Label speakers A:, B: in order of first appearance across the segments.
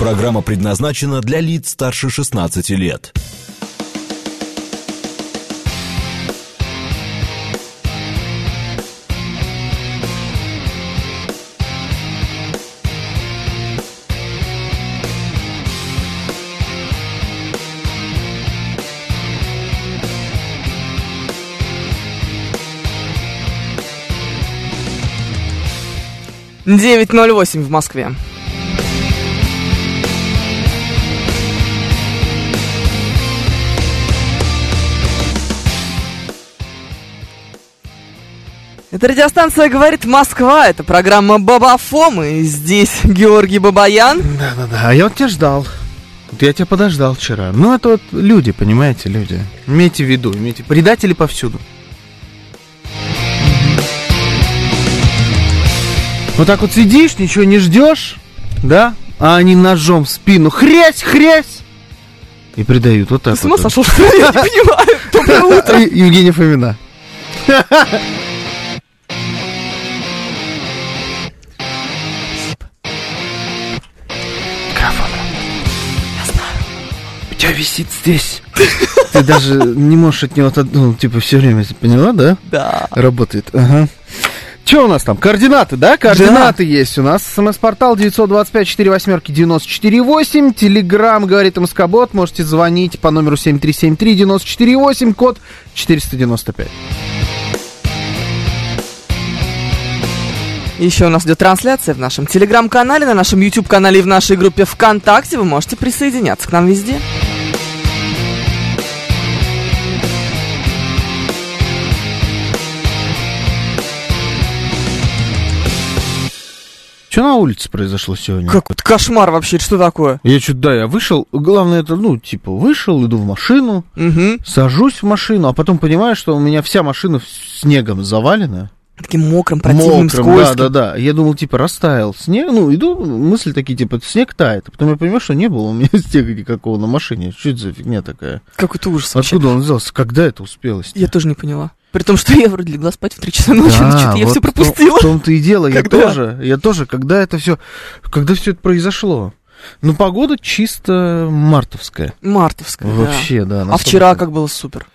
A: Программа предназначена для лиц старше 16 лет.
B: Девять ноль восемь в Москве. Это радиостанция «Говорит Москва», это программа «Бабафом», и здесь Георгий Бабаян.
C: Да-да-да, а я вот тебя ждал. Вот я тебя подождал вчера. Ну, это вот люди, понимаете, люди. Имейте в виду, имейте... Предатели повсюду. Вот так вот сидишь, ничего не ждешь, да? А они ножом в спину. Хрясь, хрясь! И предают вот
B: Ты
C: так
B: с ума
C: вот.
B: сошел, что ли? Я не понимаю. Доброе утро.
C: Евгений Фомина. У тебя висит здесь. Ты даже не можешь от него отодвинуть. Типа все время, поняла, да?
B: Да.
C: Работает, ага. Че у нас там? Координаты, да? Координаты есть у нас. СМС-портал 925-48-94-8. Телеграмм, говорит МСК-бот. Можете звонить по номеру 7373-94-8, код 495.
B: Еще у нас идет трансляция в нашем телеграм-канале, на нашем YouTube-канале и в нашей группе ВКонтакте. Вы можете присоединяться к нам везде.
C: Что на улице произошло сегодня?
B: Как вот кошмар вообще, это что такое?
C: Я чуть, да, я вышел. Главное, это, ну, типа, вышел, иду в машину,
B: Угу.
C: сажусь в машину, а потом понимаю, что у меня вся машина в- снегом завалена.
B: Таким мокрым, противным, скользким.
C: Да, да, да. Я думал, типа, растаял снег. Ну, иду, мысли такие, типа, снег тает. А потом я понимаю, что не было у меня снега никакого на машине. Что это за фигня такая?
B: Какой-то ужас вообще.
C: Откуда он взялся? Когда это успелось?
B: Я тоже не поняла. При том, что я вроде легла спать в 3 часа ночи,
C: А,
B: но что-то Ну, я все пропустила.
C: В том-то и дело, я
B: Когда?
C: тоже. Я тоже, когда это все, когда все это произошло. Ну, погода чисто мартовская.
B: Мартовская, да.
C: Вообще, да.
B: А
C: насколько-
B: вчера как было супер.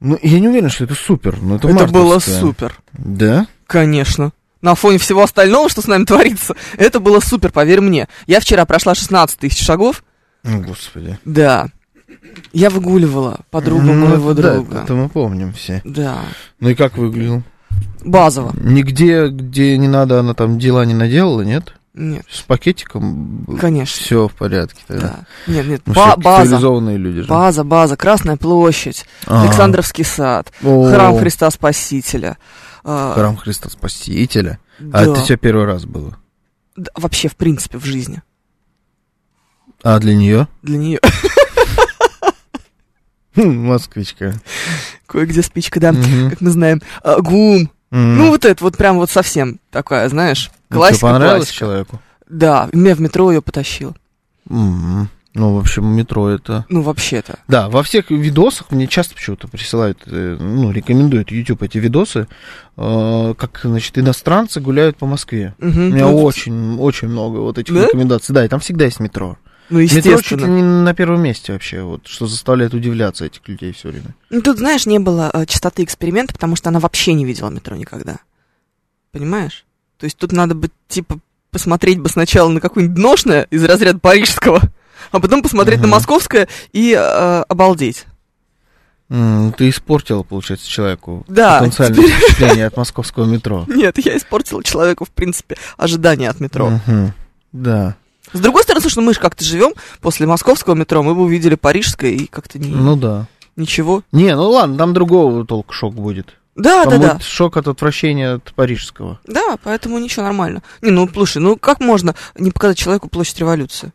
C: Ну, я не уверен, что это супер, но это
B: Это было
C: мартовская.
B: супер.
C: Да?
B: Конечно. На фоне всего остального, что с нами творится, это было супер, поверь мне. Я вчера прошла 16 тысяч шагов.
C: О, Господи.
B: Да. Я выгуливала подругу моего
C: да,
B: друга.
C: Ну, это мы помним все.
B: Да.
C: Ну и как выглядел?
B: Базово.
C: Нигде, где не надо, она там дела не наделала, нет?
B: Нет,
C: С пакетиком
B: конечно.
C: все в порядке тогда.
B: Да. Нет, нет,
C: Мы
B: ба-
C: Э, Ну, всё-таки
B: база.
C: Цивилизованные люди же.
B: База, база, Красная площадь,
C: А,
B: Александровский сад,
C: о,
B: храм Христа Спасителя. А,
C: Храм Христа Спасителя.
B: да.
C: А это все первый раз было.
B: Да, вообще, в принципе, в жизни.
C: А для нее?
B: Для нее
C: Москвичка.
B: кое-где спичка, да,
C: Мгм.
B: как мы знаем. А, гум.
C: Мгм.
B: Ну, вот это вот прям вот совсем такая, знаешь,
C: Ну, что,
B: классика.
C: понравилось
B: классика.
C: человеку?
B: Да, меня в метро ее потащил.
C: Мгм. Ну, в общем, метро это...
B: Ну, вообще-то.
C: Да, во всех видосах мне часто почему-то присылают, э, ну, рекомендуют YouTube эти видосы, э, как, значит, иностранцы гуляют по Москве.
B: Мгм.
C: У меня
B: Ну,
C: очень, очень много вот этих
B: Да?
C: рекомендаций. Да, и там всегда есть метро.
B: Ну,
C: Метро чуть ли
B: естественно.
C: не на первом месте вообще, вот, что заставляет удивляться этих людей все время.
B: Ну, тут, знаешь, не было э, частоты эксперимента, потому что она вообще не видела метро никогда. Понимаешь? То есть тут надо бы, типа, посмотреть бы сначала на какое-нибудь ношное из разряда парижского, а потом посмотреть на
C: Мгм.
B: московское и э, обалдеть.
C: М, ты испортила, получается, человеку
B: Да,
C: потенциальное
B: А, теперь-
C: впечатление от московского метро.
B: Нет, я испортила человеку, в принципе, ожидания от метро.
C: Мгм. Да.
B: С другой стороны, слушай, ну мы же как-то живем после московского метро, мы бы увидели парижское и как-то ни-
C: Ну да.
B: ничего.
C: Не, ну ладно, там другого толк шок будет.
B: Да,
C: Там
B: да, да.
C: будет шок от отвращения от парижского.
B: Да, поэтому ничего нормально. Не, ну слушай, ну как можно не показать человеку площадь революции?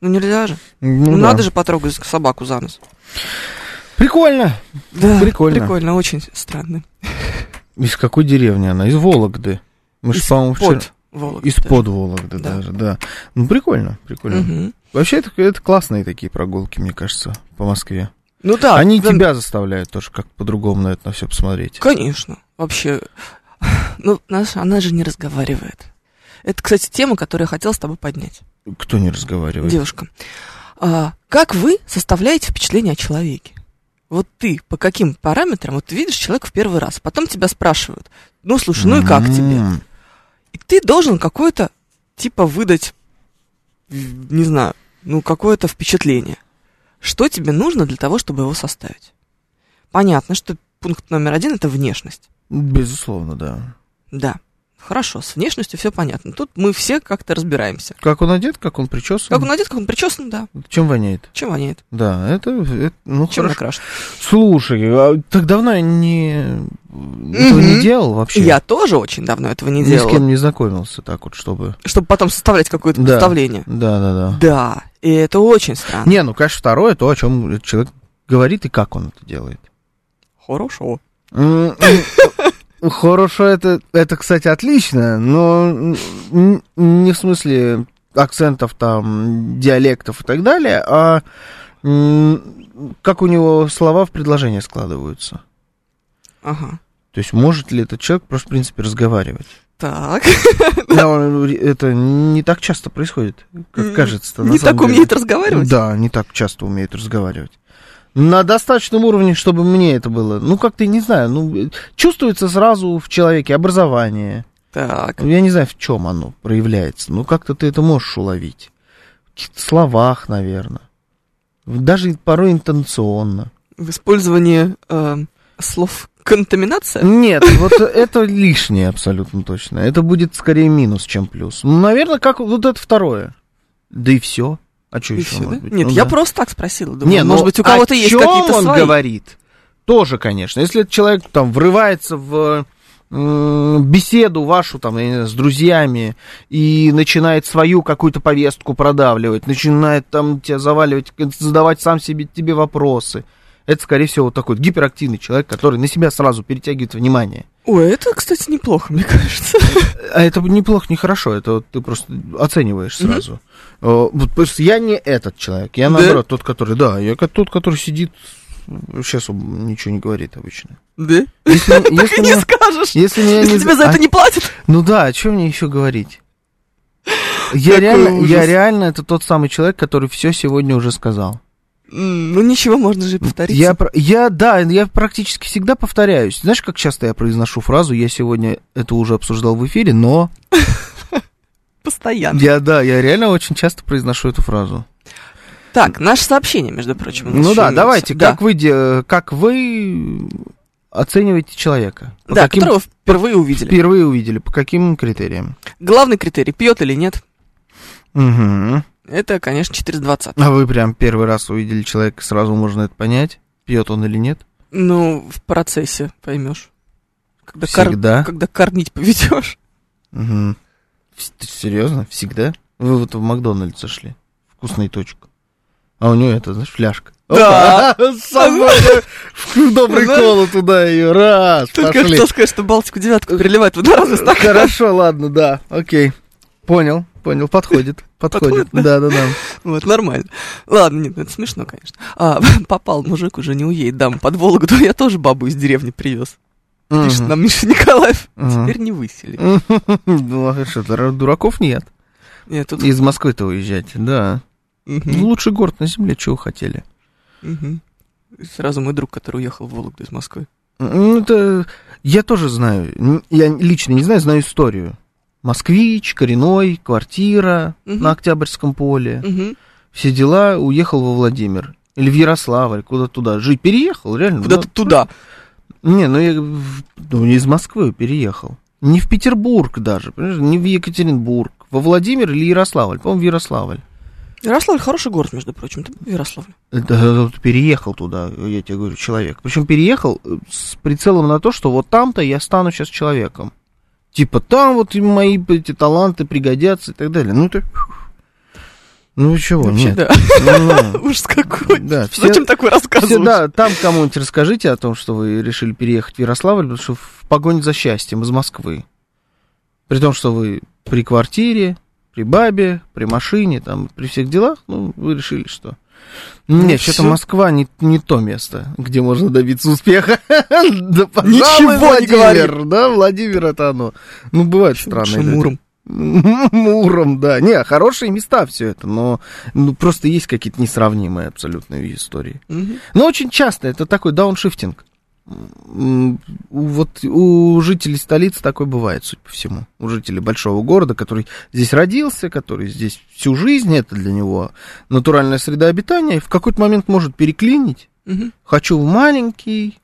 B: Ну нельзя же. Ну,
C: да.
B: надо же потрогать собаку за нос.
C: Прикольно.
B: Да,
C: Прикольно.
B: Прикольно, очень странно.
C: Из какой деревни она? Из Вологды. Мы же, по-моему, вчера...
B: Из-под Вологды
C: Из-под Вологды
B: Да.
C: даже, да. Ну, прикольно,
B: даже.
C: прикольно.
B: Мгм.
C: Вообще, это, это классные такие прогулки, мне кажется, по Москве.
B: Ну да.
C: Они
B: да,
C: тебя заставляют тоже как по-другому на это на все посмотреть.
B: Конечно. Вообще. Ну, наша, она же не разговаривает. Это, кстати, тема, которую я хотела с тобой поднять,
C: Кто не разговаривает?
B: девушка. А, как вы составляете впечатление о человеке? Вот ты по каким параметрам, вот ты видишь человека в первый раз, потом тебя спрашивают, ну, слушай, ну и как тебе?
C: М,
B: И ты должен какое-то, типа, выдать, м, не знаю, ну, какое-то впечатление. Что тебе нужно для того, чтобы его составить? Понятно, что пункт номер один – это внешность.
C: Безусловно, да.
B: Да, хорошо, с внешностью все понятно. Тут мы все как-то разбираемся.
C: Как он одет, как он причесан,
B: Как он одет, как он причесан, да.
C: чем воняет.
B: Чем воняет,
C: Да, это, это, ну
B: чем
C: хорошо.
B: накрашен.
C: Слушай, а так давно я не этого не делал вообще.
B: Я тоже очень давно этого не
C: ни с
B: делала,
C: кем не знакомился, так вот, чтобы.
B: чтобы потом составлять какое-то
C: Да.
B: представление.
C: Да, да, да.
B: Да, и это очень странно.
C: Не, ну конечно, второе то, о чем человек говорит и как он это делает.
B: Хорошо.
C: М, м, Хорошо, это, это, кстати, отлично, но м, не в смысле акцентов, там, диалектов и так далее, а м, как у него слова в предложение складываются.
B: Ага.
C: То есть, может ли этот человек просто, в принципе, разговаривать?
B: Так,
C: Да, он- Это не так часто происходит, как
B: М,
C: кажется. на
B: не
C: самом
B: так
C: деле.
B: умеет разговаривать?
C: Да, не так часто умеют разговаривать. На достаточном уровне, чтобы мне это было. Ну, как-то, не знаю, ну, э, чувствуется сразу в человеке образование.
B: Так,
C: Я не знаю, в чем оно проявляется. Ну, как-то ты это можешь уловить. В каких-то словах, наверное. Даже порой интенционно.
B: в использовании э, слов контаминация?
C: Нет, вот это лишнее абсолютно точно. Это будет скорее минус, чем плюс. Ну, наверное, как вот это второе. Да и все. А что
B: И
C: еще
B: всё, да?
C: может быть?
B: Нет,
C: Ну
B: я
C: да.
B: просто так спросила. Думаю,
C: Не, ну,
B: может быть, у
C: о
B: кого-то есть
C: чём
B: какие-то
C: он
B: свои.
C: говорит? Тоже, конечно. Если этот человек там врывается в м, беседу вашу там я не знаю, с друзьями и начинает свою какую-то повестку продавливать, начинает там тебя заваливать, задавать сам себе тебе вопросы. Это, скорее всего, вот такой гиперактивный человек, который на себя сразу перетягивает внимание.
B: Ой, это, кстати, неплохо, мне кажется.
C: А это неплохо, нехорошо, это вот ты просто оцениваешь сразу. Э, вот просто я не этот человек, я
B: Да?
C: наоборот тот, который, да, я ко- тот, который сидит, вообще особо ничего не говорит обычно.
B: Да?
C: Если, если
B: Ты не
C: меня-
B: скажешь,
C: если меня
B: если
C: не...
B: тебе за
C: а,
B: это не платят.
C: Ну да, а что мне еще говорить? Я
B: Какой
C: реально, я
B: ужас.
C: реально это тот самый человек, который все сегодня уже сказал.
B: М, Ну ничего, можно же и повторить.
C: Я, про- я, да, я практически всегда повторяюсь. Знаешь, как часто я произношу фразу, я сегодня это уже обсуждал в эфире, но...
B: Постоянно.
C: Я, да, я реально очень часто произношу эту фразу.
B: Так, наше сообщение, между прочим. у нас
C: Ну
B: ещё
C: да,
B: имеется.
C: давайте,
B: Да,
C: как вы, де- как вы оцениваете человека? По
B: да
C: каким
B: которого впервые увидели.
C: впервые увидели, по каким критериям?
B: Главный критерий, пьет или нет,
C: Мгм.
B: это, конечно, 420.
C: А вы прям первый раз увидели человека, сразу можно это понять, пьет он или нет?
B: Ну, в процессе поймешь. Когда, кор-
C: Всегда.
B: когда кормить поведешь.
C: Мгм. Вс- Ты серьезно? Всегда? Вы вот в Макдональдс зашли. Вкусная точка. А у нее это, знаешь, фляжка.
B: Да.
C: Опа! С собой, да. В добрый
B: Знаешь-
C: колу туда ее. Раз,
B: Только
C: пошли. Э,
B: что скажешь, что Балтику девятку переливают в одноразовый стакан.
C: Хорошо, ладно, да, окей. Понял, понял, подходит, подходит.
B: Подходит, да?
C: Да, да, да.
B: Вот, нормально. Ладно, нет, ну это смешно, конечно. А, попал мужик, уже не уедет дам под Вологду. Я тоже бабу из деревни привез. Пишет нам Миша Николаев.
C: Мгм.
B: Теперь не высели.
C: Ну, а что, дура- дураков нет.
B: Нет, тут...
C: Из Москвы-то уезжать, да. Ну,
B: Мгм,
C: лучший город на земле, чего хотели.
B: мгм. Сразу мой друг, который уехал в Вологду из Москвы.
C: Ну, это... Я тоже знаю, н- я лично не знаю, знаю историю. Москвич, коренной, квартира
B: Мгм.
C: на Октябрьском поле.
B: Мгм.
C: Все дела, уехал во Владимир. Или в Ярославль, куда туда. Жить переехал, реально. ну,
B: Куда-то
C: да.
B: туда.
C: Не, ну я в- ну, из Москвы переехал. Не в Петербург даже, понимаешь, не в Екатеринбург. Во Владимир или Ярославль? По-моему, в Ярославль.
B: Ярославль хороший город, между прочим. Ты был в Ярославле.
C: Это вот переехал туда, я тебе говорю, человек. Причем переехал э, с прицелом на то, что вот там-то я стану сейчас человеком. Типа там вот и мои б, эти таланты пригодятся и так далее. Ну ты... Ну чего,
B: Вообще,
C: нет.
B: да.
C: Ну,
B: Ужас какой.
C: Да, все-
B: Зачем такое
C: Все,
B: рассказывать?
C: да, там кому-нибудь расскажите о том, что вы решили переехать в Ярославль, потому что в погоне за счастьем из Москвы. При том, что вы при квартире, при бабе, при машине, там, при всех делах, ну, вы решили, что...
B: Ну,
C: Нет, что-то
B: всё.
C: Москва не, не то место, где можно добиться успеха. Да, пожалуй,
B: Ничего не
C: Владимир, да, Владимир это оно. Ну, бывает
B: Лучше
C: странные люди.
B: Муром.
C: Муром, да. Не, хорошие места все это, но ну, просто есть какие-то несравнимые абсолютные истории.
B: Мгм.
C: Но очень часто это такой дауншифтинг. М, у- Вот у жителей столицы такое бывает, судя по всему. У жителей большого города, который здесь родился, который здесь всю жизнь, это для него натуральная среда обитания, и в какой-то момент может переклинить.
B: Мгм.
C: Хочу в маленький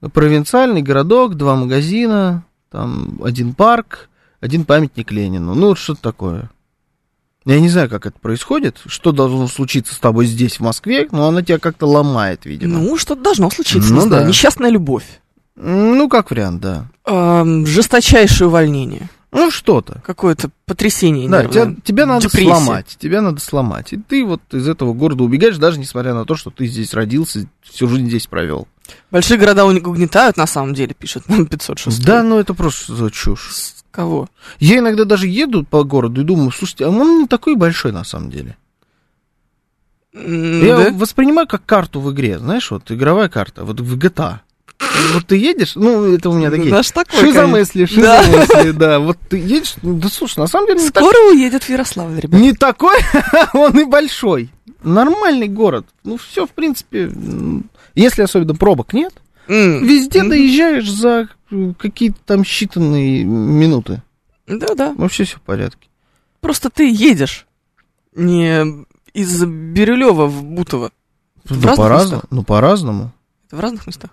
C: э, провинциальный городок, два магазина, там один парк, один памятник Ленину. Ну, вот что-то такое. Я не знаю, как это происходит, что должно случиться с тобой здесь, в Москве, но она тебя как-то ломает, видимо.
B: Ну, что-то должно случиться.
C: Ну
B: не знаю,
C: да.
B: Несчастная любовь.
C: М, Ну, как вариант, да.
B: Эм, жесточайшее увольнение.
C: Ну, что-то.
B: Какое-то потрясение.
C: Да,
B: нервное.
C: тебя- тебя надо
B: ну, депрессия.
C: сломать, тебя надо сломать. И ты вот из этого города убегаешь, даже несмотря на то, что ты здесь родился, всю жизнь здесь провел.
B: Большие города уни- угнетают, на самом деле, пишет нам 506.
C: Да, ну это просто за чушь.
B: С кого?
C: Я иногда даже еду по городу и думаю, слушайте, а он не такой большой на самом деле.
B: М,
C: Я
B: Ну да?
C: воспринимаю как карту в игре, знаешь, вот игровая карта, вот в GTA. Вот ты едешь, ну это у меня
B: Ну,
C: такие...
B: наш такой, конечно.
C: Шизомысли,
B: Да.
C: шизомысли, да. Вот ты едешь, ну, да слушай, на самом деле не так-
B: Скоро уедет в Ярославль, ребят.
C: Не такой, он и большой. Нормальный город. Ну, все, в принципе, м, если особенно пробок нет,
B: М,
C: везде
B: Мгм.
C: доезжаешь за э, какие-то там считанные минуты.
B: Да-да.
C: Вообще все в порядке.
B: Просто ты едешь. Не из Бирюлева в Бутово. В
C: ну,
B: разных
C: по-разному.
B: местах?
C: Ну, по-разному.
B: Это в разных местах.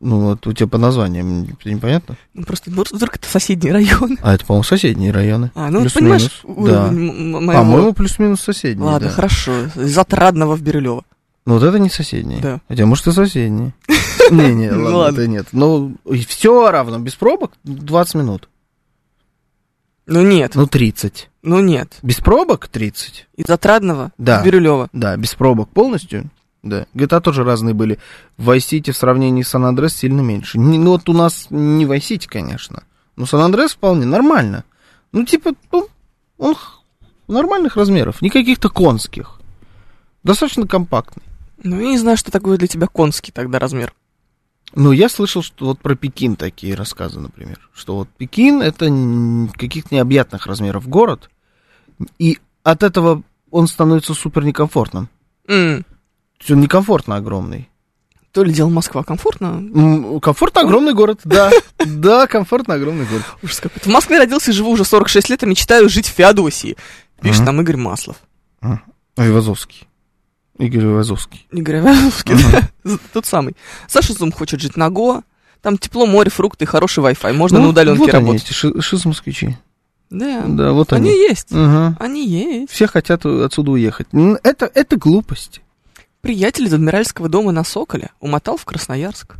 C: Ну, это у тебя по названиям не- непонятно.
B: Ну, просто ну, вдруг это соседний район.
C: А это, по-моему, соседние районы.
B: А, ну,
C: Плюс-минус,
B: понимаешь,
C: да.
B: уровень м- м- моего...
C: По-моему, плюс-минус соседние.
B: Ладно,
C: да.
B: хорошо. Из Отрадного в Бирюлево.
C: Ну, вот это не соседние.
B: Да.
C: Хотя, может, и соседние. Не-не,
B: Ну,
C: ладно,
B: ладно.
C: это нет. Ну, все равно, без пробок 20 минут.
B: Ну, нет.
C: Ну, 30.
B: Ну, нет.
C: Без пробок 30.
B: Из Отрадного
C: Да.
B: в Бирюлево.
C: Да, без пробок полностью. Да. GTA тоже разные были. В Vice City в сравнении с San Andreas сильно меньше. Не- ну, вот у нас не Vice City, конечно. Но San Andreas вполне нормально. Ну, типа, ну, он х- нормальных размеров. Не каких-то конских. Достаточно компактный.
B: Ну, я не знаю, что такое для тебя конский тогда размер.
C: Ну, я слышал, что вот про Пекин такие рассказы, например. Что вот Пекин — это н- каких-то необъятных размеров город. И от этого он становится супер некомфортным.
B: М,
C: То есть он некомфортно огромный.
B: То ли дело Москва комфортно.
C: М, Комфортно огромный город, да. Да, комфортно огромный город.
B: Ужас какой-то. В Москве родился и живу уже 46 лет и мечтаю жить в Феодосии. Пишет
C: Мгм.
B: там Игорь Маслов.
C: Айвазовский. А Игорь Айвазовский.
B: Игорь Вязовский, да, тот самый. Саша Зум хочет жить на Гоа. Там тепло, море, фрукты, хороший Wi-Fi. Можно
C: Ну,
B: на удаленке
C: вот они
B: работать.
C: эти ши- шизмосквичи.
B: Да.
C: Да, вот
B: Они
C: они.
B: есть.
C: Мгм.
B: Они есть.
C: Все хотят отсюда уехать. М, Это, это глупость.
B: Приятель из Адмиральского дома на Соколе умотал в Красноярск.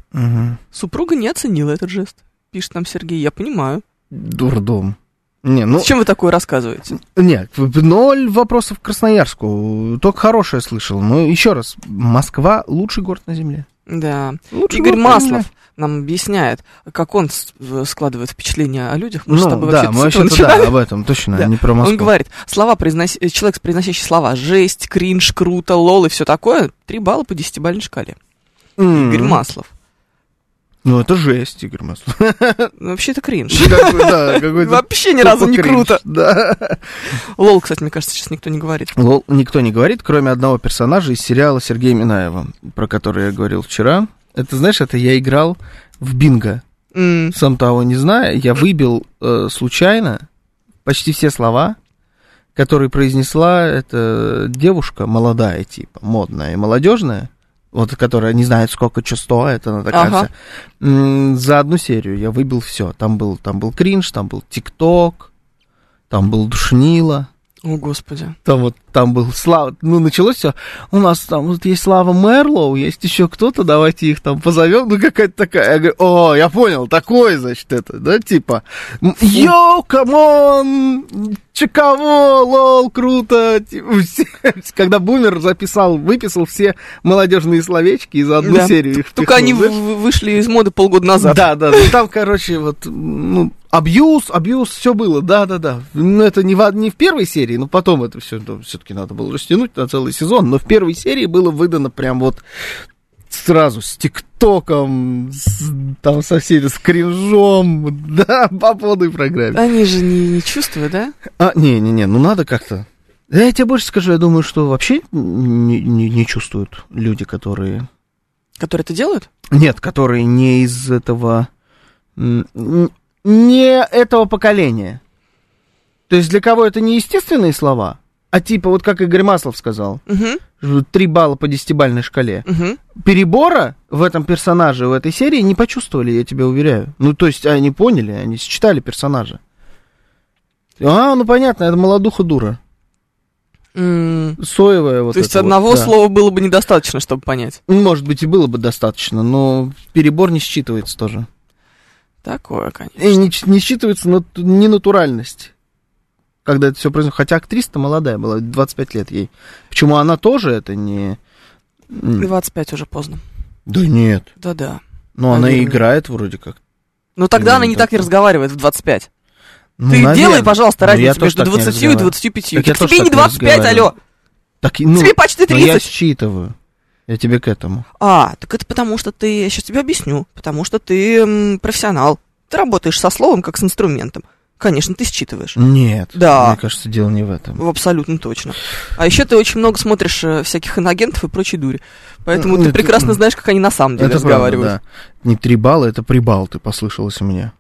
B: Супруга не оценила этот жест. Пишет нам Сергей, я понимаю.
C: Дурдом. Не, ну,
B: Зачем вы такое рассказываете?
C: нет, ноль вопросов к Красноярску. Только хорошее слышал. Но еще раз, Москва лучший город на земле.
B: Да.
C: Лучший
B: Игорь
C: город на
B: Маслов
C: земле.
B: нам объясняет, как он с- в- складывает впечатление о людях. Мы же с
C: Ну,
B: тобой
C: да,
B: вообще-то
C: мы
B: с этого
C: вообще-то
B: начинали.
C: да, об этом точно,
B: Да.
C: не про
B: Он
C: Москву.
B: говорит, слова произноси- э, человек, произносящий слова жесть, кринж, круто, лол и все такое, три балла по десятибалльной шкале.
C: М.
B: Игорь Маслов.
C: Ну, это жесть, Игорь Маслов.
B: Ну, вообще это кринж.
C: Какой- да, какой-то
B: Вообще ни разу
C: тупо
B: не
C: кринж,
B: круто.
C: Да.
B: Лол, кстати, мне кажется, сейчас никто не говорит.
C: Лол, никто не говорит, кроме одного персонажа из сериала Сергея Минаева, про который я говорил вчера. Это, знаешь, это я играл в бинго.
B: М,
C: Сам того не зная, я выбил э, случайно почти все слова, которые произнесла эта девушка, молодая типа, модная и молодежная, вот которая не знает, сколько что стоит, она такая
B: Ага.
C: вся. М, За одну серию я выбил все. Там был, там был кринж, там был тикток, там был душнило.
B: О, господи.
C: Там вот там был Слава, ну началось все. У нас там вот есть Слава Мерлоу, есть еще кто-то, давайте их там позовем. Ну какая-то такая. Я говорю, о, я понял, такое, значит, это, да, типа. м, Йоу, камон, чекаво, лол, круто. Типа, все- Когда Бумер записал, выписал все молодежные словечки и за одну
B: Да.
C: серию их
B: Только
C: впихнул,
B: они
C: знаешь?
B: в- вышли из моды полгода назад.
C: Да, да, да. Там, короче, вот, ну, абьюз, абьюз, все было, да, да, да. Ну, это не в, од- не в первой серии, но потом это ну, все, все-таки надо было растянуть на целый сезон, но в первой серии было выдано прям вот сразу с ТикТоком, с- там со всеми, с кринжом, да, по полной программе.
B: Они же не, не чувствуют, да?
C: А, не-не-не, ну надо как-то. Да я тебе больше скажу, я думаю, что вообще не, не- не чувствуют люди, которые...
B: Которые это делают?
C: Нет, которые не из этого... м, м, Не этого поколения. То есть для кого это не естественные слова, а типа вот как Игорь Маслов сказал,
B: Угу,
C: три балла по десятибальной шкале.
B: угу.
C: перебора в этом персонаже, в этой серии не почувствовали, я тебя уверяю. Ну, то есть, они поняли, они считали персонажа. А, ну понятно, это молодуха дура. Соевая вот
B: То есть
C: это вот,
B: одного
C: да.
B: слова было бы недостаточно, чтобы понять.
C: Ну, Может быть, и было бы достаточно, но перебор не считывается тоже.
B: Такое, конечно.
C: И не, ч- не считывается нат- ненатуральность, когда это все произошло. Хотя актриса молодая была, 25 лет ей. Почему она тоже это не... М,
B: 25 уже поздно.
C: Да нет.
B: Да-да.
C: Но она и
B: Наверное.
C: играет вроде как.
B: Но тогда
C: Ну,
B: она не
C: так.
B: так и разговаривает в 25.
C: Ну,
B: Ты делай,
C: наверное.
B: пожалуйста,
C: Ну, я
B: разницу
C: тоже
B: между
C: так не
B: 20 и
C: разговариваю.
B: 25.
C: Так я
B: Так
C: тоже
B: тебе не
C: так не
B: 25,
C: разговариваю.
B: алло.
C: Так, и- ну,
B: тебе почти
C: Но я
B: 30.
C: считываю. Я тебе к этому.
B: А, так это потому, что ты... Я сейчас тебе объясню. Потому что ты м, профессионал. Ты работаешь со словом, как с инструментом. Конечно, ты считываешь.
C: Нет.
B: Да.
C: Мне кажется, дело не в этом.
B: Абсолютно точно. А еще ты очень много смотришь э, всяких иногентов и прочей дури. Поэтому
C: Ну,
B: ты
C: это-
B: прекрасно знаешь, как они на самом деле
C: правда,
B: разговаривают.
C: да. Не три балла, это прибалты, послышалось у меня.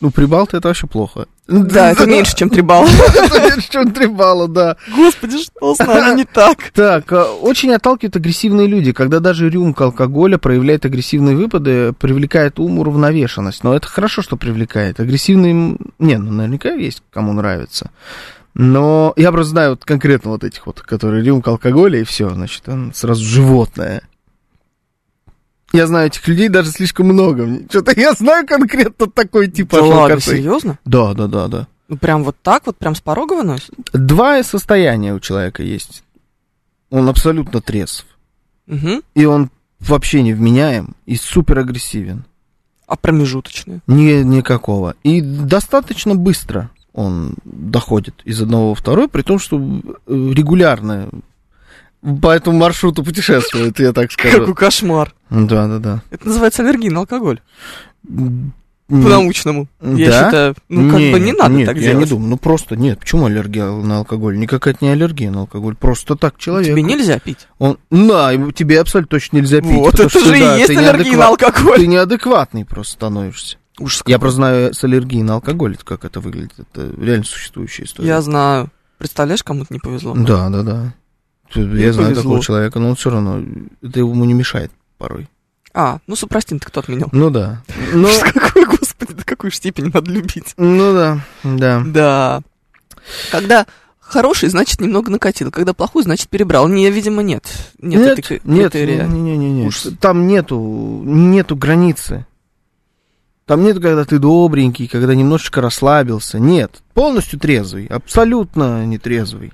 C: Ну, прибалты это вообще плохо.
B: Да, это меньше, чем три балла.
C: Это меньше, чем три балла, да.
B: Господи, что с нами не так?
C: Так, а, очень отталкивают агрессивные люди, когда даже рюмка алкоголя проявляет агрессивные выпады, привлекает ум уравновешенность. Но это хорошо, что привлекает. Агрессивные... м, Не, ну наверняка есть, кому нравится. Но я просто знаю вот конкретно вот этих вот, которые рюмка алкоголя и все, значит, он сразу животное. Я знаю этих людей даже слишком много. Что-то я знаю конкретно такой тип
B: Да ладно,
C: алкашей.
B: серьезно?
C: Да, да, да, да.
B: Ну, прям вот так вот, прям с порога выносит?
C: Два состояния у человека есть. Он абсолютно трезв.
B: Мгм.
C: и он вообще невменяем и супер агрессивен.
B: А промежуточные?
C: Ни, никакого. И достаточно быстро он доходит из одного во второй, при том, что э, регулярно по этому маршруту путешествует, я так скажу.
B: Какой кошмар.
C: Да, да, да.
B: Это называется аллергия на алкоголь.
C: М,
B: По-научному. Я
C: да?
B: считаю, ну как
C: Не,
B: бы не надо
C: нет,
B: так
C: я
B: делать.
C: не думаю, ну просто нет. Почему аллергия на алкоголь? Никакая это не аллергия на алкоголь, просто так человек.
B: Тебе нельзя пить.
C: Он, да, ему- тебе абсолютно точно нельзя пить.
B: вот,
C: потому
B: это
C: что,
B: же
C: да,
B: и есть
C: ты
B: аллергия на
C: неадекват-
B: алкоголь.
C: Ты неадекватный просто становишься.
B: Ужас.
C: Я просто знаю с аллергией на алкоголь, это как это выглядит. Это реально существующая история.
B: Я знаю. Представляешь, кому-то не повезло.
C: Да, да, да. Я
B: Не
C: знаю
B: повезло.
C: такого человека, но он все равно, это ему не мешает порой.
B: А, ну супростин ты кто отменил.
C: Ну да. Ну,
B: Какой, господи, до какой же степени надо любить.
C: ну да, да.
B: Да. Когда хороший, значит, немного накатил. Когда плохой, значит, перебрал. Не, видимо, нет. Нет, этой
C: нет, нет,
B: критерия.
C: не, не, не, не.
B: Ужас.
C: Там нету, нету границы. Там нету, когда ты добренький, когда немножечко расслабился. Нет, полностью трезвый, абсолютно нетрезвый.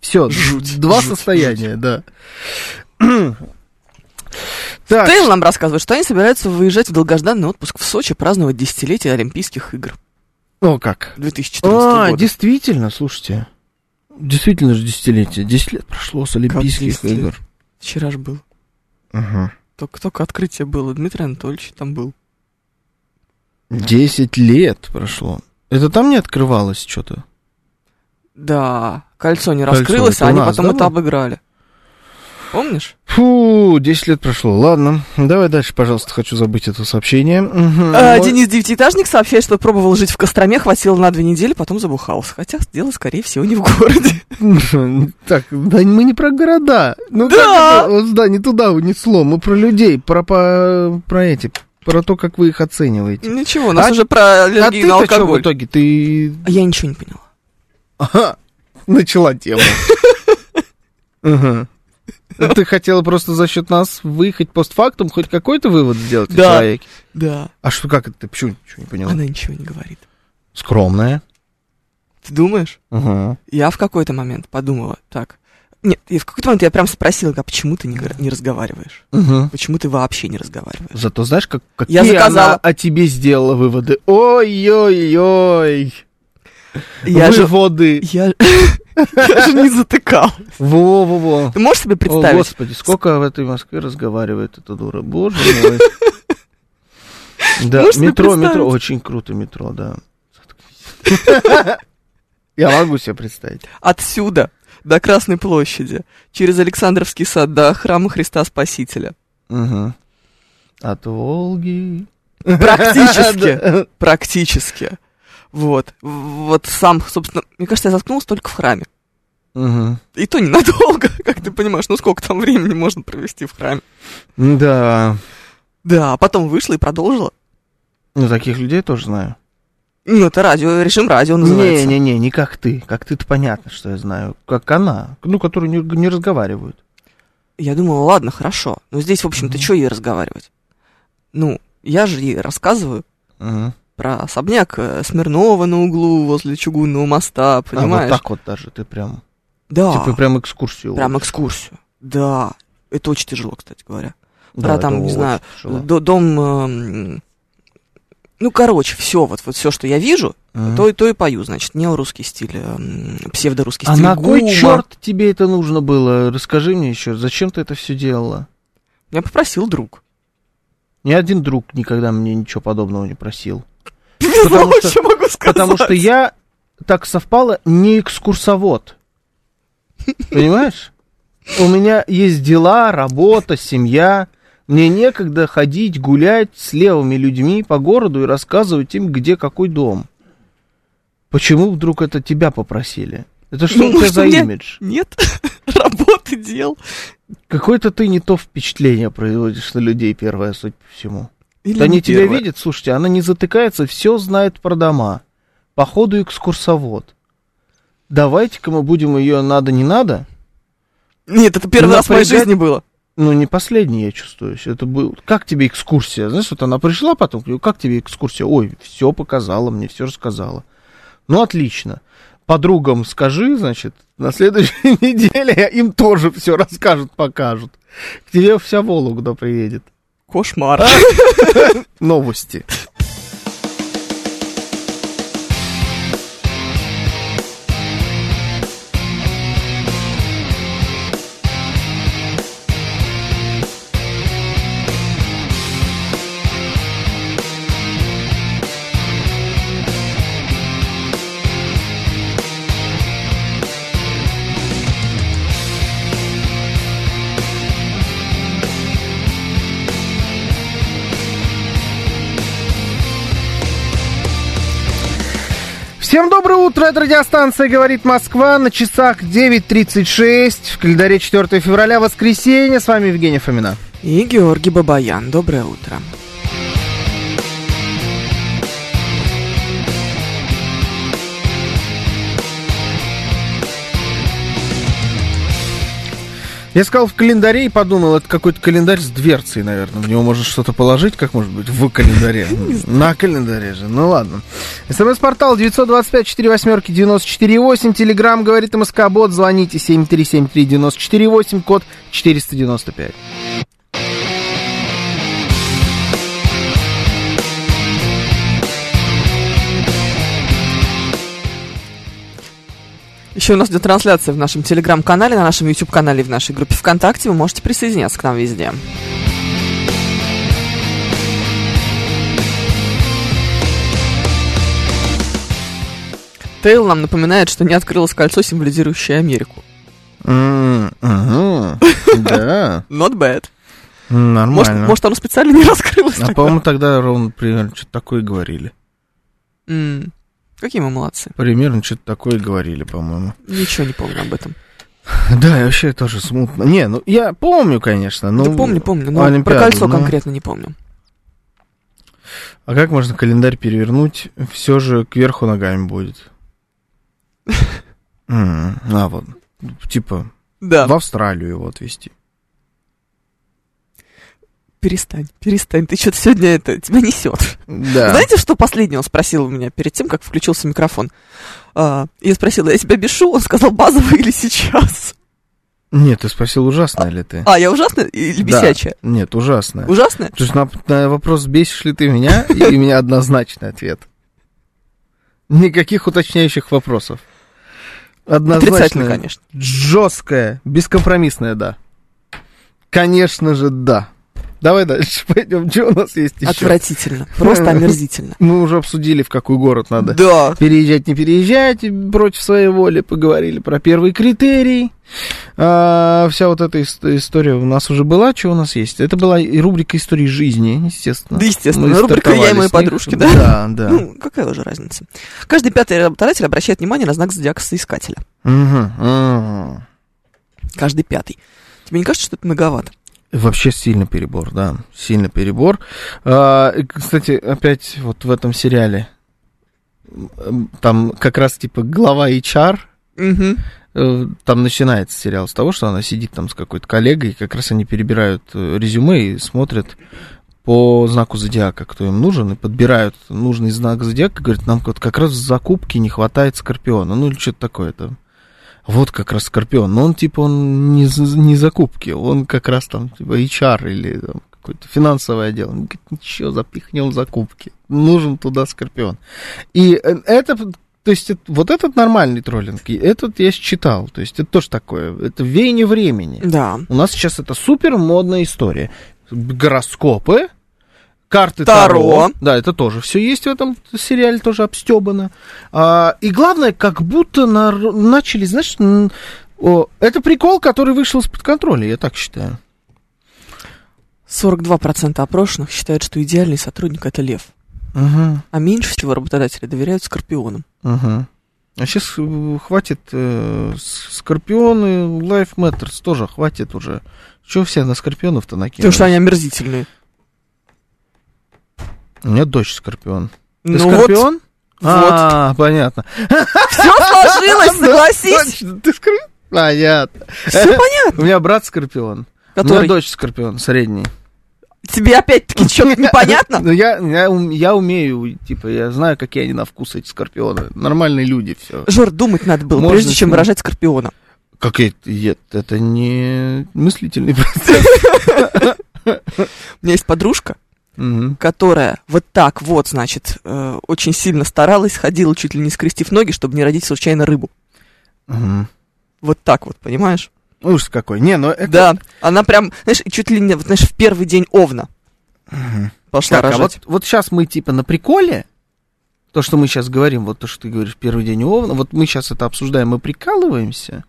C: Все,
B: Жуть,
C: два
B: жуть,
C: состояния, да. Так,
B: Тейл нам рассказывает, что они собираются выезжать в долгожданный отпуск в Сочи праздновать десятилетие Олимпийских игр
C: о ну как.
B: 2014
C: А,
B: года.
C: действительно, слушайте. Действительно же десятилетие. Десять лет прошло с Олимпийских
B: 10 лет?
C: игр.
B: Вчера же был.
C: Ага.
B: Только, только открытие было. Дмитрий Анатольевич там был.
C: Десять лет прошло. Это там не открывалось что-то?
B: Да, кольцо не
C: Кольцо,
B: раскрылось,
C: это
B: а
C: у
B: они
C: нас,
B: потом
C: да,
B: это
C: было?
B: обыграли. Помнишь?
C: Фу, 10 лет прошло. Ладно, давай дальше, пожалуйста, хочу забыть это сообщение. Мгм.
B: А,
C: Мой-
B: Денис Девятиэтажник сообщает, что пробовал жить в Костроме, хватило на две недели, потом забухался. Хотя дело, скорее всего, не в городе.
C: Так, да мы не про города. Ну как
B: Да.
C: это? Вот, да, не туда унесло. Мы про людей, про, по- про эти, про то, как вы их оцениваете.
B: Ничего, у нас
C: А-
B: уже про
C: А
B: аллергию
C: ты
B: на
C: в
B: алкоголь.
C: итоге? Ты
B: А Я ничего не поняла.
C: Ага, начала тему. Ага. Ну, Ты хотела просто за счет нас выехать постфактум, хоть какой-то вывод сделать о
B: Да.
C: человеке.
B: Да,
C: А что, как это? Ты почему ничего не поняла?
B: она ничего не говорит.
C: Скромная.
B: Ты думаешь?
C: Ага.
B: Я в какой-то момент подумала, так. Нет, и в какой-то момент я прям спросила, а почему ты не, гра- не разговариваешь?
C: Ага.
B: Почему ты вообще не разговариваешь?
C: Зато знаешь, как, какие
B: Я заказала.
C: она о тебе сделала выводы. Ой-ой-ой.
B: Я А же...
C: Выводы.
B: Я... Я же не затыкал.
C: Во-во-во.
B: Ты можешь себе
C: О,
B: представить?
C: господи, сколько в этой Москве разговаривает эта дура. Боже мой. Да,
B: Можешь себе
C: метро, метро.
B: представить?
C: Очень круто метро, да. Я могу себе представить.
B: Отсюда до Красной площади, через Александровский сад до храма Христа Спасителя.
C: Мгм. От Волги.
B: Практически. Практически. Вот. В- Вот сам, собственно, мне кажется, я заткнулась только в храме.
C: Мгм.
B: И то ненадолго, как ты понимаешь, ну сколько там времени можно провести в храме.
C: Да.
B: Да, а потом вышла и продолжила.
C: Ну, таких людей тоже знаю.
B: Ну, это радио, режим радио называется.
C: Не-не-не, не как ты. Как ты-то понятно, что я знаю. Как она. Ну, которые не, не разговаривают.
B: Я думала, ладно, хорошо. Но здесь, в общем-то,
C: Мгм.
B: что ей разговаривать? Ну, я же ей рассказываю
C: Мгм.
B: про особняк э, Смирнова на углу возле чугунного моста,
C: А, вот
B: понимаешь?
C: так вот даже ты прям.
B: Да,
C: Типа прям экскурсию.
B: прям экскурсию. Да, это очень тяжело, кстати говоря.
C: Да,
B: про
C: это
B: там, не
C: очень
B: знаю,
C: тяжело.
B: До- Дом, эм, ну, короче, все, вот, вот все, что я вижу,
C: Мгм.
B: то, и- то и пою, значит, неорусский стиль, эм, псевдорусский
C: А
B: стиль.
C: на кой
B: гума.
C: черт тебе это нужно было? Расскажи мне еще, зачем ты это все делала?
B: Меня попросил друг.
C: Ни один друг никогда мне ничего подобного не просил.
B: Потому
C: что-
B: что могу сказать.
C: Потому что я, так совпало, не экскурсовод. Понимаешь? У меня есть дела, работа, семья. Мне некогда ходить, гулять с левыми людьми по городу и рассказывать им, где какой дом. Почему вдруг это тебя попросили? Это что
B: Ну,
C: у тебя
B: может,
C: за
B: у меня-
C: имидж?
B: Нет, работы дел.
C: Какое-то ты не то впечатление производишь на людей, первое, суть по всему.
B: Или
C: да они
B: не
C: тебя
B: первое.
C: видят, слушайте, она не затыкается, все знает про дома. Походу экскурсовод. Давайте-ка мы будем ее надо не надо.
B: Нет, это первый раз в моей
C: Напрягать-
B: жизни было.
C: Ну, не последний, я чувствую. Это был... Как тебе экскурсия? Знаешь, вот она пришла потом, говорю, как тебе экскурсия? Ой, все показала, мне все рассказала. Ну, отлично. Подругам скажи, значит, на следующей неделе им тоже все расскажут, покажут. К тебе вся Вологда приедет.
B: Кошмар.
C: А? новости. Всем доброе утро, это радиостанция «Говорит Москва» на часах 9.36, в календаре 4 февраля, воскресенье. С вами Евгений Фомина.
B: И Георгий Бабаян. Доброе утро.
C: Я сказал в календаре и подумал, это какой-то календарь с дверцей, наверное. В него можно что-то положить, как может быть, в календаре. На календаре же, ну ладно. СМС-портал 925-48-94-8, телеграмм «Говорит МСК-бот», звоните 7373-94-8, код 495.
B: Еще у нас идет трансляция в нашем телеграм-канале, на нашем YouTube-канале и в нашей группе ВКонтакте. Вы можете присоединяться к нам везде. Тейл нам напоминает, что не открылось кольцо, символизирующее Америку.
C: М, мгм. Да,
B: Not bad. Может,
C: нормально.
B: может, оно специально не раскрылось?
C: А
B: тогда?
C: по-моему, тогда ровно примерно что-то такое говорили.
B: М. Какие мы молодцы.
C: Примерно что-то такое говорили, по-моему.
B: Ничего не помню об этом.
C: Да, я вообще тоже смутно. Не, ну я помню, конечно, но...
B: да Ну, помню, помню. Но про
C: Олимпиаду,
B: кольцо
C: но-
B: конкретно не помню.
C: А как можно календарь перевернуть? Все же кверху ногами будет. М, А, вот. Типа,
B: Да.
C: в Австралию его отвезти.
B: Перестань, перестань. Ты что-то сегодня это тебя несет.
C: Да.
B: Знаете, что последнее он спросил у меня перед тем, как включился микрофон? А, я спросила, я тебя бешу? Он сказал, базово или сейчас?
C: Нет, ты спросил, ужасная ли ты?
B: А, я ужасная или
C: Да.
B: бесячая?
C: Нет, ужасная.
B: Ужасная?
C: То есть на, на вопрос, бесишь ли ты меня, и у меня однозначный ответ. Никаких уточняющих вопросов.
B: Отрицательно,
C: Однозначно.
B: конечно.
C: Жесткое, бескомпромиссное, да. Конечно же, да. Давай дальше пойдем. Что у нас есть еще?
B: Отвратительно. Просто омерзительно.
C: Мы уже обсудили, в какой город надо.
B: Да.
C: Переезжать, не переезжать, против своей воли. Поговорили про первый критерий. А, вся вот эта ис- история у нас уже была. Что у нас есть? Это была и рубрика истории жизни, естественно.
B: Да, естественно.
C: Мы
B: Рубрика «Я и мои
C: стартовали с них.
B: подружки», да?
C: Да, да.
B: Ну, какая уже разница? Каждый пятый работодатель обращает внимание на знак зодиака соискателя.
C: Мгм, мгм.
B: Каждый пятый. Тебе не кажется, что это многовато?
C: Вообще сильный перебор, да, сильный перебор. А, и, кстати, опять вот в этом сериале, м, там как раз типа глава HR,
B: Угу.
C: э, там начинается сериал с того, что она сидит там с какой-то коллегой, и как раз они перебирают э, резюме и смотрят по знаку зодиака, кто им нужен, и подбирают нужный знак зодиака, и говорят, нам вот как раз в закупке не хватает скорпиона, ну или что-то такое там. Вот как раз скорпион, но он типа он не, з- не закупки, он как раз там типа HR или там, какое-то финансовое отдел. Он говорит, ничего, запихнем закупки, нужен туда скорпион. И э, это то есть это- вот этот нормальный троллинг, и этот я считал. То есть это тоже такое. Это веяние времени.
B: Да.
C: У нас сейчас это супер модная история. Гороскопы, карты
B: Таро.
C: Таро. Да, это тоже все есть в этом сериале, тоже обстебано. и главное, как будто нар- начали, знаешь, н- о, это прикол, который вышел из-под контроля, я так считаю.
B: 42% опрошенных считают, что идеальный сотрудник – это лев.
C: Угу,
B: А меньше всего работодатели доверяют скорпионам.
C: угу. А сейчас хватит э, с- Скорпионы, Life Matters тоже хватит уже. Чего все на Скорпионов-то накинули?
B: Потому что они омерзительные.
C: У меня дочь Скорпион. Ты
B: Ну вот,
C: Скорпион? А, понятно.
B: Все сложилось, согласись.
C: Точно, Ты Скорпион? Понятно.
B: Все понятно.
C: У меня брат Скорпион. У меня
B: Который-
C: дочь Скорпион, средний.
B: Тебе опять-таки что-то непонятно?
C: Ну, я, я, ум- я умею, типа, я знаю, какие они на вкус, эти Скорпионы. Нормальные люди, все.
B: Жор, думать надо было,
C: Можно
B: прежде чем
C: с ним.
B: выражать скорпиона.
C: Как это? е- Это не мыслительный процесс.
B: У меня есть подружка,
C: Мгм.
B: которая вот так вот, значит, э, очень сильно старалась, ходила чуть ли не скрестив ноги, чтобы не родить случайно рыбу.
C: Мгм.
B: Вот так вот, понимаешь?
C: Ужас какой. Не, ну это...
B: Да, она прям, знаешь, и чуть ли не, вот, знаешь, в первый день овна
C: Мгм.
B: пошла
C: Так, а
B: рожать.
C: вот, вот сейчас мы типа на приколе, то, что мы сейчас говорим, вот то, что ты говоришь, первый день у Овна, вот мы сейчас это обсуждаем, мы прикалываемся?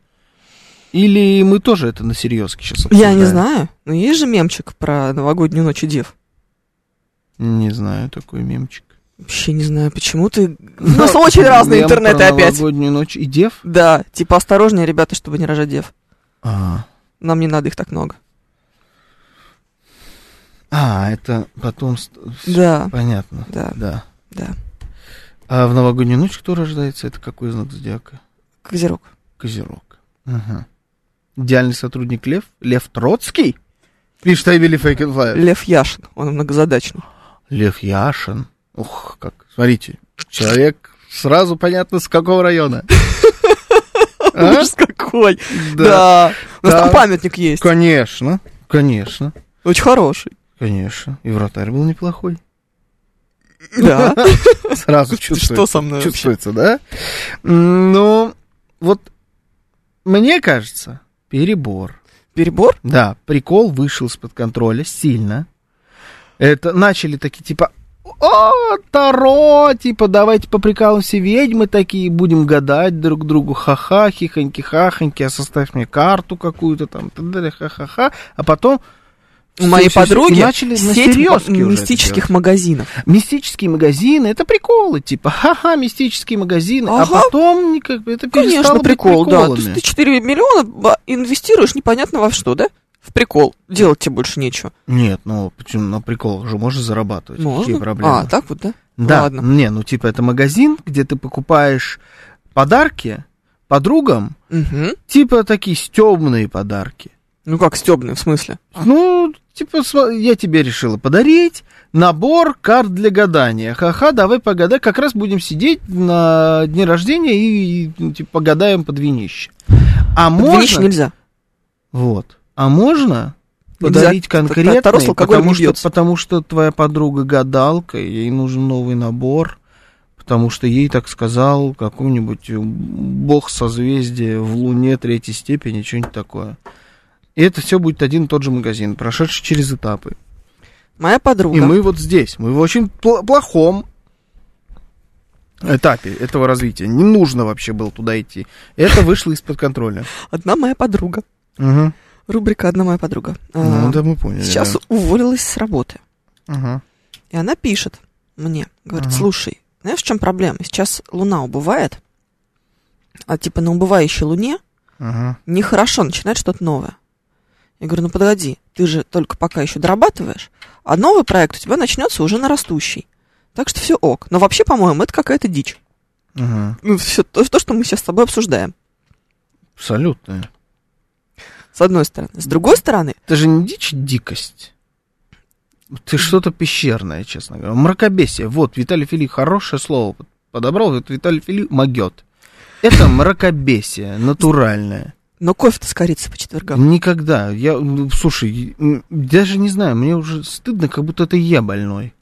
C: Или мы тоже это на серьезке сейчас
B: Я
C: обсуждаем?
B: не знаю, но есть же мемчик про новогоднюю ночь у дев.
C: Не знаю такой мемчик.
B: Вообще не знаю, почему ты... У нас Ну, очень разные
C: Ну, Мем про
B: интернеты опять.
C: новогоднюю ночь и дев?
B: Да, типа осторожнее, ребята, чтобы не рожать дев.
C: А,
B: Нам не надо их так много.
C: А, это потом... ст-
B: Да,
C: Понятно,
B: да,
C: да.
B: да.
C: А в новогоднюю ночь кто рождается? Это какой знак зодиака?
B: Козерог.
C: Козерог. Ага. Идеальный сотрудник Лев? Лев Троцкий? Пишет I believe I can fly.
B: Лев Яшин, он многозадачный.
C: Лев Яшин. Ух, как. Смотрите, человек сразу понятно, с какого района. А?
B: Ужас какой! Да.
C: Да.
B: У нас там
C: Да.
B: памятник есть.
C: Конечно, конечно,
B: Очень хороший.
C: конечно. И вратарь был неплохой.
B: Да.
C: Сразу
B: Ты Что
C: чувствуется.
B: со мной вообще?
C: Чувствуется, да? Ну, вот мне кажется, перебор.
B: Перебор?
C: Да, прикол вышел из-под контроля сильно. Это начали такие типа о, Таро, типа, давайте поприкалываемся, ведьмы такие, будем гадать друг другу, ха-ха, хихоньки, хахоньки, а составь мне карту какую-то там, так далее, ха-ха-ха, а потом...
B: У моей
C: всё-всё-всё, и
B: подруги
C: начали на
B: сеть
C: серьёзке
B: м-
C: уже это
B: мистических магазинов.
C: мистические магазины, это приколы, типа, ха-ха, мистические магазины, а
B: Ага.
C: потом не как бы, это
B: Конечно,
C: перестало
B: прикол,
C: быть
B: да.
C: приколами.
B: То есть ты 4 миллиона ба- инвестируешь непонятно во что, да? В прикол. Делать тебе больше нечего.
C: Нет, ну, почему на прикол же можно зарабатывать, какие
B: Можно?
C: проблемы?
B: А, так вот, да?
C: Да,
B: Ладно.
C: не, ну, типа, это магазин, где ты покупаешь подарки подругам,
B: Мгм.
C: типа, такие стебные подарки.
B: Ну как, стебный, в смысле?
C: Ну, типа, сва- я тебе решила подарить набор карт для гадания. Ха-ха, давай погадай. Как раз будем сидеть на дне рождения и, и, ну, типа, погадаем под винище. А
B: Под винище
C: можно...
B: нельзя.
C: Вот. А можно
B: Нельзя.
C: подарить конкретный,
B: Тарос алкоголем
C: потому,
B: не
C: что,
B: бьется.
C: потому что твоя подруга гадалка, ей нужен новый набор, потому что ей так сказал какой-нибудь э, бог созвездия в Луне третьей степени, что-нибудь такое. И это все будет один и тот же магазин, прошедший через этапы.
B: Моя подруга.
C: И мы вот здесь, мы в очень пл- плохом этапе этого развития. Не нужно вообще было туда идти. Это вышло из-под контроля.
B: Одна моя подруга.
C: Угу.
B: Рубрика «Одна моя подруга».
C: Ну,
B: А,
C: да, мы поняли.
B: Сейчас
C: да.
B: уволилась с работы.
C: Ага.
B: И она пишет мне, говорит,
C: Ага.
B: слушай, знаешь, в чем проблема? Сейчас луна убывает, а типа на убывающей луне
C: Ага.
B: нехорошо начинать что-то новое. Я говорю, ну подожди, ты же только пока еще дорабатываешь, а новый проект у тебя начнется уже на растущий. Так что все ок. Но вообще, по-моему, это какая-то дичь.
C: Ага.
B: Ну, все то, то, что мы сейчас с тобой обсуждаем.
C: Абсолютно.
B: С одной стороны. С другой стороны,
C: Это же не дичь, дикость. Ты что-то пещерное, честно говоря. Мракобесие. Вот, Виталий Филипп хорошее слово под- подобрал. Вот Виталий Филипп могет. Это мракобесие, натуральное.
B: но кофе-то с корицей по четвергам.
C: Никогда. Я, ну, слушай, м, даже не знаю, мне уже стыдно, как будто это я больной.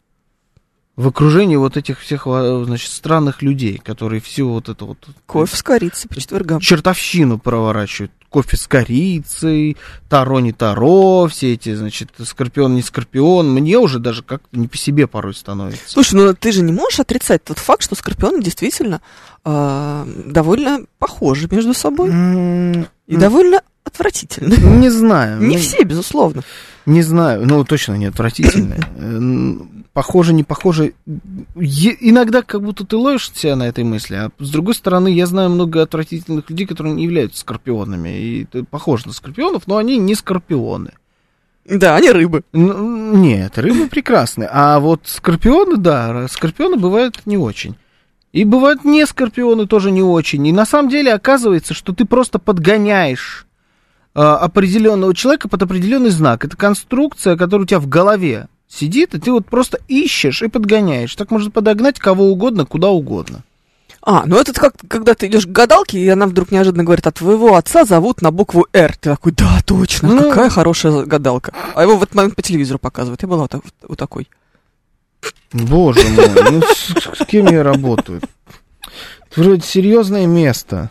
C: В окружении вот этих всех, а, значит, странных людей, которые всю вот это вот...
B: Кофе с корицей по четвергам.
C: Чертовщину проворачивают. Кофе с корицей, таро не таро, все эти, значит, скорпион не скорпион. Мне уже даже как-то не по себе порой становится.
B: Слушай, ну ты же не можешь отрицать тот факт, что скорпионы действительно а, довольно похожи между собой
C: М,
B: и
C: м,
B: довольно отвратительны.
C: Не знаю.
B: Не
C: ну,
B: все, безусловно.
C: Не знаю, ну точно не отвратительное. Эм, Похоже, не похоже. Е- иногда как будто ты ловишь себя на этой мысли, а с другой стороны, я знаю много отвратительных людей, которые не являются скорпионами. И ты похож на скорпионов, но они не скорпионы.
B: Да, они рыбы.
C: Н- Нет, рыбы прекрасны. А вот скорпионы, да, р- скорпионы бывают не очень. И бывают не скорпионы тоже не очень. И на самом деле оказывается, что ты просто подгоняешь а, определенного человека под определенный знак. Это конструкция, которая у тебя в голове сидит, и ты вот просто ищешь и подгоняешь. Так можно подогнать кого угодно, куда угодно.
B: А, ну это как, когда ты идешь к гадалке, и она вдруг неожиданно говорит, а твоего отца зовут на букву «Р». Ты такой, да, точно,
C: Ну.
B: какая хорошая гадалка. А его в этот момент по телевизору показывают. Я была вот, так- вот такой.
C: Боже мой, ну с, с кем я работаю? Это Вроде серьезное место.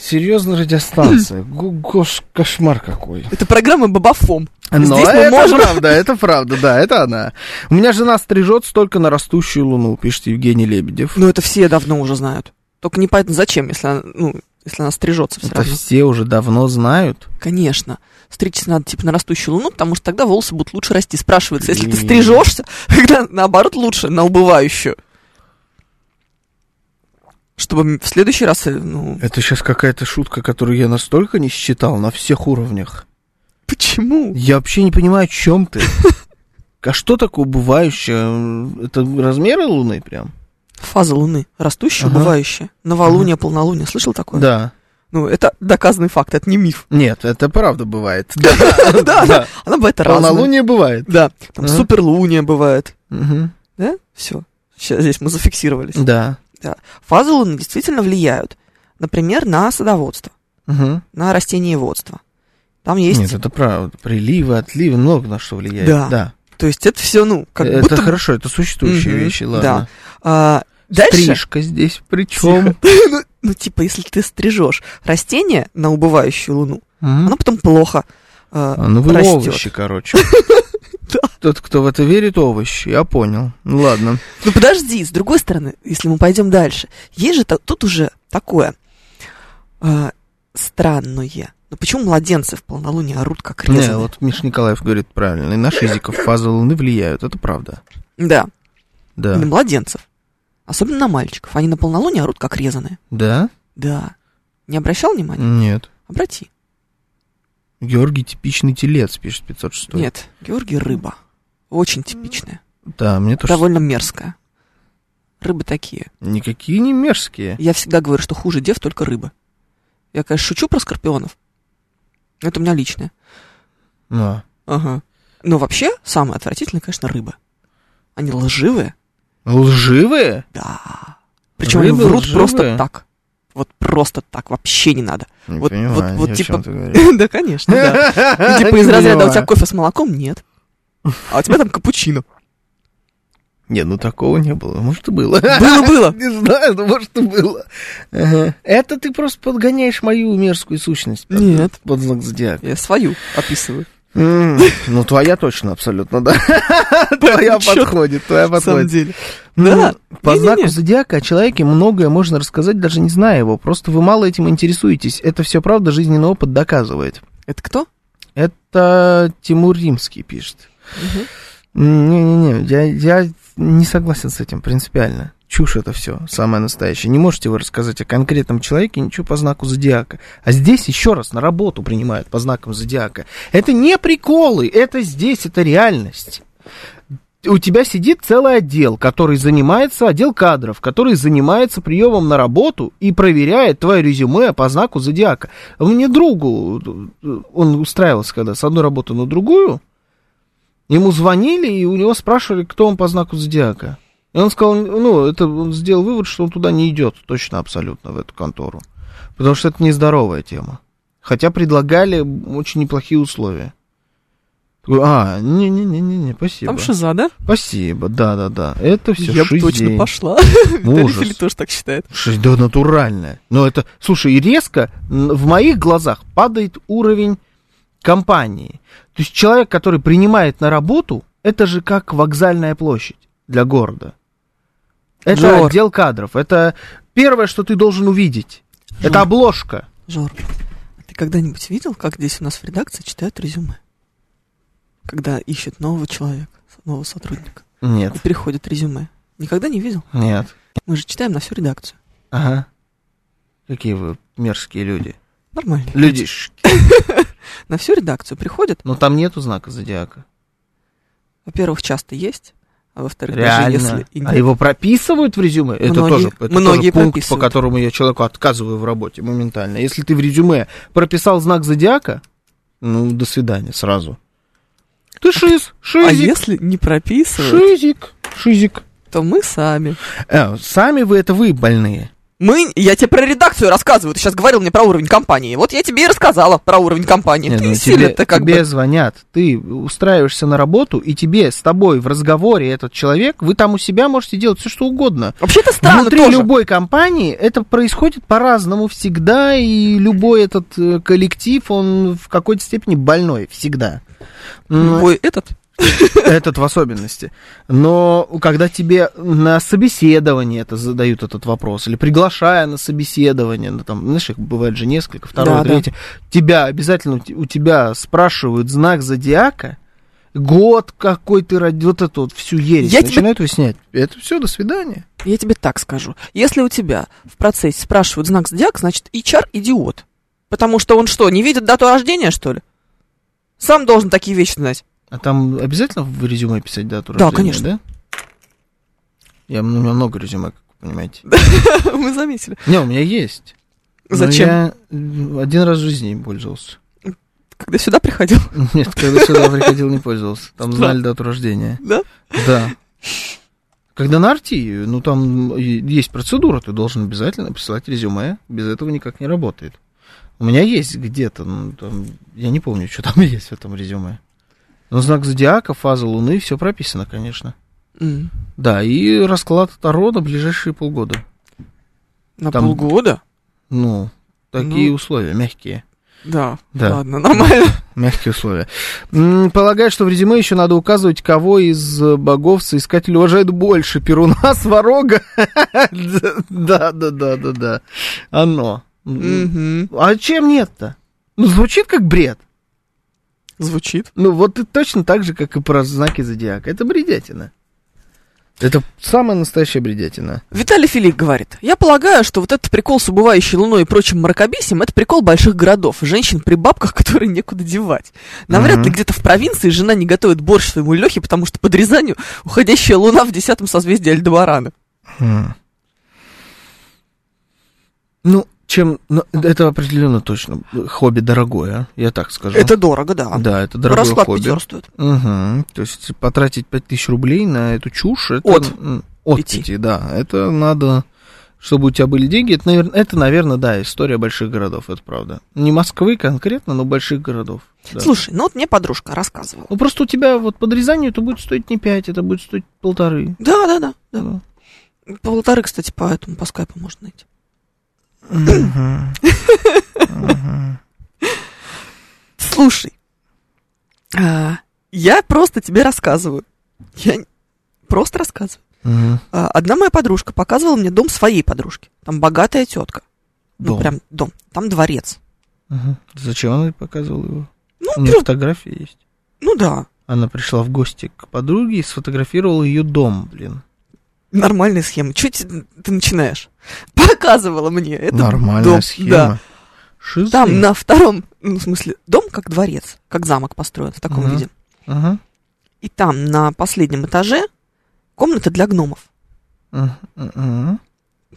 C: Серьезная радиостанция. Го- Гош, кошмар какой.
B: Это программа «Бабафом».
C: Но
B: Здесь мы
C: это
B: можем-
C: правда, это правда, да, это она. У меня жена стрижет только на растущую луну, пишет Евгений Лебедев.
B: Ну это все давно уже знают. Только непонятно зачем, если она, ну, если она стрижется все
C: Это
B: равно.
C: все уже давно знают.
B: Конечно. Стричься надо типа на растущую луну, потому что тогда волосы будут лучше расти. Спрашивается, если ты
C: М.
B: стрижешься, тогда наоборот лучше на убывающую. Чтобы м- в следующий раз, э, ну,
C: Это сейчас какая-то шутка, которую я настолько не считал на всех уровнях.
B: почему?
C: Я вообще не понимаю, о чем ты. А что такое убывающее? Это размеры луны прям?
B: Фаза луны. Растущая,
C: Ага.
B: убывающая. Новолуние, полнолуние. Слышал такое?
C: Да.
B: Ну, это доказанный факт, это не миф.
C: Нет, это правда бывает.
B: Да, она- она бывает разная.
C: Полнолуние бывает.
B: Да, там
C: Ага.
B: суперлуния бывает. Да, все. Сейчас здесь мы зафиксировались.
C: Да.
B: Фазы луны действительно влияют. Например, на садоводство.
C: Мгм.
B: на растениеводство. Там есть,
C: Нет, это правда. Приливы, отливы, много на что влияет.
B: Да.
C: Да.
B: то есть это все, ну, как
C: это
B: будто...
C: хорошо, это существующие
B: Мгм,
C: вещи, ладно.
B: а, дальше,
C: Стрижка здесь причем.
B: ну, ну, типа, если ты стрижешь растение на убывающую луну, оно
C: Ну,
B: потом плохо а,
C: ну вы
B: растет.
C: овощи, короче. Тот, кто в это верит, овощи, я понял. Ну ладно.
B: Ну подожди, с другой стороны, если мы пойдем дальше, есть же та- тут уже такое а, странное. Ну почему младенцы в полнолуние орут как
C: Не,
B: резаные?
C: вот Миша Николаев говорит правильно. И на шизиков фазы Луны влияют, это правда.
B: Да,
C: Да.
B: на младенцев. Особенно на мальчиков. Они на полнолуние орут как резаные.
C: Да?
B: Да. Не обращал внимания?
C: Нет.
B: Обрати.
C: Георгий типичный телец, пишет 506.
B: Нет, Георгий рыба. Очень типичная.
C: Да, мне тоже
B: довольно мерзкая. Рыбы такие.
C: Никакие не мерзкие.
B: Я всегда говорю, что хуже дев только рыбы. Я, конечно, шучу про скорпионов. Это у меня личное.
C: А,
B: Ага. Но вообще, самое отвратительное, конечно, рыбы. Они лживые.
C: Лживые?
B: Да. Причем
C: Рыбы
B: они врут
C: лживые?
B: просто так. Вот просто так, вообще не надо.
C: Не
B: Вот-
C: понимаю,
B: вот- вот
C: я о
B: типа-
C: чем ты говоришь.
B: Да, конечно, да. Ну, Типа
C: Не
B: из разряда у
C: понимаю.
B: тебя кофе с молоком нет. А у тебя там капучино.
C: Не, ну такого не было. Может, и было.
B: Было-было.
C: Не знаю, но может, и было. Ага. Это ты просто подгоняешь мою мерзкую сущность. под-
B: Нет.
C: Под знак зодиака.
B: Я свою описываю.
C: М, Ну, твоя точно абсолютно, да. Твоя
B: чёрт,
C: подходит, твоя
B: На самом
C: подходит.
B: деле.
C: Ну,
B: Да.
C: По
B: Не-не-не.
C: знаку зодиака о человеке многое можно рассказать, даже не зная его. Просто вы мало этим интересуетесь. Это все правда, жизненный опыт доказывает.
B: Это кто?
C: Это Тимур Римский пишет. М, Не-не-не, я, я не согласен с этим принципиально. Чушь это все, самое настоящее. Не можете вы рассказать о конкретном человеке ничего по знаку зодиака. А здесь еще раз на работу принимают по знакам зодиака. Это не приколы, это здесь, это реальность. У тебя сидит целый отдел, который занимается, отдел кадров, который занимается приемом на работу и проверяет твое резюме по знаку зодиака. Мне другу, э, он устраивался когда с одной работы на другую, ему звонили и у него спрашивали, кто он по знаку зодиака. И он сказал, ну, это он сделал вывод, что он туда не идет, точно абсолютно, в эту контору. Потому что это нездоровая тема. Хотя предлагали очень неплохие условия. Такой, А, не-не-не-не, спасибо.
B: Там Шиза, да?
C: Спасибо, да-да-да. Это все
B: Я бы точно пошла. Виталий
C: Ужас.
B: Фили тоже так считает.
C: Шесть, да, натуральное. Но это, слушай, и резко н- в моих глазах падает уровень компании. То есть человек, который принимает на работу, это же как вокзальная площадь для города. Это
B: Жор.
C: отдел кадров. Это первое, что ты должен увидеть. Это
B: Жор.
C: обложка.
B: Жор, а ты когда-нибудь видел, как здесь у нас в редакции читают резюме? Когда ищут нового человека, нового сотрудника.
C: Нет,
B: И приходит резюме. Никогда не видел?
C: нет.
B: Мы же читаем на всю редакцию.
C: Ага. Какие вы мерзкие люди.
B: Нормально.
C: Людишки.
B: На всю редакцию приходят.
C: Но там нету знака зодиака.
B: Во-первых, часто есть. А во-вторых, даже
C: Реально.
B: если и
C: а
B: нет.
C: его прописывают в резюме? Это
B: Многие-
C: тоже, это
B: многие
C: тоже пункт, по
B: прописывают.
C: которому я человеку отказываю в работе моментально. Если ты в резюме прописал знак зодиака, ну, до свидания сразу. Ты шиз,
B: А
C: шизик,
B: если не прописывают,
C: шизик, шизик.
B: то мы сами.
C: Э, сами вы, это вы больные.
B: Мы, я тебе про редакцию рассказываю. Ты сейчас говорил мне про уровень компании. Вот я тебе и рассказала про уровень компании.
C: Не,
B: ты
C: ну,
B: сильно-то как
C: тебе
B: бы...
C: звонят, ты устраиваешься на работу, и тебе с тобой в разговоре этот человек, вы там у себя можете делать все, что угодно.
B: Вообще-то странно
C: Внутри
B: тоже.
C: любой компании это происходит по-разному всегда, и любой этот э, коллектив, он в какой-то степени больной всегда. Ну, М,
B: Любой этот.
C: Этот в особенности. Но когда тебе на собеседовании это задают этот вопрос, или приглашая на собеседование, ну, там, знаешь, их бывает же несколько, второе,
B: Да, да.
C: третье, тебя обязательно у те- у тебя спрашивают знак зодиака, год какой ты родил, вот эту вот всю ересь.
B: Я тебе-
C: начинают выяснять. Это все, до свидания.
B: Я тебе так скажу. Если у тебя в процессе спрашивают знак зодиака, значит, HR идиот. Потому что он что, не видит дату рождения, что ли? Сам должен такие вещи знать.
C: А там обязательно в резюме писать дату
B: Да,
C: рождения?
B: конечно.
C: Да? Я, у меня много резюме, как вы понимаете.
B: Мы заметили.
C: Не, у меня есть. Но
B: Зачем?
C: Ну, я м, один раз в жизни им пользовался.
B: Когда сюда приходил.
C: Нет, когда сюда приходил, не пользовался. Там знали дату рождения.
B: Да?
C: Да. Когда на арти, ну там и- есть процедура, ты должен обязательно присылать резюме, без этого никак не работает. У меня есть где-то, ну, там, я не помню, что там есть в этом резюме. Но знак зодиака, фаза Луны, все прописано, конечно.
B: М,
C: Да, и расклад Таро на ближайшие полгода.
B: На
C: Там-
B: полгода?
C: Ну, такие
B: Ну.
C: условия, мягкие.
B: Да.
C: Да.
B: Ладно, нормально.
C: Мягкие условия. М, Полагаю, что в резюме еще надо указывать, кого из э, богов соискатель уважает больше. Перуна, Сварога. Да, да, да, да, да. Оно. М.
B: Мгм.
C: А чем нет-то? Ну, звучит как бред.
B: Звучит.
C: Ну, вот ты точно так же, как и про знаки зодиака. Это бредятина. Это самая настоящая бредятина.
B: Виталий Филик говорит, я полагаю, что вот этот прикол с убывающей луной и прочим мракобесием, это прикол больших городов, и женщин при бабках, которые некуда девать. Навряд ли
C: Мгм.
B: где-то в провинции жена не готовит борщ своему Лехе, потому что под Рязанью уходящая луна в десятом созвездии Альдебарана.
C: Хм. Ну, чем... ну, это определенно точно хобби дорогое, я так скажу. А,
B: Это дорого, да.
C: Да, это дорогое
B: Расклад
C: хобби.
B: пятерствует.
C: Мгм. То есть потратить 5000 рублей на эту чушь... Это,
B: От
C: м, От
B: пяти.
C: пяти, да. Это надо чтобы у тебя были деньги, это, навер- это, наверное, да, история больших городов, это правда. Не Москвы конкретно, но больших городов. да.
B: Слушай, ну вот мне подружка рассказывала.
C: Ну просто у тебя вот под Рязанью это будет стоить не 5, это будет стоить полторы.
B: Да, да, да. да.
C: Да.
B: Полторы, кстати, по этому, по скайпу можно найти.
C: Мгм. Мгм.
B: Слушай, а, я просто тебе рассказываю. Я н- просто рассказываю.
C: Мгм.
B: А, Одна моя подружка показывала мне дом своей подружки. Там богатая тетка. Ну,
C: Дом.
B: прям дом. Там дворец.
C: Мгм. Зачем она показывала его?
B: Ну,
C: У меня
B: прям-
C: фотографии есть.
B: ну да,
C: Она пришла в гости к подруге и сфотографировала ее дом, блин.
B: нормальная схема. Чего ты, ты начинаешь? Показывала мне. Это дом. Да.
C: Шизы.
B: Там на втором, ну, в смысле, дом как дворец, как замок построен в таком
C: Мгм.
B: виде.
C: Ага.
B: И там на последнем этаже комната для гномов.
C: М, м, м.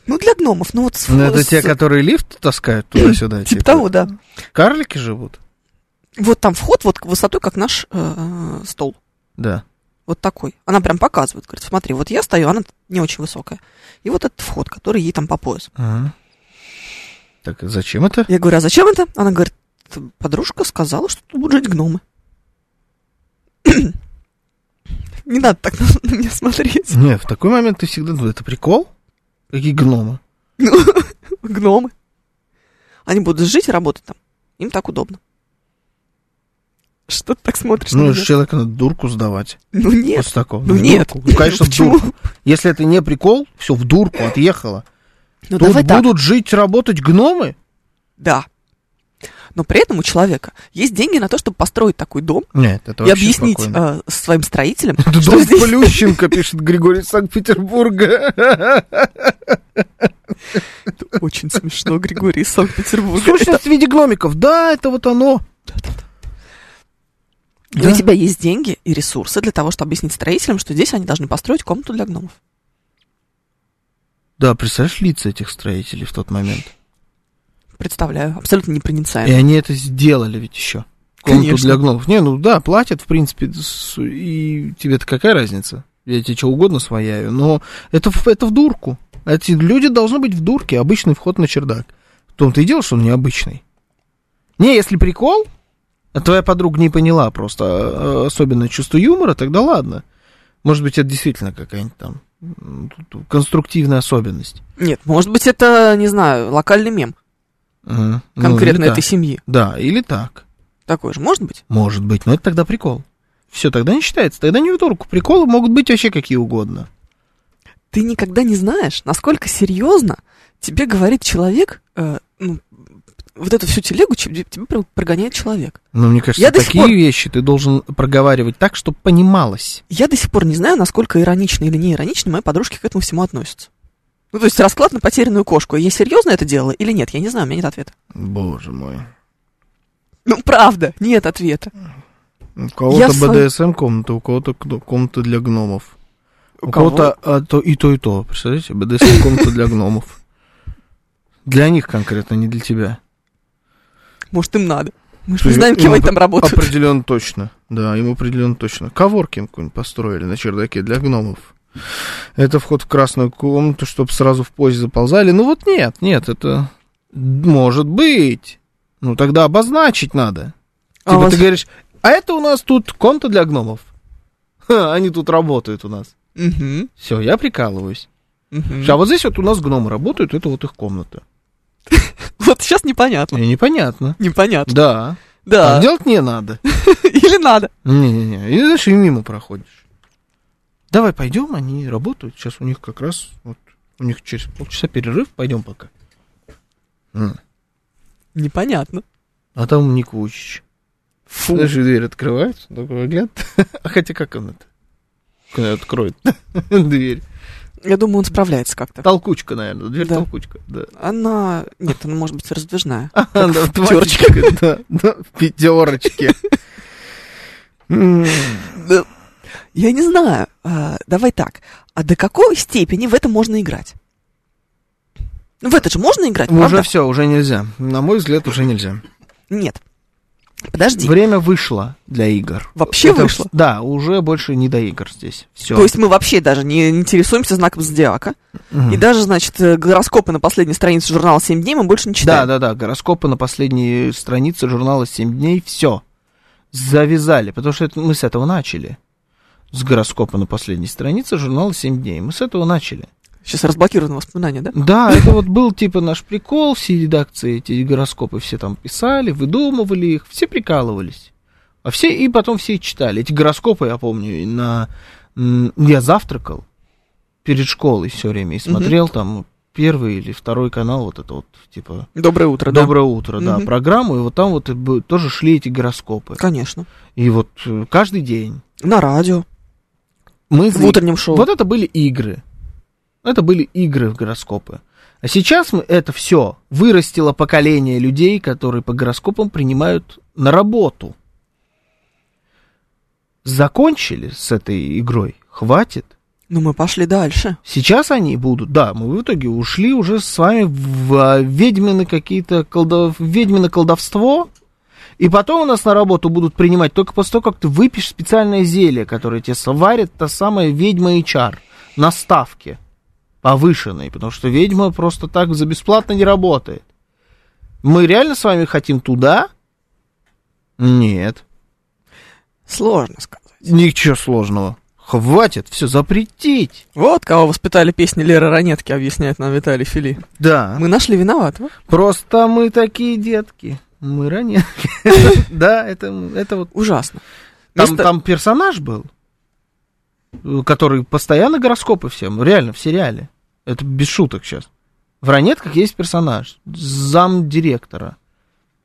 B: Ну, для гномов, ну вот с-
C: Ну, это
B: с-
C: те, которые лифт таскают туда-сюда.
B: Типа того, да.
C: Карлики живут?
B: Вот там вход вот к- высотой, как наш э, стол.
C: Да.
B: Вот такой. Она прям показывает, говорит, смотри, вот я стою, она не очень высокая. И вот этот вход, который ей там по пояс.
C: Ага. Так, зачем это?
B: Я говорю, а зачем это? Она говорит, подружка сказала, что тут будут жить гномы. Не надо так на меня смотреть.
C: Не, в такой момент ты всегда... ну, Это прикол? Какие гномы?
B: Гномы. Они будут жить и работать там. Им так удобно. Что ты так смотришь на
C: Ну,
B: меня?
C: человека надо дурку сдавать.
B: Ну нет.
C: После такого.
B: Ну нет.
C: дурку. Ну, конечно, в
B: Почему?
C: дурку. Если это не прикол, все, в дурку отъехала.
B: Ну
C: Тут
B: давай так.
C: будут жить, работать гномы?
B: Да. Но при этом у человека есть деньги на то, чтобы построить такой дом
C: Нет, это
B: и
C: вообще
B: объяснить
C: спокойно.
B: э, своим строителям,
C: Это
B: что
C: дом
B: здесь-
C: Плющенко, пишет Григорий из Санкт-Петербурга.
B: Очень смешно, Григорий из Санкт-Петербурга.
C: Сущность в виде гномиков. Да, это вот оно.
B: И
C: Да.
B: У тебя есть деньги и ресурсы для того, чтобы объяснить строителям, что здесь они должны построить комнату для гномов.
C: Да, представляешь лица этих строителей в тот момент.
B: Представляю, абсолютно
C: И
B: непроницаемо.
C: они это сделали ведь еще. Комнату
B: Э. Конечно.
C: для гномов. Не, ну да, платят, в принципе, с- и тебе-то какая разница? Я тебе что угодно свояю, но это, в- это в дурку. Эти люди должны быть в дурке, обычный вход на чердак. В том-то и дело, что он необычный. Не, если прикол, а твоя подруга не поняла просто э, особенное чувство юмора, тогда ладно. Может быть, это действительно какая-нибудь там м, тут конструктивная особенность.
B: Нет, может быть, это, не знаю, локальный мем
C: Мгм. Ну,
B: конкретно
C: или
B: этой
C: так.
B: семьи.
C: Да, или так.
B: Такой же, может быть?
C: Может быть, но это тогда прикол. Все, тогда не считается, тогда не в дурку. Приколы могут быть вообще какие угодно.
B: Ты никогда не знаешь, насколько серьезно тебе говорит человек, э, ну, вот эту всю телегу тебе, тебе про- прогоняет человек.
C: Но мне кажется,
B: Я до сих
C: такие
B: пор-
C: вещи ты должен проговаривать так, чтобы понималось.
B: Я до сих пор не знаю, насколько иронично или не иронично мои подружки к этому всему относятся. Ну, то есть расклад на потерянную кошку. Я серьезно это делала или нет? Я не знаю, у меня нет ответа.
C: Боже мой.
B: Ну, правда, нет ответа.
C: У
B: Я
C: кого-то
B: в своё-
C: БДСМ комната, у кого-то кно- комната для гномов. У,
B: кого?
C: кого-то а, то, и то, и то. Представляете, БДСМ комната для гномов. Для них конкретно, не для тебя.
B: Может, им надо. Мы же
C: То
B: не
C: есть
B: знаем, кем
C: им
B: они там
C: опре-
B: работают.
C: Определенно точно. Да, им определенно точно. Коворкинг какой-нибудь построили на чердаке для гномов. Это вход в красную комнату, чтобы сразу в позе заползали. Ну вот нет, нет, это может быть. Ну тогда обозначить надо.
B: А
C: Типа
B: у вас-
C: ты говоришь, а это у нас тут комната для гномов. Ха, они тут работают у нас.
B: Мгм,
C: Все, я прикалываюсь.
B: мгм.
C: А вот здесь вот у нас гномы работают, это вот их комната.
B: Вот сейчас непонятно.
C: И непонятно.
B: Непонятно.
C: Да. Так
B: Да.
C: делать не надо.
B: Или надо.
C: Не-не-не, и знаешь, и мимо проходишь. Давай пойдем, они работают. Сейчас у них как раз, вот, у них через полчаса перерыв, пойдем пока. М.
B: Непонятно.
C: А там Ник Вучич.
B: Фу.
C: Знаешь, и дверь открывается, такой взгляд. А хотя как он это? Как она откроет дверь.
B: Я думаю, он справляется как-то.
C: Толкучка, наверное, дверь
B: Да.
C: толкучка. Да.
B: Она... Нет, она может быть раздвижная.
C: А, да, в
B: пятёрочке.
C: пятерочке. Да, да, в пятерочке. М.
B: Да. Я не знаю. А, Давай так. А до какой степени в это можно играть? Ну, в это же можно играть, правда?
C: Уже все, уже нельзя. На мой взгляд, уже нельзя.
B: Нет. Подожди.
C: Время вышло для игр.
B: Вообще вышло?
C: Да, уже больше не до игр здесь. Все.
B: То есть мы вообще даже не интересуемся знаком зодиака. И даже, значит, э, гороскопы на последней странице журнала 7 дней мы больше не
C: Да,
B: читаем.
C: да, да. Гороскопы на последней странице журнала 7 дней. Все. Завязали. Потому что это- мы с этого начали. С гороскопа на последней странице журнала 7 дней. Мы с этого начали.
B: Сейчас разблокировано воспоминание, да?
C: Да, это вот был типа наш прикол. Все редакции эти гороскопы все там писали, выдумывали их, все прикалывались. А все, и потом все их читали. Эти гороскопы, я помню, и на... м, Я завтракал перед школой все время и смотрел там первый или второй канал, вот это вот, типа,
B: Доброе утро, да.
C: Доброе утро, да,
B: Мгм.
C: программу, и вот там вот и бы- тоже шли эти гороскопы.
B: Конечно.
C: И вот э, каждый день
B: На радио,
C: мы...
B: в
C: за-
B: утреннем шоу.
C: Вот это были игры. Это были игры в гороскопы. А сейчас мы это все вырастило поколение людей, которые по гороскопам принимают на работу. Закончили с этой игрой. Хватит.
B: Ну, мы пошли дальше.
C: Сейчас они будут, да, мы в итоге ушли уже с вами в а, ведьмины какие-то колдо... в ведьмины колдовство, и потом у нас на работу будут принимать только после того, как ты выпьешь специальное зелье, которое тебе сварит та самая ведьма и чар на ставке повышенной, потому что ведьма просто так за бесплатно не работает. Мы реально с вами хотим туда? Нет.
B: Сложно сказать.
C: Ничего сложного. Хватит все запретить.
B: Вот кого воспитали песни Леры Ранетки, объясняет нам Виталий Фили.
C: Да.
B: Мы нашли виноватого.
C: Просто мы такие детки. Мы ранее. Да, это, это вот.
B: Ужасно.
C: Там,
B: Вместо-
C: там персонаж был, э, который постоянно гороскопы всем, реально, в сериале. Это без шуток сейчас. В ранетках есть персонаж, зам директора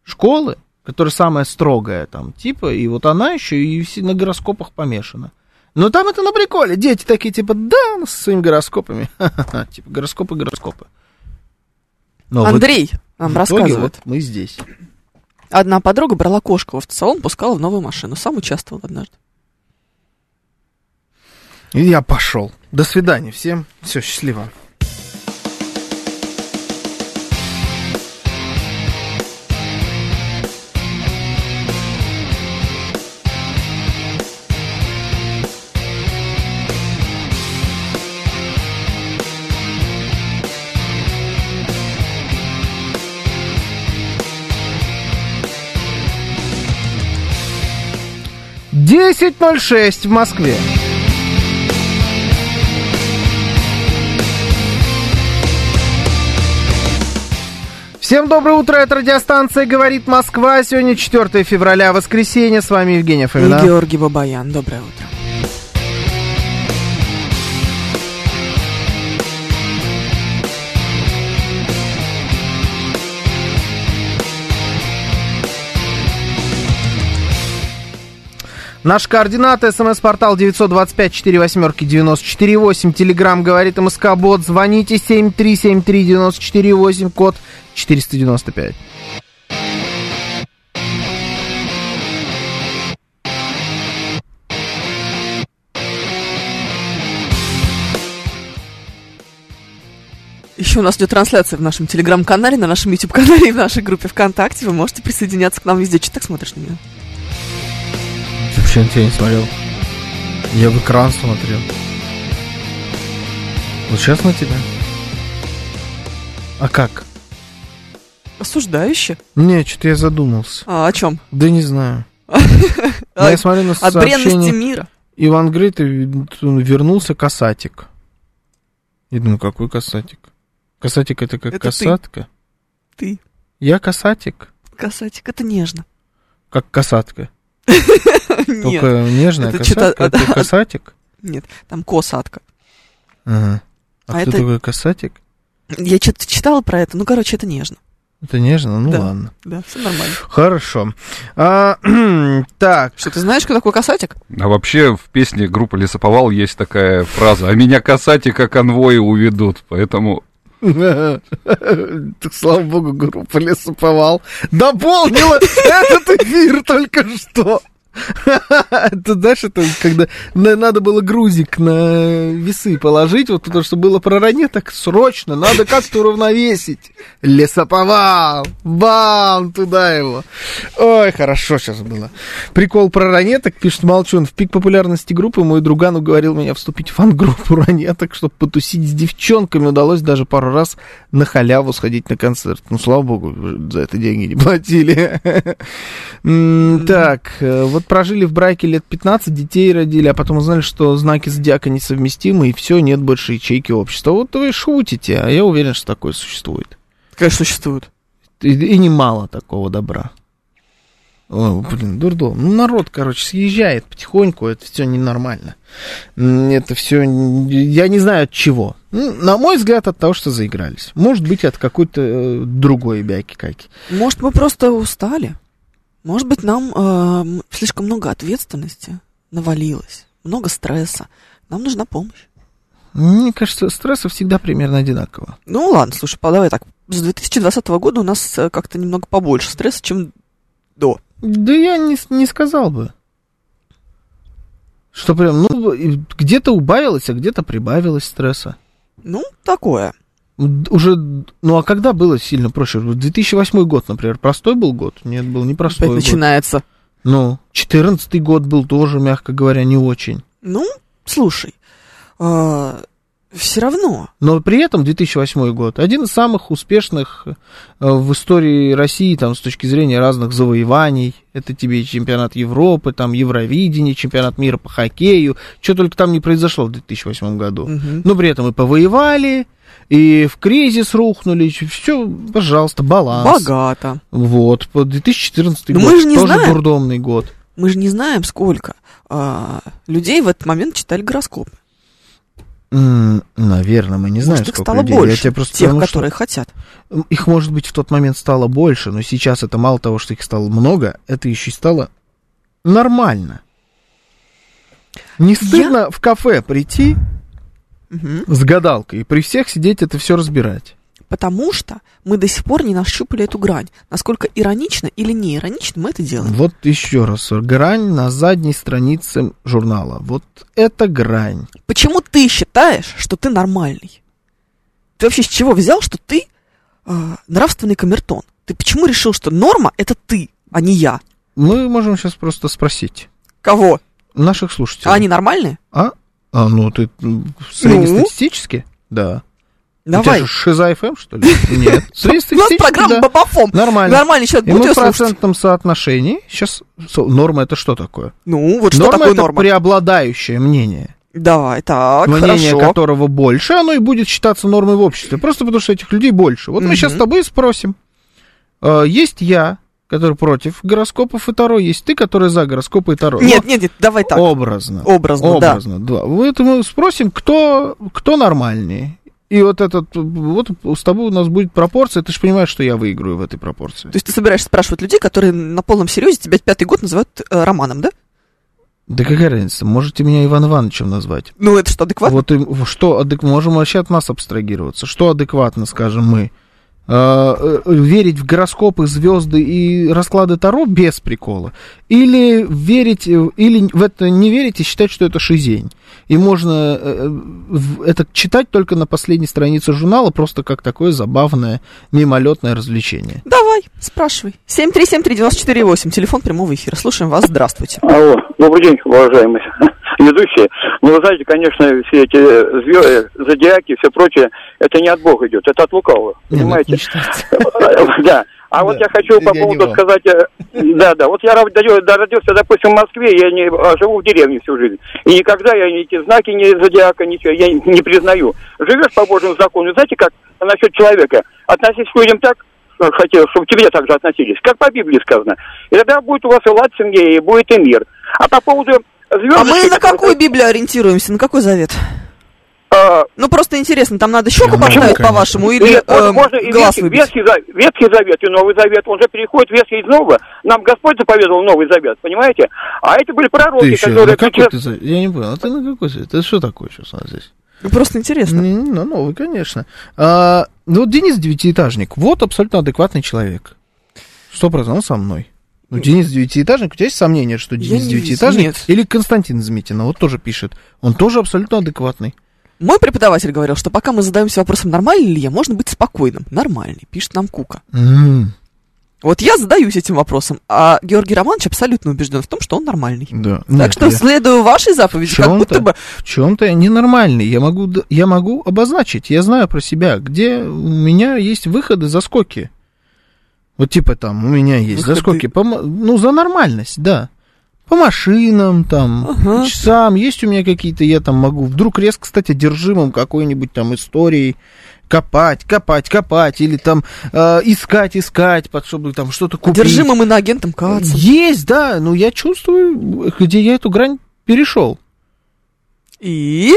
C: школы, которая самая строгая там, типа, и вот она еще и все на гороскопах помешана. Но там это на приколе. Дети такие, типа, да, со своими гороскопами. Ха-ха-ха. Типа, гороскопы, гороскопы. Но в
B: Андрей нам
C: ну, в итоге
B: рассказывает.
C: вот мы здесь.
B: Одна подруга брала кошку в автосалон, пускала в новую машину. Сам участвовал однажды.
C: И я пошел. До свидания всем. Все, счастливо. Десять ноль шесть в Москве. Всем доброе утро, это радиостанция «Говорит Москва». Сегодня 4 февраля, воскресенье. С вами Евгения
B: И
C: Фомина.
B: Георгий Бабаян. Доброе утро.
C: Наш координаты, смс-портал 925-48-94-8, телеграмм «Говорит МСК Бот». Звоните 7373-94-8, код 495.
B: Еще у нас идет трансляция в нашем телеграм-канале, на нашем YouTube-канале и в нашей группе ВКонтакте. Вы можете присоединяться к нам везде. Че ты так смотришь на меня?
C: Вообще на тебя не смотрел. Я в экран смотрел. Вот сейчас на тебя. А как?
B: Осуждающе.
C: Не, что-то я задумался.
B: А, о чем?
C: Да не знаю.
B: А,
C: Но я смотрю на
B: От бренности
C: сообщение
B: мира.
C: Иван Грит, и он вернулся касатик. Я думаю, какой касатик? Касатик это как
B: Это ты.
C: касатка?
B: Ты,
C: Я касатик,
B: касатик, это нежно.
C: как касатка.
B: Нет,
C: Только нежная
B: это
C: касатка,
B: чё-то-
C: а ты касатик.
B: нет, там косатка.
C: Ага.
B: А
C: А, кто
B: это-
C: такой касатик?
B: Я что-то читала про это, ну, короче, это нежно.
C: Это нежно, ну
B: Да.
C: ладно.
B: Да, все нормально.
C: Хорошо. А, так,
B: Что, ты знаешь, кто такой касатик?
D: А вообще в песне группы Лесоповал есть такая фраза «А меня касатика конвои уведут», поэтому...
C: Так, Слава богу, группа лесоповал. Дополнила этот эфир только что. Это, знаешь, это когда на- надо было грузик на весы положить, вот потому что было проране, так срочно, надо как-то уравновесить. Лесоповал, бам, туда его. Ой, хорошо сейчас было. Прикол про ранеток, пишет Молчун. В пик популярности группы мой друган уговорил меня вступить в фан-группу ранеток, чтобы потусить с девчонками. Удалось даже пару раз на халяву сходить на концерт. Ну, слава богу, за это деньги не платили. М, Так, э, вот прожили в браке лет 15, детей родили, а потом узнали, что знаки зодиака несовместимы, и все, нет больше ячейки общества. Вот вы шутите, а я уверен, что такое существует.
B: Конечно, существует.
C: И, и немало такого добра. О, блин, дурдом. Ну, народ, короче, съезжает потихоньку, это все ненормально. М, Это все, я не знаю от чего. М, На мой взгляд, от того, что заигрались. Может быть, от какой-то э, другой бяки-каки.
B: Может, мы просто устали? Может быть, нам эм, слишком много ответственности навалилось, много стресса. Нам нужна помощь.
C: Мне кажется, стресса всегда примерно одинаково.
B: Ну ладно, слушай, по- давай так. С 2020 года у нас э, как-то немного побольше стресса, чем до.
C: Да я не, с- не сказал бы. Что прям, ну, и где-то убавилось, а где-то прибавилось стресса.
B: Ну, такое.
C: Д- Уже, ну, а когда было сильно проще? Вот 2008 год, например, простой был год? Нет, был непростой
B: Опять
C: год.
B: начинается.
C: Ну, 14 год был тоже, мягко говоря, не очень.
B: Ну, слушай, все равно.
C: Но при этом 2008 год один из самых успешных э, в истории России там, с точки зрения разных завоеваний. Это тебе и чемпионат Европы, там Евровидение, чемпионат мира по хоккею. Что только там не произошло в 2008 году.
B: Мгм.
C: Но при этом и повоевали, и в кризис рухнули. Все, пожалуйста, баланс.
B: Богато.
C: Вот, по 2014
B: Но
C: год.
B: Ну, мы же не
C: тоже
B: знаем.
C: дурдомный год.
B: Мы же не знаем, сколько а, людей в этот момент читали гороскоп.
C: М, Наверное, мы не знаем,
B: Может, их
C: сколько
B: стало
C: людей. Я
B: больше
C: тебе просто
B: тех,
C: потому что-
B: которые хотят.
C: Их, может быть, в тот момент стало больше, но сейчас это мало того, что их стало много, это еще и стало нормально. Не стыдно в кафе прийти
B: Мгм.
C: с гадалкой и при всех сидеть это все разбирать.
B: Потому что мы до сих пор не нащупали эту грань. Насколько иронично или не иронично мы это делаем.
C: Вот еще раз, грань на задней странице журнала. Вот это грань.
B: Почему ты считаешь, что ты нормальный? Ты вообще с чего взял, что ты а, нравственный камертон? Ты почему решил, что норма это ты, а не я?
C: Мы можем сейчас просто спросить
B: Кого?
C: наших слушателей.
B: А они нормальные?
C: А, ну ты м, среднестатистически? Да.
B: Ну, Давай. Ну,
C: У тебя что, ШизаФМ, Эм, что ли? Нет.
B: У нас
C: Среднестатистически,
B: программа
C: Ну, да.
B: Бабафом.
C: Нормально.
B: Нормальный человек
C: И
B: будет
C: мы в
B: её слушать.
C: процентном соотношении. Сейчас норма это что такое?
B: Ну, вот что
C: норма
B: такое
C: это
B: норма?
C: преобладающее мнение.
B: Давай, так,
C: мнение
B: хорошо.
C: которого больше, оно и будет считаться нормой в обществе. Просто потому что этих людей больше. Вот мы
B: Мгм.
C: сейчас с тобой и спросим. Э, Есть я, который против гороскопов и Таро, есть ты, который за гороскопы и Таро.
B: Нет, нет, нет, давай
C: Ну,
B: так.
C: Образно.
B: Образно, да.
C: Образно, да. Вот мы спросим, кто, кто нормальнее. И вот этот, вот с тобой у нас будет пропорция, ты же понимаешь, что я выиграю в этой пропорции.
B: То есть ты собираешься спрашивать людей, которые на полном серьезе тебя пятый год называют э, романом, да?
C: Да какая разница, можете меня Иван Ивановичем назвать.
B: Ну, это что, адекватно?
C: Вот им, что адек- можем вообще от нас абстрагироваться. Что адекватно, скажем мы? Э, э, верить в гороскопы, звезды и расклады Таро без прикола. Или верить, э, или в это не верить и считать, что это шизень. И можно э, в- это читать только на последней странице журнала, просто как такое забавное мимолетное развлечение.
B: Давай, спрашивай. 7373948, телефон прямого эфира. Слушаем вас, здравствуйте.
E: Алло, добрый день, уважаемые ведущие. Ну, вы знаете, конечно, все эти звезды, зодиаки, все прочее, это не от Бога идет, это от лукавого,
C: Не, ну, это
E: понимаете?
C: не считается.
E: Да. А вот
C: Да,
E: я хочу
C: ты
E: по
C: для
E: поводу
C: него.
E: сказать, э, да, да, вот я род- дадё- да, родился, допустим, в Москве, я не а, живу в деревне всю жизнь. И никогда я ни эти знаки, ни зодиака, ничего, я не признаю. Живешь по Божьему закону, знаете, как насчет человека? Относись к людям так, э, хотел, чтобы к тебе так же относились, как по Библии сказано. И тогда будет у вас и лад в семье, и будет и мир. А по поводу звезд...
B: А мы на какую Библию ориентируемся, на какой завет?
E: э,
B: Ну, просто интересно, там надо щеку
C: Ну, ну,
B: поставить,
C: конечно.
B: по-вашему, или
E: можно,
B: эм,
E: можно и
B: глаз
E: Ветхий,
B: выбить?
E: Ветхий За- Ветхий Завет и Новый Завет, он же переходит в Ветхий из Нового. Нам Господь заповедовал Новый Завет, понимаете? А это были пророки,
C: Ты ну еще,
E: которые...
C: на какой
E: прича-
C: ты за- Я не понял, а ты на какой за- Это что такое сейчас у нас здесь?
B: Ну, Просто интересно.
C: Ну, ну, новый, конечно. А, ну, вот Денис Девятиэтажник, вот абсолютно адекватный человек. Сто процентов он со мной. Ну, Денис Девятиэтажник, у тебя есть сомнения, что
B: Я
C: Денис
B: не-
C: Девятиэтажник?
B: нет.
C: Или Константин Змитина, вот тоже пишет. Он тоже абсолютно адекватный.
B: Мой преподаватель говорил, что пока мы задаемся вопросом, нормальный ли я, можно быть спокойным. Нормальный, пишет нам Кука.
C: М,
B: Вот я задаюсь этим вопросом, а Георгий Романович абсолютно убежден в том, что он нормальный.
C: Да.
B: так
C: Нет,
B: что,
C: Ну, я
B: следуя вашей заповеди,
C: В
B: как будто
C: чём-то-
B: бы...
C: В чем-то я ненормальный. Я могу, д- я могу обозначить, я знаю про себя, где у меня есть выходы, заскоки. Вот типа там, у меня есть
B: Выходы.
C: заскоки. по мо- ну, за нормальность, да. По машинам, там,
B: Ага.
C: по часам. Есть у меня какие-то, я там могу вдруг резко стать одержимым какой-нибудь там историей. Копать, копать, копать. Или там э, искать, искать, под, чтобы там что-то купить.
B: Держимым иноагентом Кацем.
C: Есть, да. Но я чувствую, где я эту грань перешел.
B: И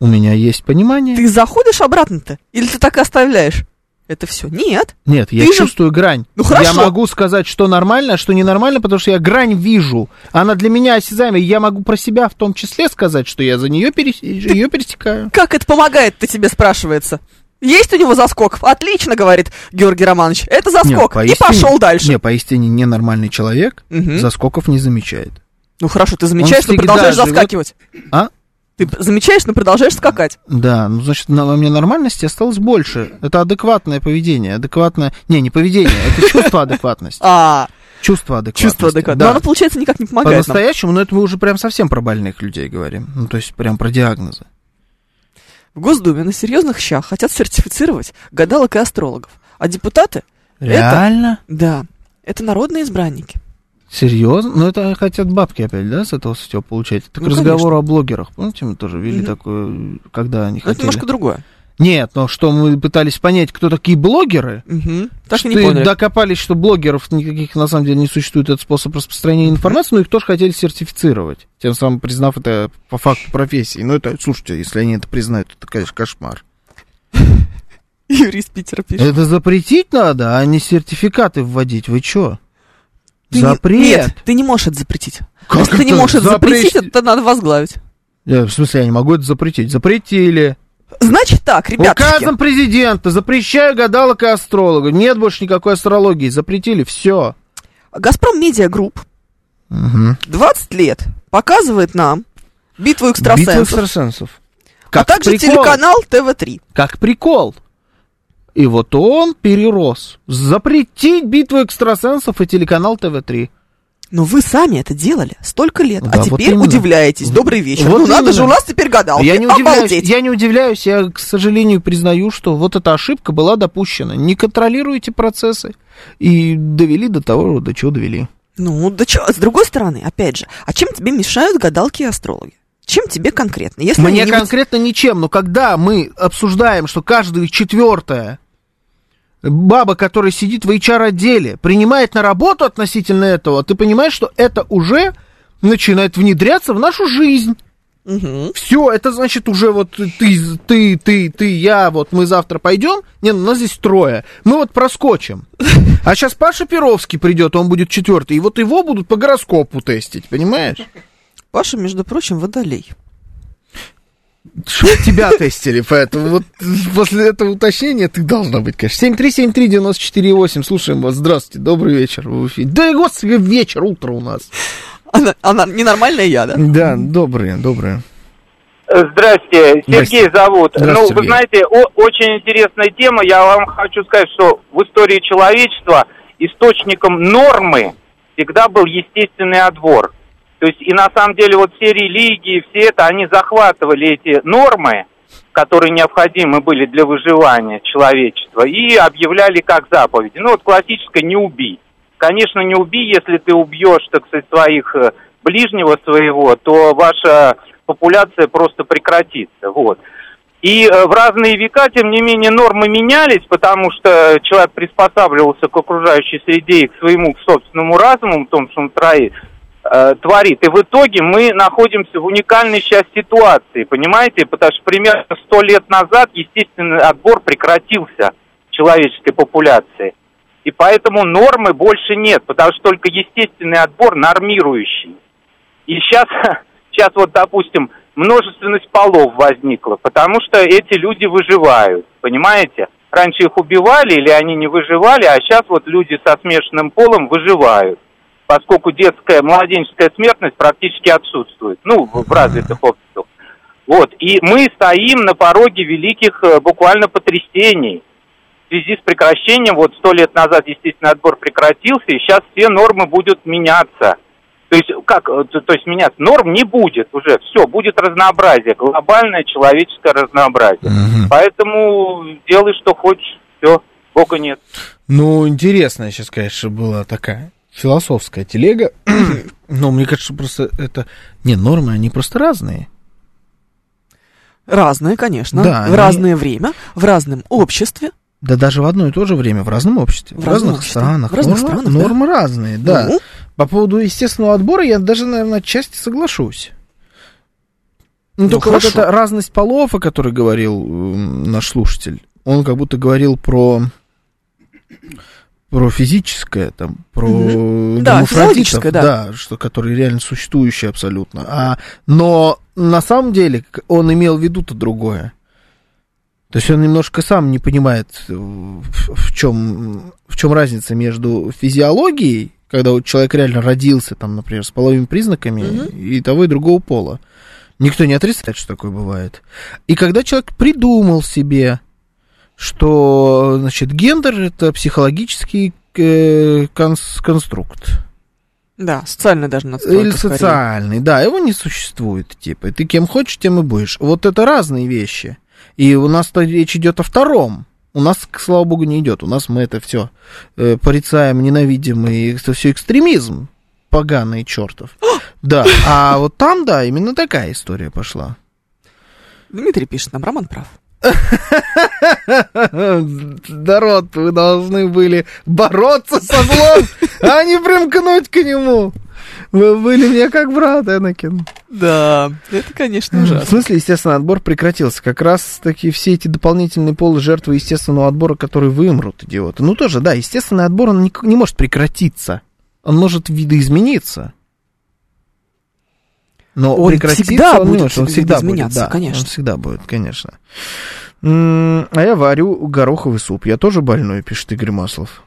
C: У меня есть понимание.
B: ты заходишь обратно-то? Или ты так и оставляешь? Это все. Нет.
C: Нет, я
B: Ты же-
C: чувствую грань.
B: Ну, хорошо.
C: Я могу сказать, что нормально, а что ненормально, потому что я грань вижу. Она для меня осязаемая. Я могу про себя в том числе сказать, что я за нее ее пересекаю.
B: Как это помогает-то тебе, спрашивается? Есть у него заскок? Отлично, говорит Георгий Романович. Это заскок. А и
C: поистине-
B: пошел дальше.
C: Не, поистине ненормальный человек
B: Мгм.
C: заскоков не замечает.
B: Ну хорошо, ты замечаешь, но
C: всегда
B: продолжаешь
C: живет-
B: заскакивать.
C: А?
B: Ты б- замечаешь, но продолжаешь скакать.
C: Да, ну значит, на, во мне нормальности осталось больше. Это адекватное поведение. Адекватное. Не, не поведение, это чувство адекватности.
B: А,
C: Чувство адекватности.
B: чувство адекватно. Но
C: Да.
B: оно, получается, никак не помогает нам.
C: По-настоящему, но это мы уже прям совсем про больных людей говорим. Ну, то есть, прям про диагнозы.
B: В Госдуме на серьезных щах хотят сертифицировать гадалок и астрологов. А депутаты?
C: Реально?
B: Да, это народные избранники.
C: Серьезно? Ну, это хотят бабки опять, да, с этого всего получать? Это к
B: Ну,
C: разговору о блогерах. Помните, мы тоже вели
B: Мгм.
C: такое, когда они
B: Но это
C: хотели...
B: немножко другое.
C: Нет, ну что, мы пытались понять, кто такие блогеры?
B: Мгм. Так и не
C: Ты
B: поняли.
C: докопались, что блогеров никаких на самом деле не существует, этот способ распространения информации, но их тоже хотели сертифицировать, тем самым признав это по факту профессии. Ну это, слушайте, если они это признают, это, конечно, кошмар.
B: Юрий из Питера пишет.
C: Это запретить надо, а не сертификаты вводить, вы чё?
B: Ты не-
C: Запрет!
B: Нет, ты не можешь это запретить.
C: Как
B: Если ты не
C: это
B: можешь это запретить,
C: запрещ-
B: это надо возглавить.
C: Э, В смысле, я не могу это запретить? Запретили.
B: Значит так, ребята.
C: Указом президента запрещаю гадалок и астрологов. Нет больше никакой астрологии. Запретили, все.
B: Газпром Медиа Групп 20 лет показывает нам битву
C: Битва
B: экстрасенсов,
C: экстрасенсов.
B: а также
C: прикол.
B: телеканал ТВ-3.
C: Как прикол. И вот он перерос. Запретить битву экстрасенсов и телеканал ТВ-3.
B: Но вы сами это делали столько лет, а
C: Да, вот
B: теперь
C: именно.
B: удивляетесь. Добрый вечер.
C: Вот
B: ну надо
C: именно.
B: же, у нас теперь гадалки.
C: Я не, удивляюсь,
B: Обалдеть.
C: я не удивляюсь, я, к сожалению, признаю, что вот эта ошибка была допущена. Не контролируйте процессы. И довели до того, до чего довели.
B: Ну, да чё, с другой стороны, опять же, а чем тебе мешают гадалки и астрологи? Чем тебе конкретно? Если
C: Мне
B: они не-
C: конкретно ничем, но когда мы обсуждаем, что каждая четвертая баба, которая сидит в HR-отделе, принимает на работу относительно этого, ты понимаешь, что это уже начинает внедряться в нашу жизнь.
B: Мгм.
C: Все, это значит уже вот ты, ты, ты, ты, я, вот мы завтра пойдем. Не, ну нас здесь трое. Мы вот проскочим. А сейчас Паша Перовский придет, он будет четвертый. И вот его будут по гороскопу тестить, понимаешь?
B: Паша, между прочим, водолей.
C: Чтоб тебя тестили, поэтому вот после этого уточнения ты должна быть, конечно. 7373948, слушаем вас. Здравствуйте, добрый вечер. Вы в эфире. Да и господи, вечер, утро у нас.
B: Она, она ненормальная я, да?
C: Да, добрые, добрые.
E: Здрасте, Сергей
C: Здрасте.
E: зовут.
C: Здравствуйте,
E: ну, вы
C: Сергей.
E: знаете, о- очень интересная тема. Я вам хочу сказать, что в истории человечества источником нормы всегда был естественный отбор. То есть и на самом деле вот все религии, все это, они захватывали эти нормы, которые необходимы были для выживания человечества, и объявляли как заповеди. Ну вот классическое «не убий». Конечно, не убий, если ты убьешь, так сказать, своих э, ближнего своего, то ваша популяция просто прекратится. Вот. И э, в разные века, тем не менее, нормы менялись, потому что человек приспосабливался к окружающей среде и к своему к собственному разуму, в том, что он трои- э, творит. И в итоге мы находимся в уникальной сейчас ситуации, понимаете? Потому что примерно сто лет назад естественный отбор прекратился в человеческой популяции. И поэтому нормы больше нет, потому что только естественный отбор нормирующий. И сейчас, сейчас вот, допустим, множественность полов возникла, потому что эти люди выживают, понимаете? Раньше их убивали или они не выживали, а сейчас вот люди со смешанным полом выживают.
F: поскольку детская, младенческая смертность практически отсутствует, ну, в в развитых обществах. Вот, и мы стоим на пороге великих э, буквально потрясений в связи с прекращением, вот сто лет назад, естественно, отбор прекратился, и сейчас все нормы будут меняться. То есть, как, э, то, то есть меняться? Норм не будет уже, все, будет разнообразие, глобальное человеческое разнообразие.
C: Мгм.
F: Поэтому делай, что хочешь, все, Бога нет.
C: Ну, интересная сейчас, конечно, была такая философская телега. Но мне кажется, просто это... Не, нормы, они просто разные.
B: Разные, конечно.
C: Да,
B: в
C: они-
B: разное время, в разном обществе.
C: Да даже в одно и то же время, в разном обществе, в,
B: В
C: разных
B: разном обществе,
C: странах.
B: в разных
C: нормы,
B: странах, да.
C: нормы разные, да.
B: Ну,
C: По поводу естественного отбора я даже, наверное, отчасти соглашусь. Ну,
B: Ну,
C: только вот
B: хорошо.
C: эта разность полов, о которой говорил м, наш слушатель, он как будто говорил про про физическое, там, про
B: Да,
C: гермафродитов,
B: физиологическое, да.
C: Ну, что, которые реально существующие абсолютно. А, но на самом деле к- он имел в виду-то другое. То есть он немножко сам не понимает, э, в, в чем, в чем разница между физиологией, когда вот человек реально родился, там, например, с половыми признаками
B: Мгм.
C: и того, и другого пола. Никто не отрицает, что такое бывает. И когда человек придумал себе, что, значит, гендер – это психологический э, конс- конструкт.
B: Да, социально даже надстройка.
C: Или
B: скорее.
C: социальный, да, его не существует, типа. И ты кем хочешь, тем и будешь. Вот это разные вещи. И у нас-то речь идет о втором. У нас, к- слава богу, не идет. У нас мы это все порицаем, ненавидим, и это все экстремизм. Поганый чертов. Да. А вот там, да, именно такая история пошла.
B: Дмитрий пишет нам, Роман прав.
C: Народ, вы должны были бороться со злом, а не примкнуть к нему. Вы были мне как брат, Энакин.
B: Да, это, конечно,
C: В смысле, естественно, отбор прекратился. Как раз таки все эти дополнительные полы жертвы естественного отбора, которые вымрут, идиоты. Ну тоже, да, естественный отбор, он не, не может прекратиться. Он может видоизмениться. Но
B: Он
C: прекратиться
B: всегда
C: он не
B: будет
C: может, он всегда будет,
B: видоизменяться,
C: да,
B: конечно.
C: Он всегда будет, конечно. М, А я варю гороховый суп. Я тоже больной, пишет Игорь Маслов.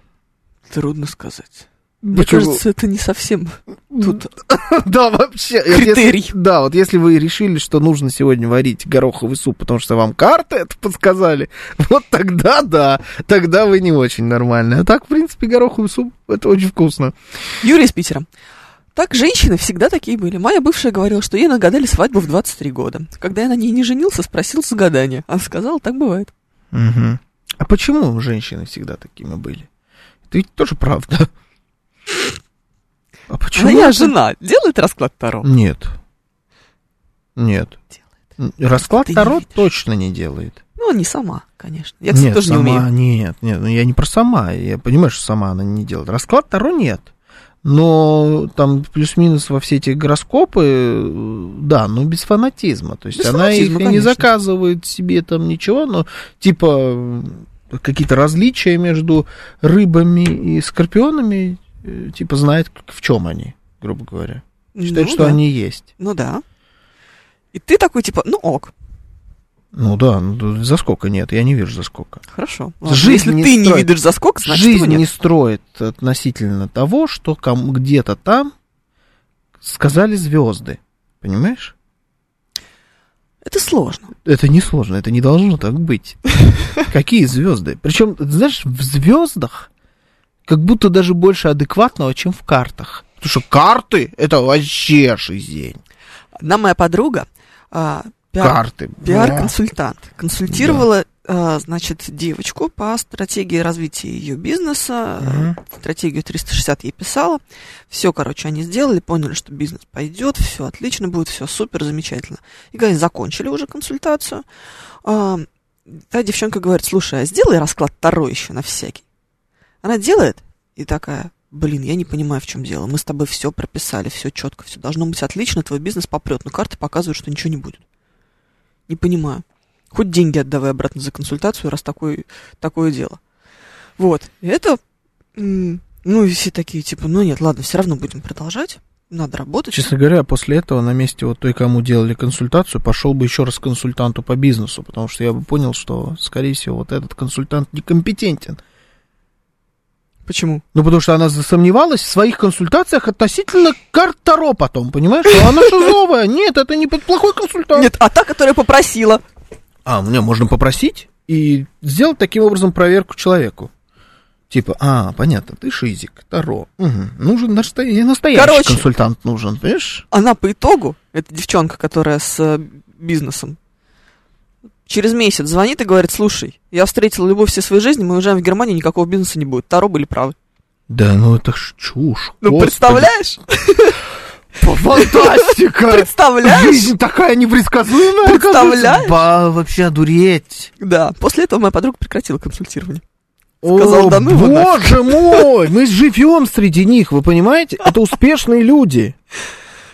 B: Трудно сказать. Мне
C: Почему?
B: кажется, это не совсем тут
C: Да, вообще. Вот если-
B: Критерий.
C: да, вот если вы решили, что нужно сегодня варить гороховый суп, потому что вам карты это подсказали, вот тогда да, тогда вы не очень нормальные. А так, в принципе, гороховый суп это очень вкусно.
B: Юрий из Питера. Так женщины всегда такие были. Моя бывшая говорила, что ей нагадали свадьбу в 23 года. Когда я на ней не женился, спросил загадание. Она сказала, так бывает.
C: Мгм. А почему женщины всегда такими были? Это ведь тоже правда. А почему?
B: Моя
C: это-
B: жена делает расклад Таро.
C: Нет. Нет. Н- Расклад
B: Ты не
C: Таро
B: видишь.
C: точно не делает.
B: Ну, не сама, конечно. Я, кстати,
C: нет,
B: тоже
C: сама,
B: не умею.
C: Нет, нет, ну я не про сама. Я понимаю, что сама она не делает. Расклад Таро нет. Но там плюс-минус во все эти гороскопы, э, да, ну без фанатизма. То есть
B: Без
C: она их
B: фанатизма,
C: и не
B: конечно.
C: заказывает себе там ничего, но типа м, какие-то различия между рыбами и скорпионами, э, типа знает, как- в чем они, грубо говоря. Считает,
B: ну,
C: что
B: да.
C: они есть.
B: Ну да. И ты такой, типа, ну ок,
C: Ну да, ну, да, за сколько нет, я не вижу за сколько.
B: хорошо. Ладно,
C: Жизнь
B: Если
C: не
B: ты не
C: строит.
B: видишь заскок, значит, его
C: жизнь
B: нет.
C: не строит относительно того, что кому где-то там сказали звезды. Понимаешь?
B: Это сложно.
C: Это несложно, это не должно так быть. Какие звезды? Причем, знаешь, в звездах как будто даже больше адекватного, чем в картах. Потому что карты это вообще шизень.
B: Одна моя подруга, а, пиар-
C: Карты. бля.
B: Пиар-консультант. Консультировала, а, значит, девочку по стратегии развития ее бизнеса.
C: Мгм.
B: Стратегию 360 ей писала. Все, короче, они сделали, поняли, что бизнес пойдет, все отлично будет, все супер, замечательно. И когда они закончили уже консультацию, а, та девчонка говорит, слушай, а сделай расклад второй еще на всякий. Она делает и такая, блин, я не понимаю, в чем дело. Мы с тобой все прописали, все четко, все должно быть отлично, твой бизнес попрет, но карты показывают, что ничего не будет. Не понимаю. Хоть деньги отдавай обратно за консультацию, раз такое, такое дело. Вот. И это... м, Ну, и все такие, типа, ну нет, ладно, все равно будем продолжать. Надо работать.
C: Честно говоря, после этого на месте вот той, кому делали консультацию, пошел бы еще раз к консультанту по бизнесу, потому что я бы понял, что, скорее всего, вот этот консультант некомпетентен.
B: Почему?
C: Ну, потому что она засомневалась в своих консультациях относительно карт Таро потом, понимаешь? А Она шизовая. Нет, это не под- плохой консультант.
B: Нет, а та, которая попросила.
C: А, мне можно попросить и сделать таким образом проверку человеку. Типа, а, понятно, ты шизик, Таро. Мгм. Нужен насто- и настоящий
B: Короче.
C: консультант нужен, понимаешь?
B: Она по итогу, эта девчонка, которая с э, бизнесом, через месяц звонит и говорит, слушай, я встретила любовь всей своей жизни, мы уезжаем в Германию, никакого бизнеса не будет. Таро были правы.
C: Да, ну это ж чушь.
B: Ну,
C: господи.
B: представляешь?
C: Фантастика!
B: Представляешь?
C: Жизнь такая непредсказуемая.
B: Представляешь?
C: оказывается. Ба, вообще одуреть.
B: Да. После этого моя подруга прекратила консультирование. Сказал,
C: О,
B: да ну его
C: боже мой, мы живем среди них, вы понимаете? Это успешные люди.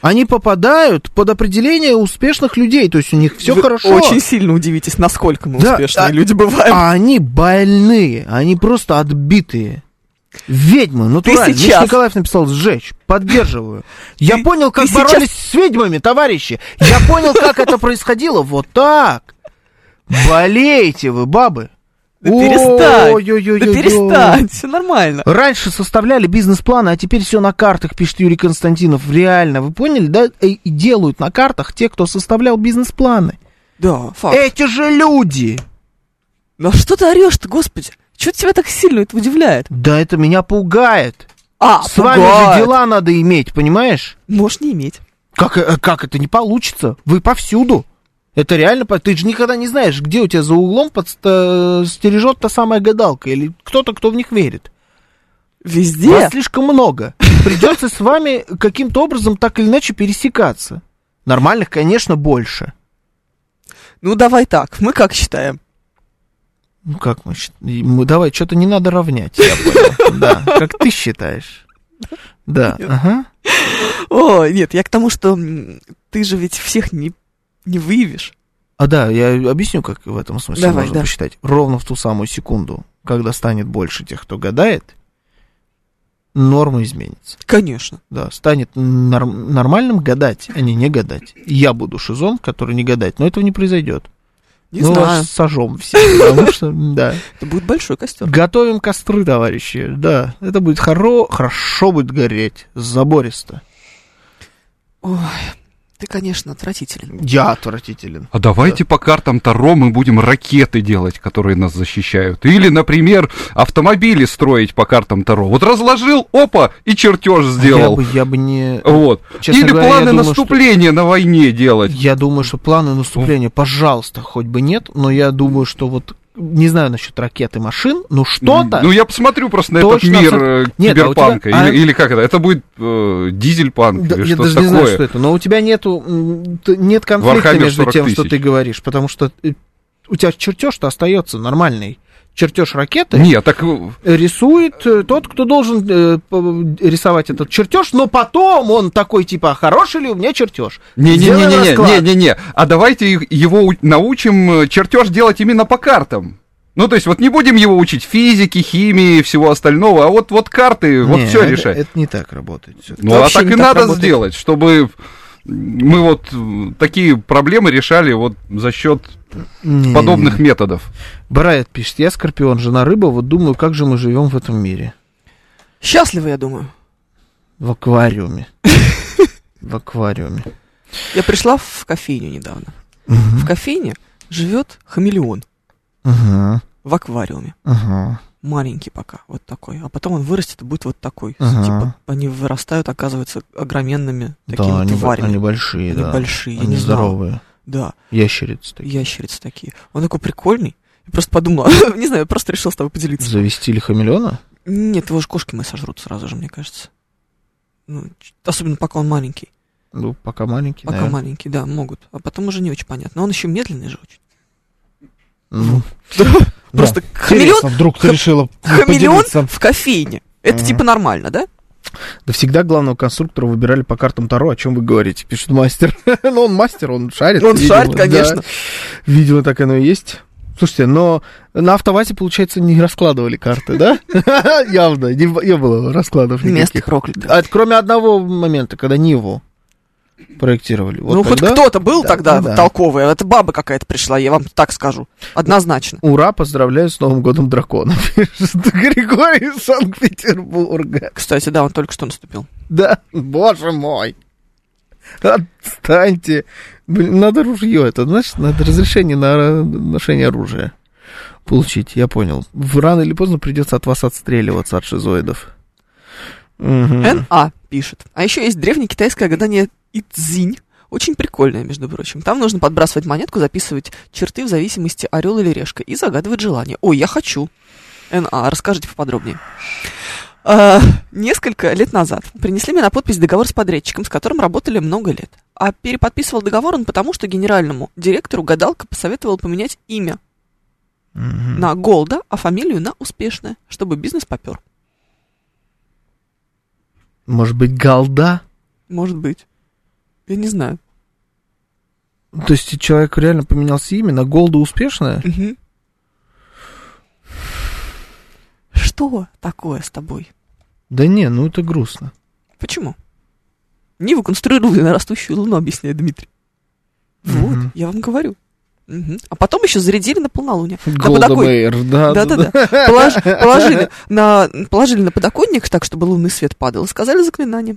C: Они попадают под определение успешных людей, то есть у них все
B: Вы
C: хорошо.
B: Очень сильно удивитесь, насколько мы
C: Да,
B: успешные
C: а-
B: люди бываем.
C: А они больные, они просто отбитые. Ведьмы, натурально. Миш
B: сейчас-
C: Николаев написал «сжечь», поддерживаю. Я
B: Ты-
C: понял, как
B: ты сейчас-
C: боролись с ведьмами, товарищи. Я понял, как это происходило. Вот так. Болеете вы, бабы.
B: Да перестань. Да
C: Ой-ой-ой-ой-ой.
B: перестань, все нормально.
C: Раньше составляли бизнес-планы, а теперь все на картах, пишет Юрий Константинов. Реально, вы поняли, да? И и делают на картах те, кто составлял бизнес-планы.
B: Да, факт.
C: Эти же люди!
B: Ну а что ты орешь-то, господи? Чего тебя так сильно это удивляет?
C: Да это меня пугает.
B: А,
C: С вами же
B: пугает.
C: дела надо иметь, понимаешь?
B: Можешь не иметь.
C: Как, э, как это не получится? Вы повсюду. Это реально, по- ты же никогда не знаешь, где у тебя за углом подста- стережет та самая гадалка или кто-то, кто в них верит.
B: Везде.
C: Вас слишком много. Придется с вами каким-то образом так или иначе пересекаться. Нормальных, конечно, больше.
B: Ну давай так, мы как считаем?
C: Ну как мы, счит- и мы давай, что-то не надо равнять, я понял. Да, как ты считаешь. Да, ага.
B: О, нет, я к тому, что м, ты же ведь всех не, не выявишь.
C: А да, я объясню, как в этом смысле
B: Давай,
C: можно
B: да.
C: посчитать. Ровно в ту самую секунду, когда станет больше тех, кто гадает, норма изменится.
B: Конечно.
C: Да, станет норм- нормальным гадать, а не не гадать. Я буду шизом, который не гадает, но этого не произойдет.
B: Не
C: ну,
B: знаю.
D: а.
C: вас сожжем все, потому что, да.
B: Это будет большой костер.
C: Готовим костры, товарищи, да. Это будет хоро... хорошо будет гореть, забористо.
B: Ой, ты, конечно, отвратителен.
C: Я отвратителен.
D: А давайте по картам Таро мы будем ракеты делать, которые нас защищают. Или, например, автомобили строить по картам Таро. Вот разложил, опа, и чертеж
C: А Я
D: сделал.
C: бы, я бы не...
D: Вот.
C: Честно
D: Или
C: говоря, я
D: планы
C: думаю,
D: наступления на войне делать.
C: Я думаю, что планы наступления, пожалуйста, хоть бы нет, но я думаю, что вот, не знаю насчет ракет и машин, но что-то...
D: Ну, я посмотрю просто на
C: Точно,
D: этот мир
C: абсолютно.
D: э,
C: Нет, а у
D: киберпанка.
C: тебя- а-
D: Или, или как это? Это будет э, дизель-панк
C: Да,
D: или
C: я
D: что-то
C: даже
D: такое.
C: не знаю, что это, но у тебя нету, м, т- нет конфликта
D: Вархаммер
C: между
D: 40
C: тем, что
D: тысяч.
C: ты говоришь, потому что э, у тебя чертеж-то остается нормальный. Чертеж ракеты,
D: Нет, так э,
C: рисует э, тот, кто должен э, п- рисовать этот чертеж, но потом он такой типа, «А хороший ли у меня чертеж? Сделаем расклад.
D: Не-не-не-не-не-не. А давайте их- его у- научим э, чертеж делать именно по картам. Ну, то есть, вот не будем его учить физики, химии, всего остального, а вот, вот карты, вот
C: Не,
D: все
C: это-
D: решать.
C: Это не так работает. всё-таки.
D: ну, а
B: вообще
D: так
B: не
D: и
B: так
D: надо
B: работает.
D: сделать, чтобы мы вот э, такие проблемы решали вот за счет
C: Не-не-не.
D: подобных методов.
C: Брайт пишет, я скорпион, жена рыба, вот думаю, как же мы живем в этом мире.
B: Счастливый, я думаю.
C: В аквариуме. В аквариуме.
B: Я пришла в кофейню недавно. В кофейне живет хамелеон
C: Мгм.
B: в аквариуме.
C: Ага.
B: Маленький пока, вот такой. А потом он вырастет и будет вот такой.
C: Ага.
B: Типа они вырастают, оказываются огроменными такими
C: Да, они, бо-
B: тварями.
C: они большие,
B: Они
C: да.
B: большие, я
C: Они
B: не знала.
C: здоровые.
B: Да,
C: Ящерицы такие.
B: ящерицы такие. Он такой прикольный. Я просто подумала, не знаю, я просто решил с тобой поделиться.
C: Завести ли хамелеона?
B: Нет, его же кошки мои сожрут сразу же, мне кажется. Ну, ч- особенно пока он маленький.
C: Ну, пока маленький,
B: Пока
C: наверное.
B: маленький, да, могут. А потом уже не очень понятно. Он еще медленный же очень.
C: Ну,
B: Просто хамелеон,
G: Интересно, вдруг ты
B: хам-
G: решила
B: хамелеон
G: поделиться.
B: в кофейне. Это
C: Мгм.
B: типа нормально, да?
C: Да всегда главного конструктора выбирали по картам Таро, о чем вы говорите, пишет мастер. ну, он мастер, он шарит.
B: Он
C: видимо,
B: шарит,
C: да.
B: конечно.
C: Видимо, так оно и есть. Слушайте, но на автовазе, получается, не раскладывали карты, да? Явно, не, б- не было раскладов
B: Место
C: никаких.
B: проклятых.
C: А, кроме одного момента, когда Ниву проектировали. Вот
B: ну,
C: тогда
B: хоть кто-то был
C: Да,
B: тогда
C: ну да.
B: толковый, а это баба какая-то пришла, я вам так скажу. Однозначно.
C: Ура, поздравляю с Новым годом дракона, пишет Григорий из Санкт-Петербурга.
B: Кстати, да, он только что наступил.
C: Да, боже мой. Отстаньте. Блин, надо ружье это, знаешь, надо разрешение на ношение оружия получить, я понял. В- Рано или поздно придется от вас отстреливаться от шизоидов. Мгм.
B: Н.А. пишет. А еще есть древнекитайское гадание Ицзинь. Очень прикольное, между прочим. Там нужно подбрасывать монетку, записывать черты в зависимости орел или решка и загадывать желание. Ой, я хочу. Н.А. Расскажите поподробнее. А, несколько лет назад принесли мне на подпись договор с подрядчиком, с которым работали много лет. А переподписывал договор он потому, что генеральному директору гадалка посоветовала поменять имя
C: Мгм.
B: на Голда, а фамилию на Успешное, чтобы бизнес попер.
C: Может быть, голда?
B: Может быть. Я не знаю.
C: То есть человек реально поменялся имя на голда успешное?
B: Мгм. Что такое с тобой?
C: Да не, ну это грустно.
B: Почему? Ниву конструировали на растущую луну, объясняет Дмитрий. Вот,
C: Мгм.
B: я вам говорю. Мгм. А потом еще зарядили на полнолуние. На
C: Голда
B: подоконник.
C: Мейер, да.
B: А Да-да-да. Полож- положили, на, положили на подоконник так, чтобы лунный свет падал, и сказали заклинание.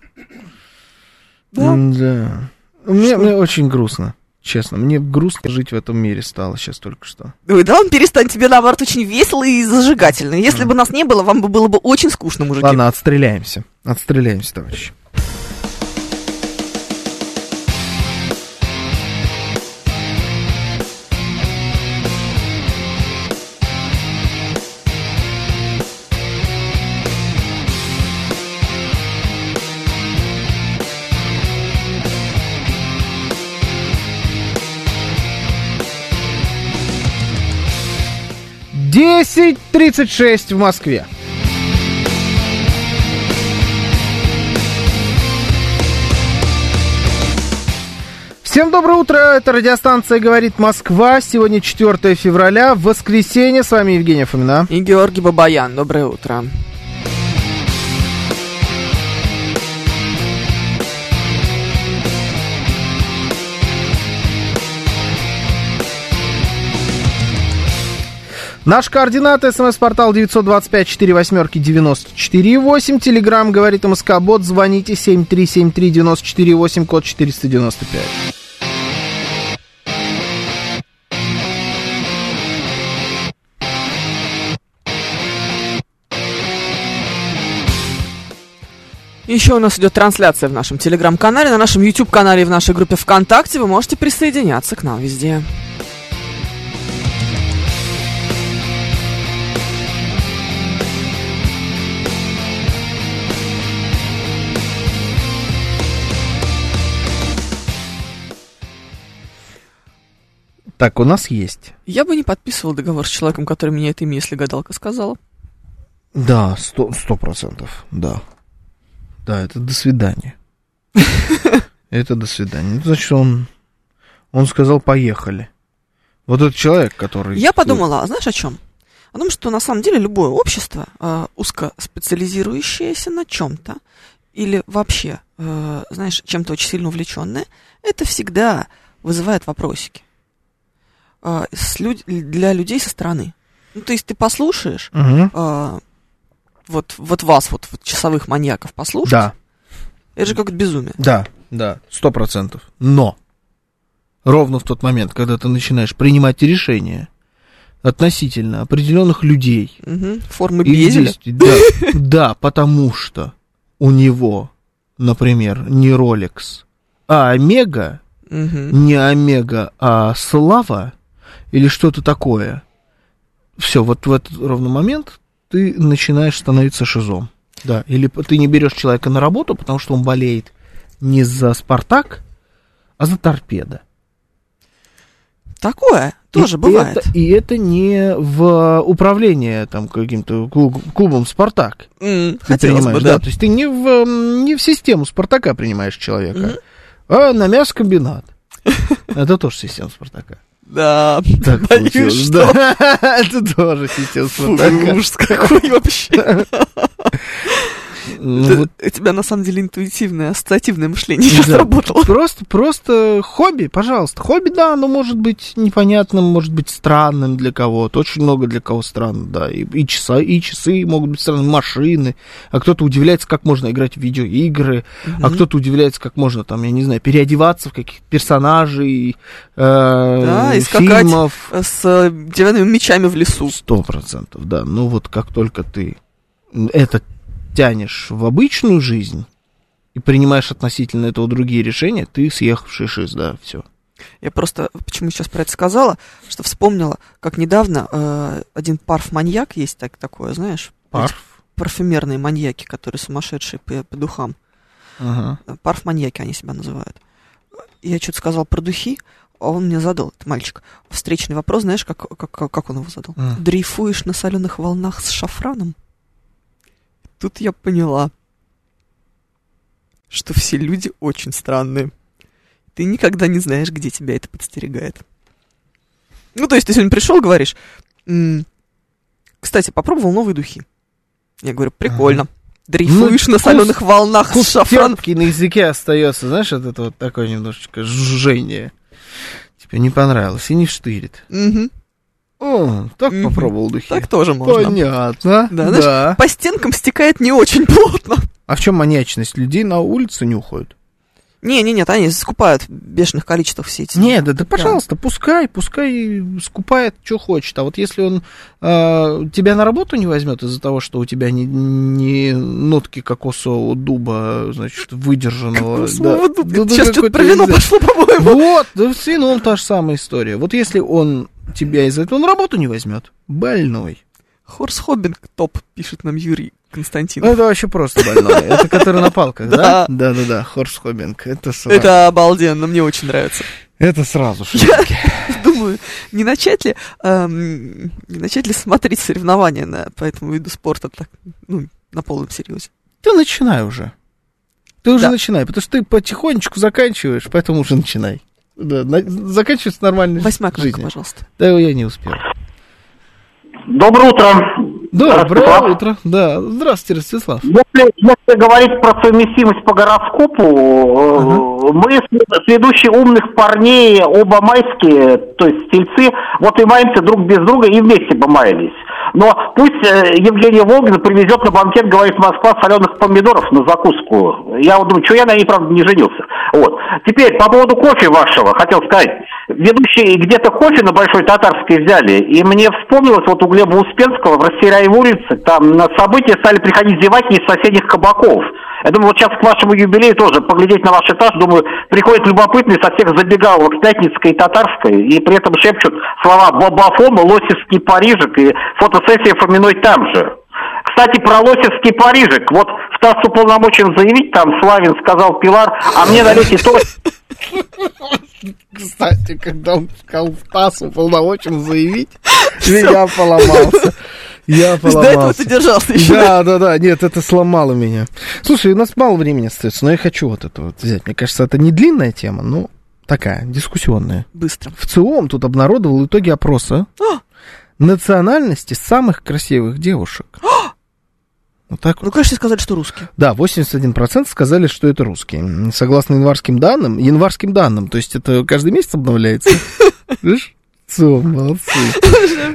B: Да.
C: Ну. М-да. Мне,
B: Ну. Что?
C: мне очень грустно, честно. Мне грустно жить в этом мире стало сейчас только что.
B: Ой, да он перестань, тебе наоборот очень весело и зажигательно. Если бы нас не было, вам бы было бы очень скучно, мужики.
C: Ладно, отстреляемся. Отстреляемся, товарищи. Десять тридцать шесть в Москве. Всем доброе утро, это радиостанция «Говорит Москва». Сегодня 4 февраля, воскресенье. С вами Евгения Фомина.
B: И Георгий Бабаян, доброе утро.
C: Наш координат смс-портал 925-48-94-8. Телеграмм «Говорит МСК Бот». Звоните 7373-94-8, код 495.
B: Еще у нас идет трансляция в нашем телеграм-канале, на нашем YouTube-канале и в нашей группе ВКонтакте. Вы можете присоединяться к нам везде.
C: Так, у нас есть.
B: Я бы не подписывал договор с человеком, который меняет имя, если гадалка сказала.
C: Да, сто сто процентов, да. Да, это до свидания. Это до свидания. Ну, Значит, он, он сказал «поехали». Вот этот человек, который...
B: Я подумала, а знаешь о чем? О том, что на самом деле любое общество, э, узкоспециализирующееся на чем-то, или вообще, э, знаешь, чем-то очень сильно увлеченное, это всегда вызывает вопросики Э, с люд- для людей со стороны. Ну, то есть ты послушаешь,
C: Мгм.
B: а, вот, вот вас, вот, вот часовых маньяков послушать,
C: Да,
B: это же как безумие.
C: да, да, сто процентов. Но ровно в тот момент, когда ты начинаешь принимать решения относительно определенных людей
B: Мгм. Формы
C: или
B: безеля.
C: действий, да, да, потому что у него, например, не Rolex, а Омега,
B: Мгм.
C: не Омега, а Слава или что-то такое. Все, вот в этот ровно момент ты начинаешь становиться шизом. Да, или п- ты не берешь человека на работу, потому что он болеет не за Спартак, а за торпеда.
B: Такое тоже
C: И
B: бывает.
C: это- и это не в управление там каким-то клуб- клубом Спартак.
B: М,
C: Ты
B: Хотелось бы,
C: принимаешь,
B: да.
C: То есть ты не в, м, не в систему Спартака принимаешь человека, а на мясокомбинат. Это тоже система Спартака.
B: Да,
C: Так
B: Боюсь,
C: получилось,
B: что-
C: да. Это тоже система
B: Фу,
C: Спартака.
B: ужас какой вообще.
C: Ну,
B: Ты-
C: вот
B: У тебя на самом деле интуитивное, ассоциативное мышление сейчас
C: Да.
B: работало.
C: Просто, просто хобби, пожалуйста. Хобби, да, оно может быть непонятным, может быть странным для кого-то. Очень много для кого странно, да. И, и часа, и часы могут быть странные, машины. А кто-то удивляется, как можно играть в видеоигры. А
B: Мгм.
C: кто-то удивляется, как можно, там, я не знаю, переодеваться в каких-то персонажей, э,
B: и скакать.
C: фильмов.
B: С э, деревянными мечами в лесу.
C: Сто процентов, да. Ну вот как только ты это тянешь в обычную жизнь и принимаешь относительно этого другие решения, ты съехавший шиз, да, все.
B: Я просто почему сейчас про это сказала, что вспомнила, как недавно э, один парф-маньяк есть так, такое, знаешь? Эти Парфюмерные маньяки, которые сумасшедшие по, по духам.
C: Ага.
B: Э, Парф-маньяки они себя называют. Я что-то сказал про духи, а он мне задал, этот мальчик, встречный вопрос, знаешь, как, как, как как он его задал?
C: А.
B: Дрейфуешь на соленых волнах с шафраном? Тут я поняла, что все люди очень странные. Ты никогда не знаешь, где тебя это подстерегает. Ну, то есть ты сегодня пришел, говоришь, «М, кстати, попробовал новые духи. Я говорю, прикольно. Дрейфуешь на
C: Ну, вкус-
B: соленых волнах с
C: Вкус
B: шафраном.
C: терпкий на языке остается, знаешь, от этого такое немножечко жжение. Тебе не понравилось и не штырит.
B: Мгм.
C: О, так
B: Мгм.
C: попробовал духи.
B: Так тоже можно.
C: Понятно.
B: Да,
C: Да,
B: знаешь, По стенкам стекает не очень плотно.
C: А в чем маньячность? Людей на улице нюхают.
B: Не, не, нет, они скупают в бешеных количествах все эти.
C: Не, да, да, пожалуйста, пускай, пускай скупает, что хочет. А вот если он э, тебя на работу не возьмет из-за того, что у тебя не, не нотки кокосового дуба, значит,
B: Ну,
C: выдержанного.
B: Кокосового
C: да.
B: дуба.
C: Да, да,
B: Сейчас что-то
C: какой-то,
B: про вино
C: не знаю,
B: пошло, по-моему.
C: Вот, да с вином та же самая история. Вот если он тебя из-за этого на работу не возьмет, больной.
B: Хорс Хоббинг топ, пишет нам Юрий
C: Ну,
B: Константинов.
C: это вообще просто больной. Это который на палках, да?
B: Да.
C: Да, да, да, Хорс Хоббинг. Это сразу. Это,
B: Это обалденно, мне очень нравится.
C: сразу же.
B: Я думаю, не начать ли, эм, не начать ли смотреть соревнования на, по этому виду спорта так, ну, на полном серьезе.
C: Ты начинай уже. Ты уже
B: Да.
C: начинай, потому что ты потихонечку заканчиваешь, поэтому уже начинай. Да, на- заканчивается нормальной
B: Восьмая кнопка,
C: жизнью.
B: пожалуйста.
C: Да, я не успел.
G: Доброе утро.
C: Доброе
G: Здравствуйте.
C: утро. Да, здравствуйте, Ростислав.
G: Если, если говорить про совместимость по гороскопу, э, мы с- сведущие умных парней оба майские, то есть тельцы, вот и маемся друг без друга и вместе бы маялись. Но пусть э, Евгения Волгина привезет на банкет, говорит Москва, соленых помидоров на закуску. Я вот думаю, что я на ней, правда, не женился. Вот. Теперь, по поводу кофе вашего, хотел сказать. Ведущие где-то кофе на Большой Татарской взяли, и мне вспомнилось вот у Глеба Успенского в Растеряевой улице, там на события стали приходить зеватели из соседних кабаков. Я думаю, вот сейчас к вашему юбилею тоже поглядеть на ваш этаж, думаю, приходят любопытные со всех забегаловок Пятницкой и Татарской, и при этом шепчут слова «Боба Фома», «Лосевский Парижик» и фотосессия Фоминой там же. Кстати, про Лосевский Парижик. Вот Стас уполномочен заявить, там Славин сказал Пилар, а мне налейте то,
C: Кстати, когда он сказал Стасу полномочен заявить, я поломался. Я
B: То есть До этого ты
C: поломался.
B: держался еще. да?
C: Да, да, да, нет, это сломало меня. Слушай, у нас мало времени остается, но я хочу вот это вот взять. Мне кажется, это не длинная тема, но такая, дискуссионная.
B: Быстро.
C: В ЦИОМ тут обнародовал итоги опроса
B: А!
C: национальности самых красивых девушек. Вот так вот.
B: Ну, конечно, сказали, что русские.
C: Да, 81% сказали, что это русские. Согласно январским данным, январским данным, то есть это каждый месяц обновляется. Видишь? Всё, молодцы.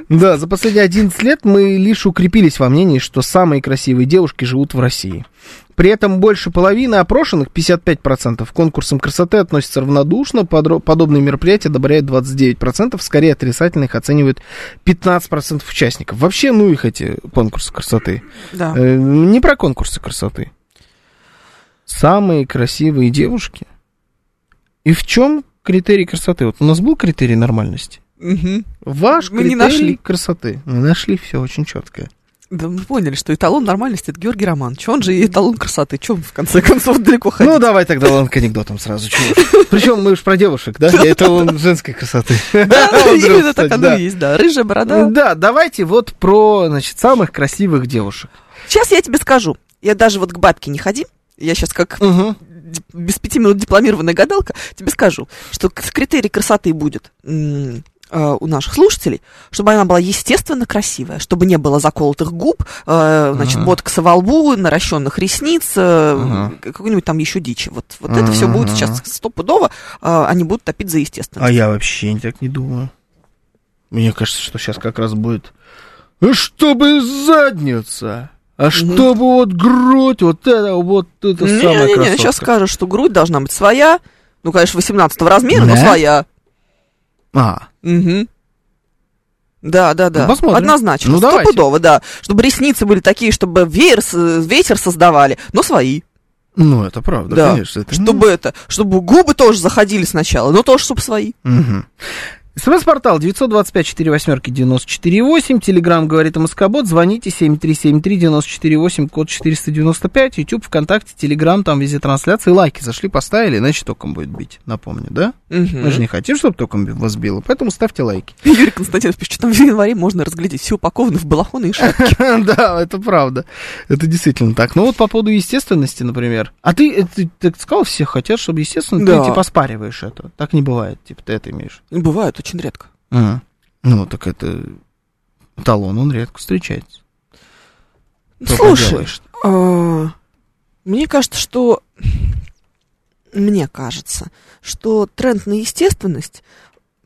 C: Да, за последние 11 лет мы лишь укрепились во мнении, что самые красивые девушки живут в России. При этом больше половины опрошенных, 55%, к конкурсам красоты относятся равнодушно, подро- подобные мероприятия одобряют 29%, скорее отрицательных оценивают 15% участников. Вообще, ну их эти конкурсы красоты.
B: Да.
C: Э, Не про конкурсы красоты. Самые красивые девушки. И в чем критерий красоты? Вот у нас был критерий нормальности.
B: Мгм.
C: Ваш
B: Мы не
C: критерий
B: нашли.
C: красоты. Мы нашли все очень четко.
B: Да мы поняли, что эталон нормальности это Георгий Романович. Он же и эталон красоты. Чем в конце концов далеко ходить?
C: Ну, давай тогда ладно к анекдотам сразу. Причем мы уж про девушек, да? Это он женской красоты.
B: Да,
C: Вот,
B: именно
C: кстати, Ну
B: так оно и есть, да. Рыжая борода.
C: Да, давайте вот про, значит, самых красивых девушек.
B: Сейчас я тебе скажу. Я даже вот к бабке не ходи. Я сейчас как ди- без пяти минут дипломированная гадалка тебе скажу, что к- в критерии красоты будет м, э, у наших слушателей, чтобы она была естественно красивая, чтобы не было заколотых губ, э, значит,
C: Ага.
B: ботокса во лбу, наращенных ресниц, э,
C: Ага.
B: к- какой-нибудь там еще дичи. Вот, вот это все будет
C: Ага.
B: сейчас стопудово, э, они будут топить за естественность.
C: А я вообще так не думаю. Мне кажется, что сейчас как раз будет. «А Чтобы задница, а чтобы вот грудь, вот это, вот это самое
B: Не-не-не, сейчас скажешь, что грудь должна быть своя, ну, конечно, 18 размера, но
C: Да?
B: своя.
C: А,
B: Мгм. Да, да, да.
C: Ну, посмотрим.
B: Однозначно.
C: Ну, давайте.
B: Стопудово, да. Чтобы ресницы были такие, чтобы веер, с- ветер создавали, но свои.
C: ну это правда,
B: Да.
C: конечно. Это,
B: Чтобы это, чтобы губы тоже заходили сначала, но тоже, чтобы свои.
C: Мгм. СМС-портал 925-48-94-8, Телеграмм говорит Москобот, звоните 7373-94-8, код 495, YouTube, ВКонтакте, Телеграм, там везде трансляции, лайки зашли, поставили, иначе током будет бить, напомню, да? Мы же
B: Мгм.
C: не хотим, чтобы током би- вас било, поэтому ставьте лайки.
B: Юрий Константинович пишет, что там в январе можно разглядеть все упаковано в балахоны и шапки.
C: Да, это правда. Это действительно так. Ну вот по поводу естественности, например. А ты, э, ты так сказал, все хотят, чтобы естественно,
B: Да.
C: ты типа спариваешь это. Так не бывает, типа ты это имеешь.
B: Ну, Бывает очень редко.
C: Ага. Ну, так это талон, он редко встречается. Что
B: Ну, Слушай,
C: Ну, поделаешь?
B: а, мне кажется, что... Мне кажется, что тренд на естественность...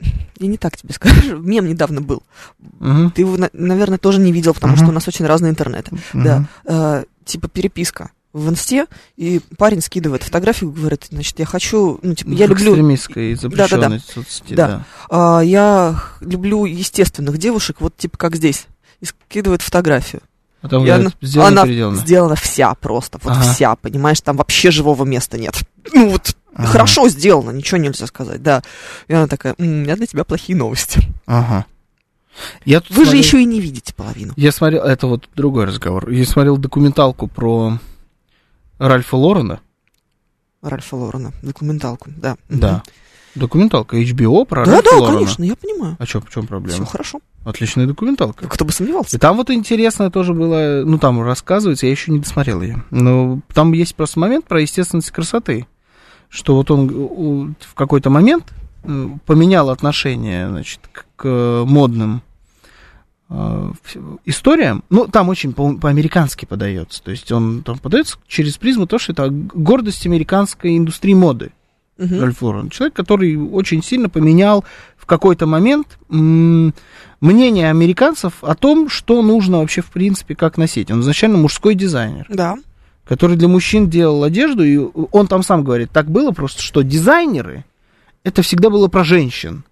B: Я не так тебе скажу. Мем недавно был.
C: Мгм,
B: Ты его, на- наверное, тоже не видел, потому
C: Мгм.
B: что у нас очень разные интернеты.
C: мгм.
B: Да. Э, типа переписка в инсте, и парень скидывает фотографию и говорит, значит, я хочу, ну, типа,
C: Ну,
B: я
C: как
B: люблю,
C: Экстремистская и
B: Да-да-да.
C: запрещенная соцсети,
B: Да.
C: да.
B: а, я х- люблю естественных девушек, вот типа как здесь. И скидывает фотографию.
C: А там
B: И
C: говорят,
B: она-
C: сделано,
B: она
C: переделано.
B: сделана вся просто, вот
C: Ага.
B: вся, понимаешь, там вообще живого места нет. Ну вот,
C: Ага,
B: хорошо сделано, ничего нельзя сказать, да. И она такая, «М, у меня для тебя плохие новости.
C: Ага. Я тут
B: Вы же
C: смотрел-
B: еще и не видите половину.
C: Я смотрел, это вот другой разговор. Я смотрел документалку про Ральфа Лорена.
B: Ральфа Лорена, документалку, да.
C: Да. Документалка HBO про
B: Да,
C: Ральфа
B: да,
C: А, Лорена.
B: конечно, я понимаю.
C: А чё, в чем
B: Все
C: проблема?
B: хорошо.
C: Отличная документалка.
B: Кто бы сомневался.
C: И там вот интересно тоже было, ну там рассказывается, я еще не досмотрел ее. Но там есть просто момент про естественность красоты, что вот он э, у- в какой-то момент э, поменял отношение, значит, к, к модным э, вс- историям. Ну, там очень по- по-американски подается. То есть он там подается через призму то, что это гордость американской индустрии моды.
B: Мгм.
C: Ральф Лорен. Человек, который очень сильно поменял в какой-то момент м, мнение американцев о том, что нужно вообще в принципе как носить. Он изначально мужской дизайнер,
B: Да.
C: который для мужчин делал одежду, и он там сам говорит, так было просто, что дизайнеры это всегда было про женщин,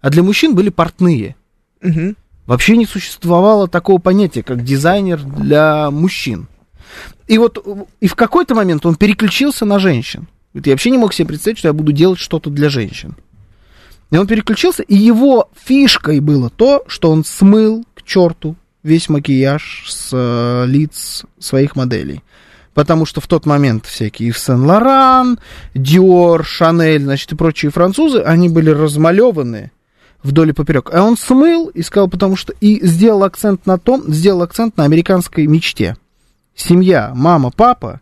C: а для мужчин были портные.
B: Мгм.
C: Вообще не существовало такого понятия, как дизайнер для мужчин. И вот э, и в какой-то момент он переключился на женщин. Говорит, я вообще не мог себе представить, что я буду делать что-то для женщин. И он переключился, и его фишкой было то, что он смыл к черту весь макияж с э, лиц своих моделей. Потому что в тот момент всякие Ив Сен-Лоран, Диор, Шанель, значит, и прочие французы, они были размалеваны вдоль и поперек. А он смыл и сказал, потому что и сделал акцент на том, сделал акцент на американской мечте. Семья, мама, папа,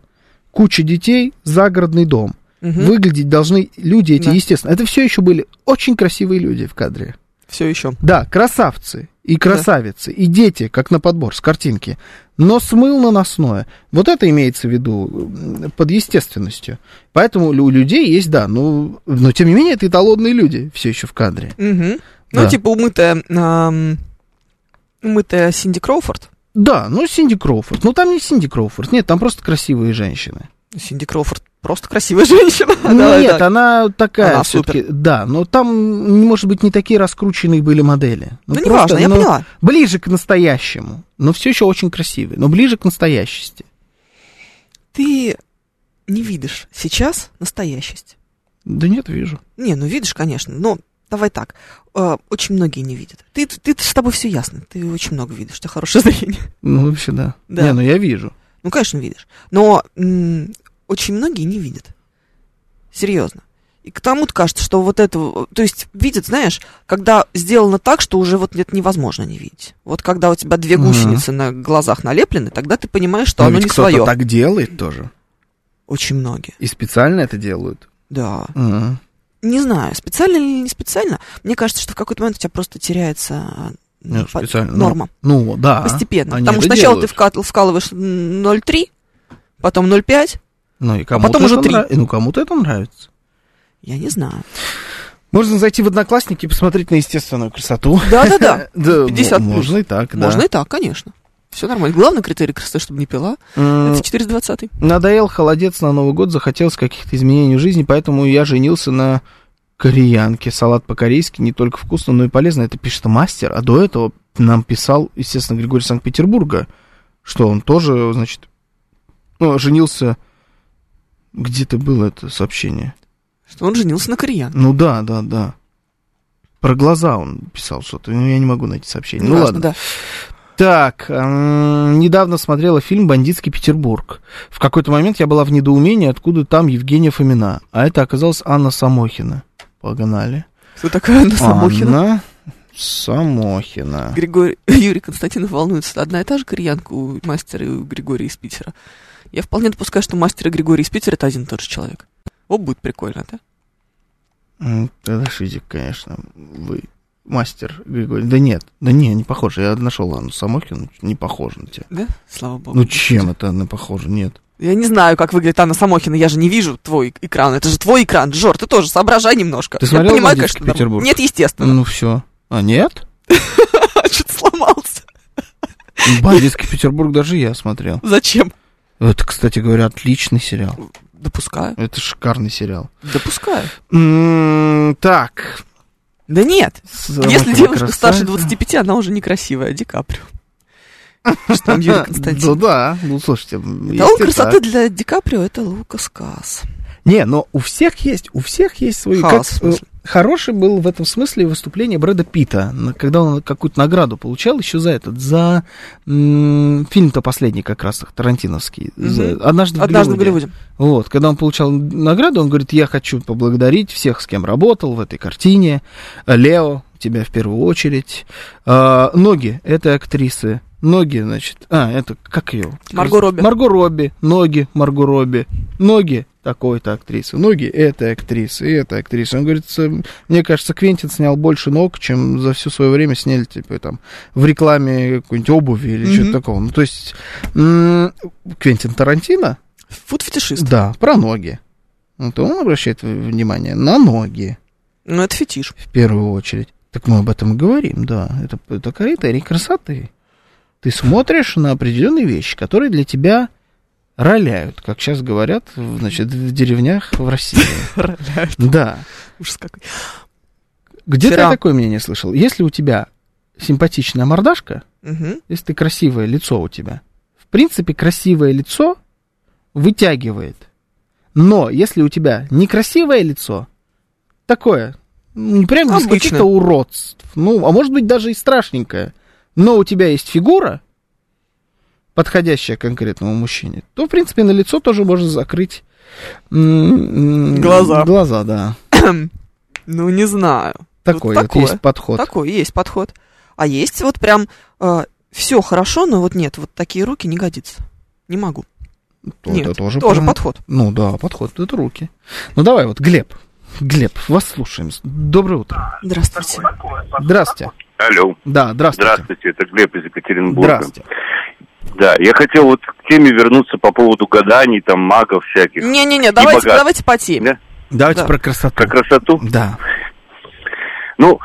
C: куча детей, загородный дом.
B: Мгм.
C: Выглядеть должны люди эти,
B: Да.
C: естественно. Это все еще были очень красивые люди в кадре.
B: Все еще.
C: Да, красавцы и красавицы, и дети, как на подбор с картинки. Но смыл наносное. Вот это имеется в виду м, под естественностью. Поэтому у людей есть, да, ну, но тем не менее это эталонные люди все еще в кадре.
B: Мгм. Ну,
C: Да.
B: типа умытая, ам, умытая Синди Кроуфорд.
C: Да, ну Синди Кроуфорд. Ну там не Синди Кроуфорд, нет, там просто красивые женщины.
B: Синди Кроуфорд просто красивая женщина.
C: Ну,
B: Да,
C: нет,
B: да.
C: она такая
B: Она
C: все-таки. Да, но там, может быть, не такие раскрученные были модели.
B: Ну,
C: просто,
B: неважно, я
C: ну,
B: поняла.
C: Ближе к настоящему. Но все еще очень красивые. Но ближе к настоящести.
B: Ты не видишь сейчас настоящесть.
C: Да нет, вижу.
B: Не, ну видишь, конечно, но давай так. Э, Очень многие не видят. Ты, ты, с тобой все ясно. Ты очень много видишь, ты хорошее зрение.
C: Ну, вообще, да.
B: Да.
C: Не, ну я вижу.
B: Ну, конечно, видишь. Но м, очень многие не видят. Серьезно. И к тому-то кажется, что вот это... э, То есть видят, знаешь, когда сделано так, что уже вот это невозможно не видеть. Вот когда у тебя две
C: Мгм.
B: гусеницы на глазах налеплены, тогда ты понимаешь, что
C: Но
B: оно
C: Ну, ведь
B: не
C: кто-то
B: свое.
C: так делает тоже.
B: Очень многие,
C: И специально это делают.
B: да.
C: Мгм.
B: Не знаю, специально или не специально. Мне кажется, что в какой-то момент у тебя просто теряется а, ну,
C: Нет,
B: по-
C: специально. Ну,
B: норма.
C: Ну, да.
B: Постепенно.
C: Они
B: Потому
C: это
B: что сначала
C: делают.
B: ты вкат- вкалываешь 0,3, потом 0,5.
C: Ну, и кому-то
B: А потом уже
C: это
B: три.
C: нра- Ну, кому-то это нравится.
B: Я не знаю.
C: Можно зайти в Одноклассники и посмотреть на естественную красоту.
B: Да-да-да.
C: Да, м-
B: 50 плюс.
C: Можно и так, да.
B: Можно и так, конечно. Все нормально. Главный критерий красоты, чтобы не пила,
C: М,
B: это 420
C: Надоел холодец на Новый год, захотелось каких-то изменений в жизни, поэтому я женился на кореянке. Салат по-корейски не только вкусно, но и полезно. Это пишет мастер. А до этого нам писал, естественно, Григорий из Санкт-Петербурга, что он тоже, значит, ну, женился... Где-то было это сообщение.
B: Что он женился на кореянке.
C: Ну да, да, да. Про глаза он писал что-то. Ну, я не могу найти сообщение. Ну,
B: Неважно,
C: ладно.
B: да.
C: Так, эм, недавно смотрела фильм «Бандитский Петербург». В какой-то момент я была в недоумении, откуда там Евгения Фомина. А это оказалась Анна Самохина. Погнали.
B: Кто такая Анна Самохина?
C: Анна Самохина.
B: Григорий, Юрий Константинов волнуется. Одна и та же кореянка у мастера и у Григория из Питера. Я вполне допускаю, что мастер и Григорий из Питера это один и тот же человек. О, будет прикольно, да?
C: М, Тогда Шизик, конечно, вы мастер Григорий. Да нет, да не, не похоже. Я нашел Анну Самохину, не похоже на тебя.
B: Да? Слава богу.
C: Ну чем это она похожа? Нет.
B: Я не знаю, как выглядит Анна Самохина, я же не вижу твой экран. Это же твой экран, Жор, ты тоже соображай немножко.
C: Ты
B: я
C: смотрел
B: понимаю,
C: «Бандитский
B: конечно, там-
C: Петербург»?
B: Нет, естественно.
C: Ну все. А нет?
B: Что-то сломался.
C: Бандитский Петербург даже я смотрел.
B: Зачем?
C: Это, кстати говоря, отличный сериал.
B: Допускаю.
C: Это шикарный сериал.
B: Допускаю.
C: так.
B: Да нет. Если девушка старше 25, она уже некрасивая, а Ди Каприо. Что там Юрий
C: Ну
B: Константинов?
C: да, ну слушайте.
B: Да,
C: есть
B: он
C: и
B: красоты
C: так.
B: для Ди Каприо это Лукас Касс.
C: Не, но у всех есть, у всех есть свои...
B: Хаос,
C: как,
B: в смысле.
C: э, Хороший был в этом смысле выступление Брэда Питта, на- когда он какую-то награду получал еще за этот, за м, фильм-то последний как раз, тарантиновский, за
B: Мгм.
C: «Однажды в
B: Однажды в
C: Голливуде».
B: Голливуде.
C: Вот, когда он получал награду, он говорит, я хочу поблагодарить всех, с кем работал в этой картине. Лео, тебя в первую очередь. А, ноги этой актрисы. Ноги, значит, а, это как ее?
B: Марго Робби.
C: Марго Робби. Ноги Марго Робби. Ноги такой-то актрисы. Ноги этой актрисы, и этой актрисы. Он говорит, «Сэм, мне кажется, Квентин снял больше ног, чем за все свое время сняли, типа, там, в рекламе какой-нибудь обуви или
B: Мгм.
C: что-то такого. Ну, то есть, м, Квентин Тарантино,
B: Фуд-фетишист.
C: да, про ноги. Ну, то он обращает в- внимание на ноги
B: Ну, это фетиш.
C: в первую очередь. Так мы об этом и говорим, да. Это, п- это критерий красоты. Ты смотришь на определенные вещи, которые для тебя роляют, как сейчас говорят, в, значит, в деревнях в России. Да.
B: Ужас какой.
C: Где-то я
B: Вчера.
C: такое мнение слышал. Если у тебя симпатичная мордашка,
B: Мгм.
C: если ты красивое лицо у тебя. В принципе, красивое лицо вытягивает. Но если у тебя некрасивое лицо, такое, м, прям без
B: Обычное.
C: каких-то уродств, ну, а может быть даже и страшненькое, но у тебя есть фигура, подходящая конкретному мужчине, то, в принципе, на лицо тоже можно закрыть м, м,
B: Глаза.
C: Глаза, да.
B: Ну, не знаю.
C: Такой вот
B: такое.
C: есть подход.
B: Такой есть подход. А есть вот прям все хорошо, но вот нет, вот такие руки не годится. Не могу.
C: То-
B: нет,
C: Ну, это тоже,
B: тоже
C: по-
B: подход.
C: Ну да, подход, это руки. Ну давай вот, Глеб. Глеб, вас слушаем. Доброе утро.
B: Здравствуйте.
C: Здравствуйте.
E: Алло,
C: Да, здравствуйте.
E: здравствуйте, это Глеб из Екатеринбурга.
C: Здравствуйте.
E: Да, я хотел вот к теме вернуться по поводу гаданий, там, магов всяких.
B: Не-не-не, давайте,
E: богат.
B: давайте по теме.
E: Да.
C: Давайте
B: Да.
C: про красоту.
E: Про
G: э,
E: красоту.
C: Да.
E: Ну,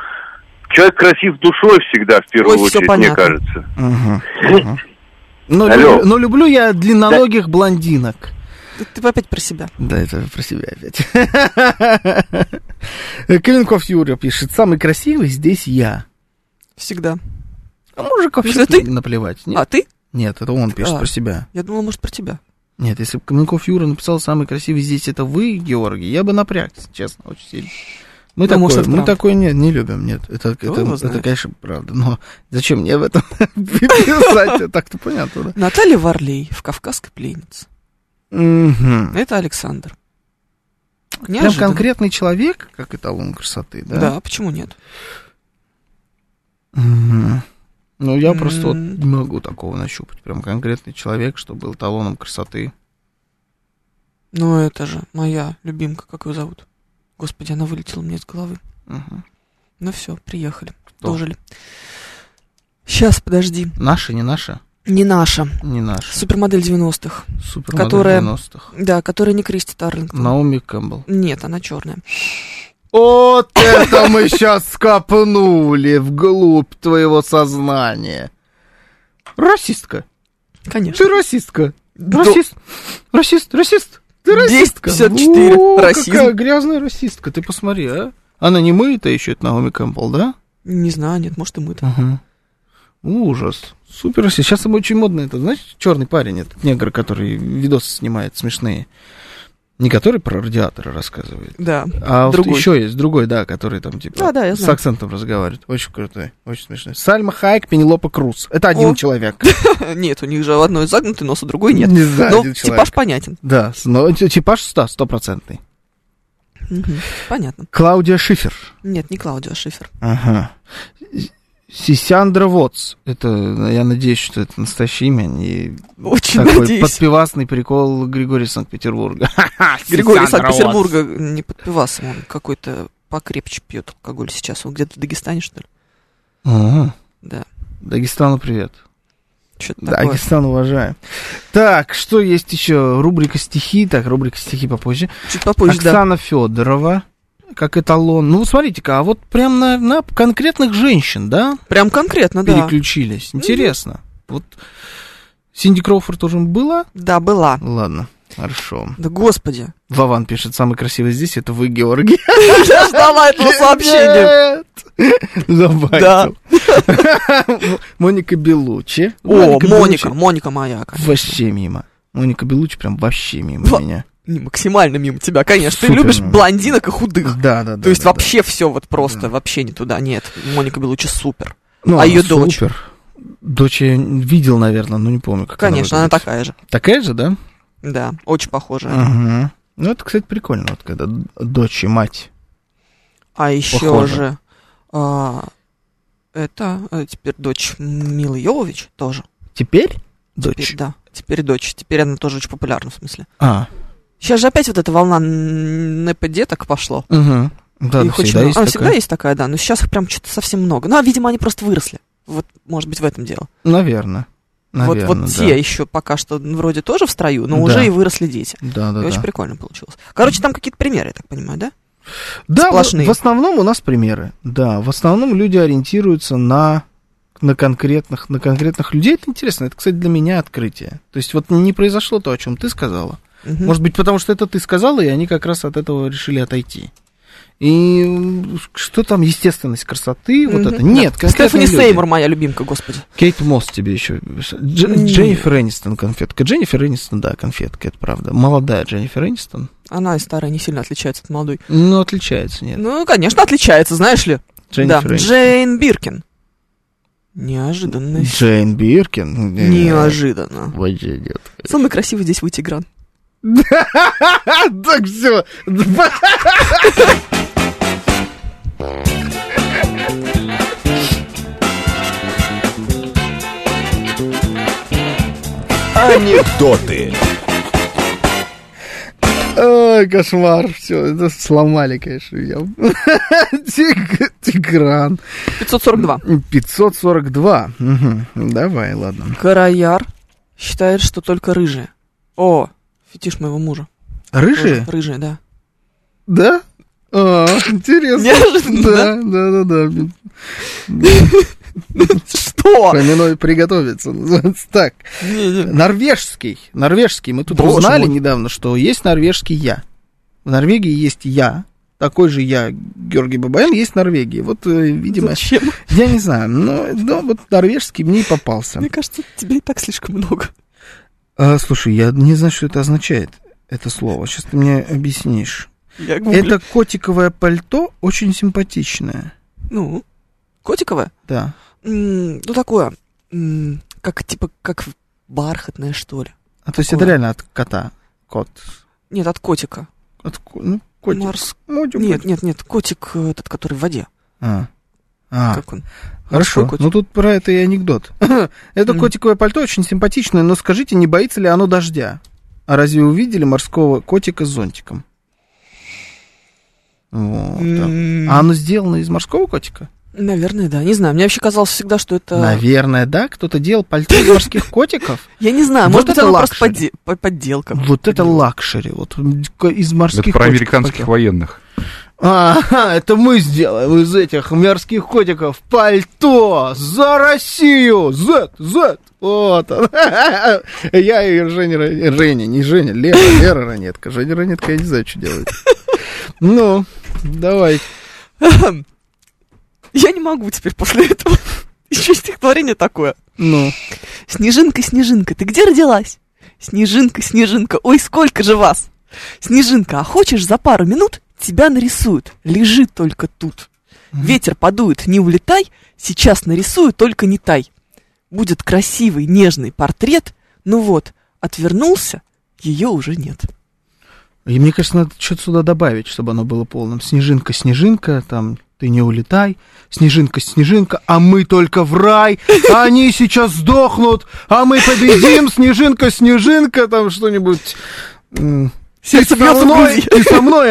E: человек красив душой всегда, в первую
B: Ой, всё
E: очередь, мне
B: понятно.
E: кажется.
C: Мгм, мгм. Но,
E: Алло.
C: люблю, но люблю я длинноногих блондинок.
B: Ты, ты опять про себя.
C: Да, это про себя опять. Клинков Юра пишет, самый красивый здесь я.
B: Всегда.
C: А мужик вообще
B: Это ты?
C: наплевать. Нет,
B: А ты?
C: нет, это он пишет
B: А.
C: про себя.
B: Я думала, может, про тебя.
C: Нет, если бы Каменков Юра написал «Самый красивый здесь это вы, Георгий», я бы напрягся, честно, очень сильно. Мы,
B: Ну, может,
C: такое,
B: это
C: мы
B: правда.
C: такое не, не любим, нет. Это, это,
B: его
C: это,
B: знает.
C: конечно, правда. Но зачем мне в этом писать? Так-то понятно, да?
B: Наталья Варлей в «Кавказской пленнице».
C: Мгм.
B: Это Александр.
C: Прям
B: Неожиданно.
C: конкретный человек, как эталон красоты,
B: да?
C: да?
B: почему нет?
C: Мгм. Ну, я просто вот
B: М.
C: не могу такого нащупать. Прям конкретный человек, что был эталоном красоты.
B: Ну, это же моя любимка, как ее зовут? Господи, она вылетела мне из головы.
C: Мгм.
B: Ну все, приехали.
C: Что?
B: Дожили. Сейчас, подожди.
C: Наша, не наша?
B: Не наша.
C: Не наша.
B: Супермодель 90-х.
C: Супер
B: Которая-
C: 90-х.
B: Да, которая не Кристи Тарлингтон.
C: Наоми Кэмпбелл.
B: Нет, она черная.
C: Вот это мы сейчас скопнули вглубь твоего сознания. Расистка.
B: Конечно.
C: Ты расистка. Расист. Расист, расист. Ты расистка.
B: 10.54.
C: Во, Какая
B: Расизм.
C: грязная расистка. Ты посмотри, а. Она не мытая еще, это Наоми Кэмпбелл, да?
B: Не знаю, нет, может и мы там.
C: Ужас. Супер. расист. Сейчас самое очень модно это. Знаешь, черный парень, этот негр, который видосы снимает смешные. Не который про радиаторы рассказывает.
B: Да.
C: А вот
B: Другой.
C: еще есть другой, да, который там типа
B: А, да, я
C: с
B: знаю.
C: акцентом разговаривает. Очень крутой, очень смешной. Сальма Хайк, Пенелопа Круз. Это один
B: О.
C: человек.
B: Нет, у них же одной загнутый нос, а другой нет.
C: Не знаю,
B: Но
C: один человек.
B: типаж понятен.
C: Да, с- но т- типаж ста- стопроцентный.
B: Мгм, Понятно.
C: Клаудия Шифер.
B: Нет, не Клаудио Шифер.
C: Ага. С- Сисяндра Вотс. Это, я надеюсь, что это настоящее имя, не
B: Очень
C: такой
B: надеюсь.
C: подпивасный прикол Григория из Санкт-Петербурга. Ха-ха,
B: Григорий из
C: Сисяндра Вотс.
B: Санкт-Петербурга не подпивался, он какой-то покрепче пьет алкоголь сейчас. Он где-то в Дагестане, что ли?
C: Ага.
B: Да.
C: Дагестану привет.
B: Что-то такое.
C: Дагестан уважаем. Так, что есть еще? Рубрика стихи. Так, рубрика стихи попозже.
B: Чуть попозже, да.
C: Оксана Федорова. Как эталон. Ну, смотрите-ка, а вот прям на, на конкретных женщин, да,
B: Прям конкретно, да.
C: переключились. Интересно. Вот Синди Кроуфорд уже была?
B: Да, была.
C: Ладно, хорошо.
B: Да господи.
C: Вован пишет, самый красивый здесь, это вы, Георгий.
B: Я ждала этого сообщения.
C: Нет! Забайтил. Моника Белучи.
B: О, Моника,
C: Белучи.
B: Моника моя. конечно.
C: Вообще мимо. Моника Белучи прям вообще мимо
B: Во-
C: меня.
B: Не, максимально мимо тебя, конечно. Ты
C: Супер
B: любишь
C: мимо.
B: блондинок и худых.
C: Да, да, да.
B: То есть
C: да, да.
B: вообще все вот просто, вообще не туда. Нет, Моника Белучи супер.
C: Ну,
B: А
C: она
B: её дочь?
C: супер. Дочь я видел, наверное, но не помню, как
B: Конечно, она
C: выглядит.
B: такая же.
C: Такая же, да?
B: Да, очень похожая.
C: Мгм. Ну, это, кстати, прикольно, вот когда д- дочь и мать.
B: А еще
C: Похожа.
B: же а, это э, теперь дочь Милы Йовович тоже.
C: Теперь дочь.
B: Теперь, да, теперь дочь. Теперь она тоже очень популярна, в смысле.
C: А,
B: Сейчас же опять вот эта волна НП деток пошло.
C: угу. Да,
B: Их очень
C: всегда есть
B: много. А,
C: такая.
B: всегда есть такая, да. Но сейчас их прям что-то совсем много. Ну, а, видимо, они просто выросли. Вот, может быть, в этом дело.
C: Наверное. Наверное,
B: вот вот
C: да.
B: те еще пока что ну, вроде тоже в строю, но
C: Да.
B: уже и выросли дети.
C: Да,
B: И
C: да,
B: очень
C: да.
B: прикольно получилось. Короче, там какие-то примеры, я так понимаю, да?
C: Да, в-
B: сплошные.
C: в основном у нас примеры. Да, в основном люди ориентируются на на конкретных, на конкретных людей. Это интересно. Это, кстати, для меня открытие. То есть вот не произошло то, о чем ты сказала.
B: Мгм.
C: Может быть, потому что это ты сказала, и они как раз от этого решили отойти. И м, что там естественность красоты, вот
B: Мгм.
C: это. Нет,
B: Да. Стефани
C: конкретные люди.
B: Сеймур, моя любимка, господи.
C: Кейт Мосс тебе еще. Дж-
B: Нет.
C: Дженнифер Энистон конфетка. Дженнифер Энистон, да, конфетка, это правда. Молодая Дженнифер Энистон.
B: Она и старая не сильно отличается от молодой.
C: Ну, отличается, нет.
B: Ну, конечно, отличается, знаешь ли.
C: Дженнифер
B: да.
C: Энистон.
B: Джейн Биркин. Неожиданно.
C: Джейн Биркин?
B: а Неожиданно.
C: Вообще нет.
B: Самый красивый здесь выйти Гран.
C: А, Так все.
A: Анекдоты.
C: Ой, кошмар. Все, это сломали, конечно, меня. Тиг- Тигран.
B: 542.
C: 542. Мгм. Давай, ладно.
B: Караяр считает, что только рыжие. О, фетиш моего мужа.
C: Рыжие?
B: Тоже Рыжие, да.
C: Да? А, интересно.
B: Неожиданно,
C: Да, да, да, да.
B: Что?
C: Помяной приготовиться, называется так.
B: Не-не.
C: Норвежский. Норвежский. Мы тут
B: Боже
C: узнали
B: мой.
C: недавно, что есть норвежский я. В Норвегии есть я. Такой же я, Георгий Бабаян, есть в Норвегии. Вот, э, видимо,
B: Зачем?
C: я не знаю, но, но вот норвежский мне и попался.
B: Мне кажется, тебя и так слишком много.
C: А, слушай, я не знаю, что это означает, это слово. Сейчас ты мне объяснишь.
B: Я гуглю.
C: Это котиковое пальто очень симпатичное.
B: Ну, котиковое?
C: Да.
B: М, Ну, такое, м, как, типа, как бархатное, что ли.
C: А то есть
B: Такое.
C: это реально от кота. Кот.
B: Нет, от котика.
C: От, ко- ну, котик.
B: Марс-
C: Мотик.
B: Нет, нет, нет, котик э, этот, который в воде.
C: А. А,
B: Как он?
C: хорошо.
B: морской котик.
C: Ну тут про это и анекдот. это
B: Мгм.
C: котиковое пальто очень симпатичное, но скажите, не боится ли оно дождя? А разве увидели морского котика с зонтиком? Вот.
B: М,
C: А оно сделано из морского котика?
B: Наверное, да. Не знаю. Мне вообще казалось всегда, что это...
C: Наверное, да. Кто-то делал пальто из морских котиков.
B: Я не знаю.
C: Вот
B: Может быть,
C: это
B: это просто
C: лакшери.
B: подде- по- подделка.
C: Вот это лакшери. Вот м, к- из
D: Это
C: морских
D: про
C: котиков
D: американских
C: пальто.
D: военных.
C: Ага, это мы сделаем из этих морских котиков пальто за Россию! Зет, зет! Вот он. Я и Женя, Ро- Женя, не Женя, Лера, Лера Ранетка. Женя Ранетка, я не знаю, что делает. Ну, давай.
B: Я не могу теперь после этого. Еще стихотворение такое.
C: Ну.
B: Снежинка, снежинка, ты где родилась? Снежинка, снежинка, ой, сколько же вас! Снежинка, а хочешь за пару минут тебя нарисуют? Лежи только тут. Ветер подует, не улетай, сейчас нарисую, только не тай. Будет красивый, нежный портрет, ну вот, отвернулся, ее уже нет.
C: И мне кажется, надо что-то сюда добавить, чтобы оно было полным. Снежинка, снежинка, там ты не улетай. Снежинка, снежинка, а мы только в рай. А Они сейчас сдохнут, а мы победим. Снежинка, снежинка, там что-нибудь. М,
B: Сердце
C: ты со
B: бьется в
C: мной,
B: груди.
C: ты со мной,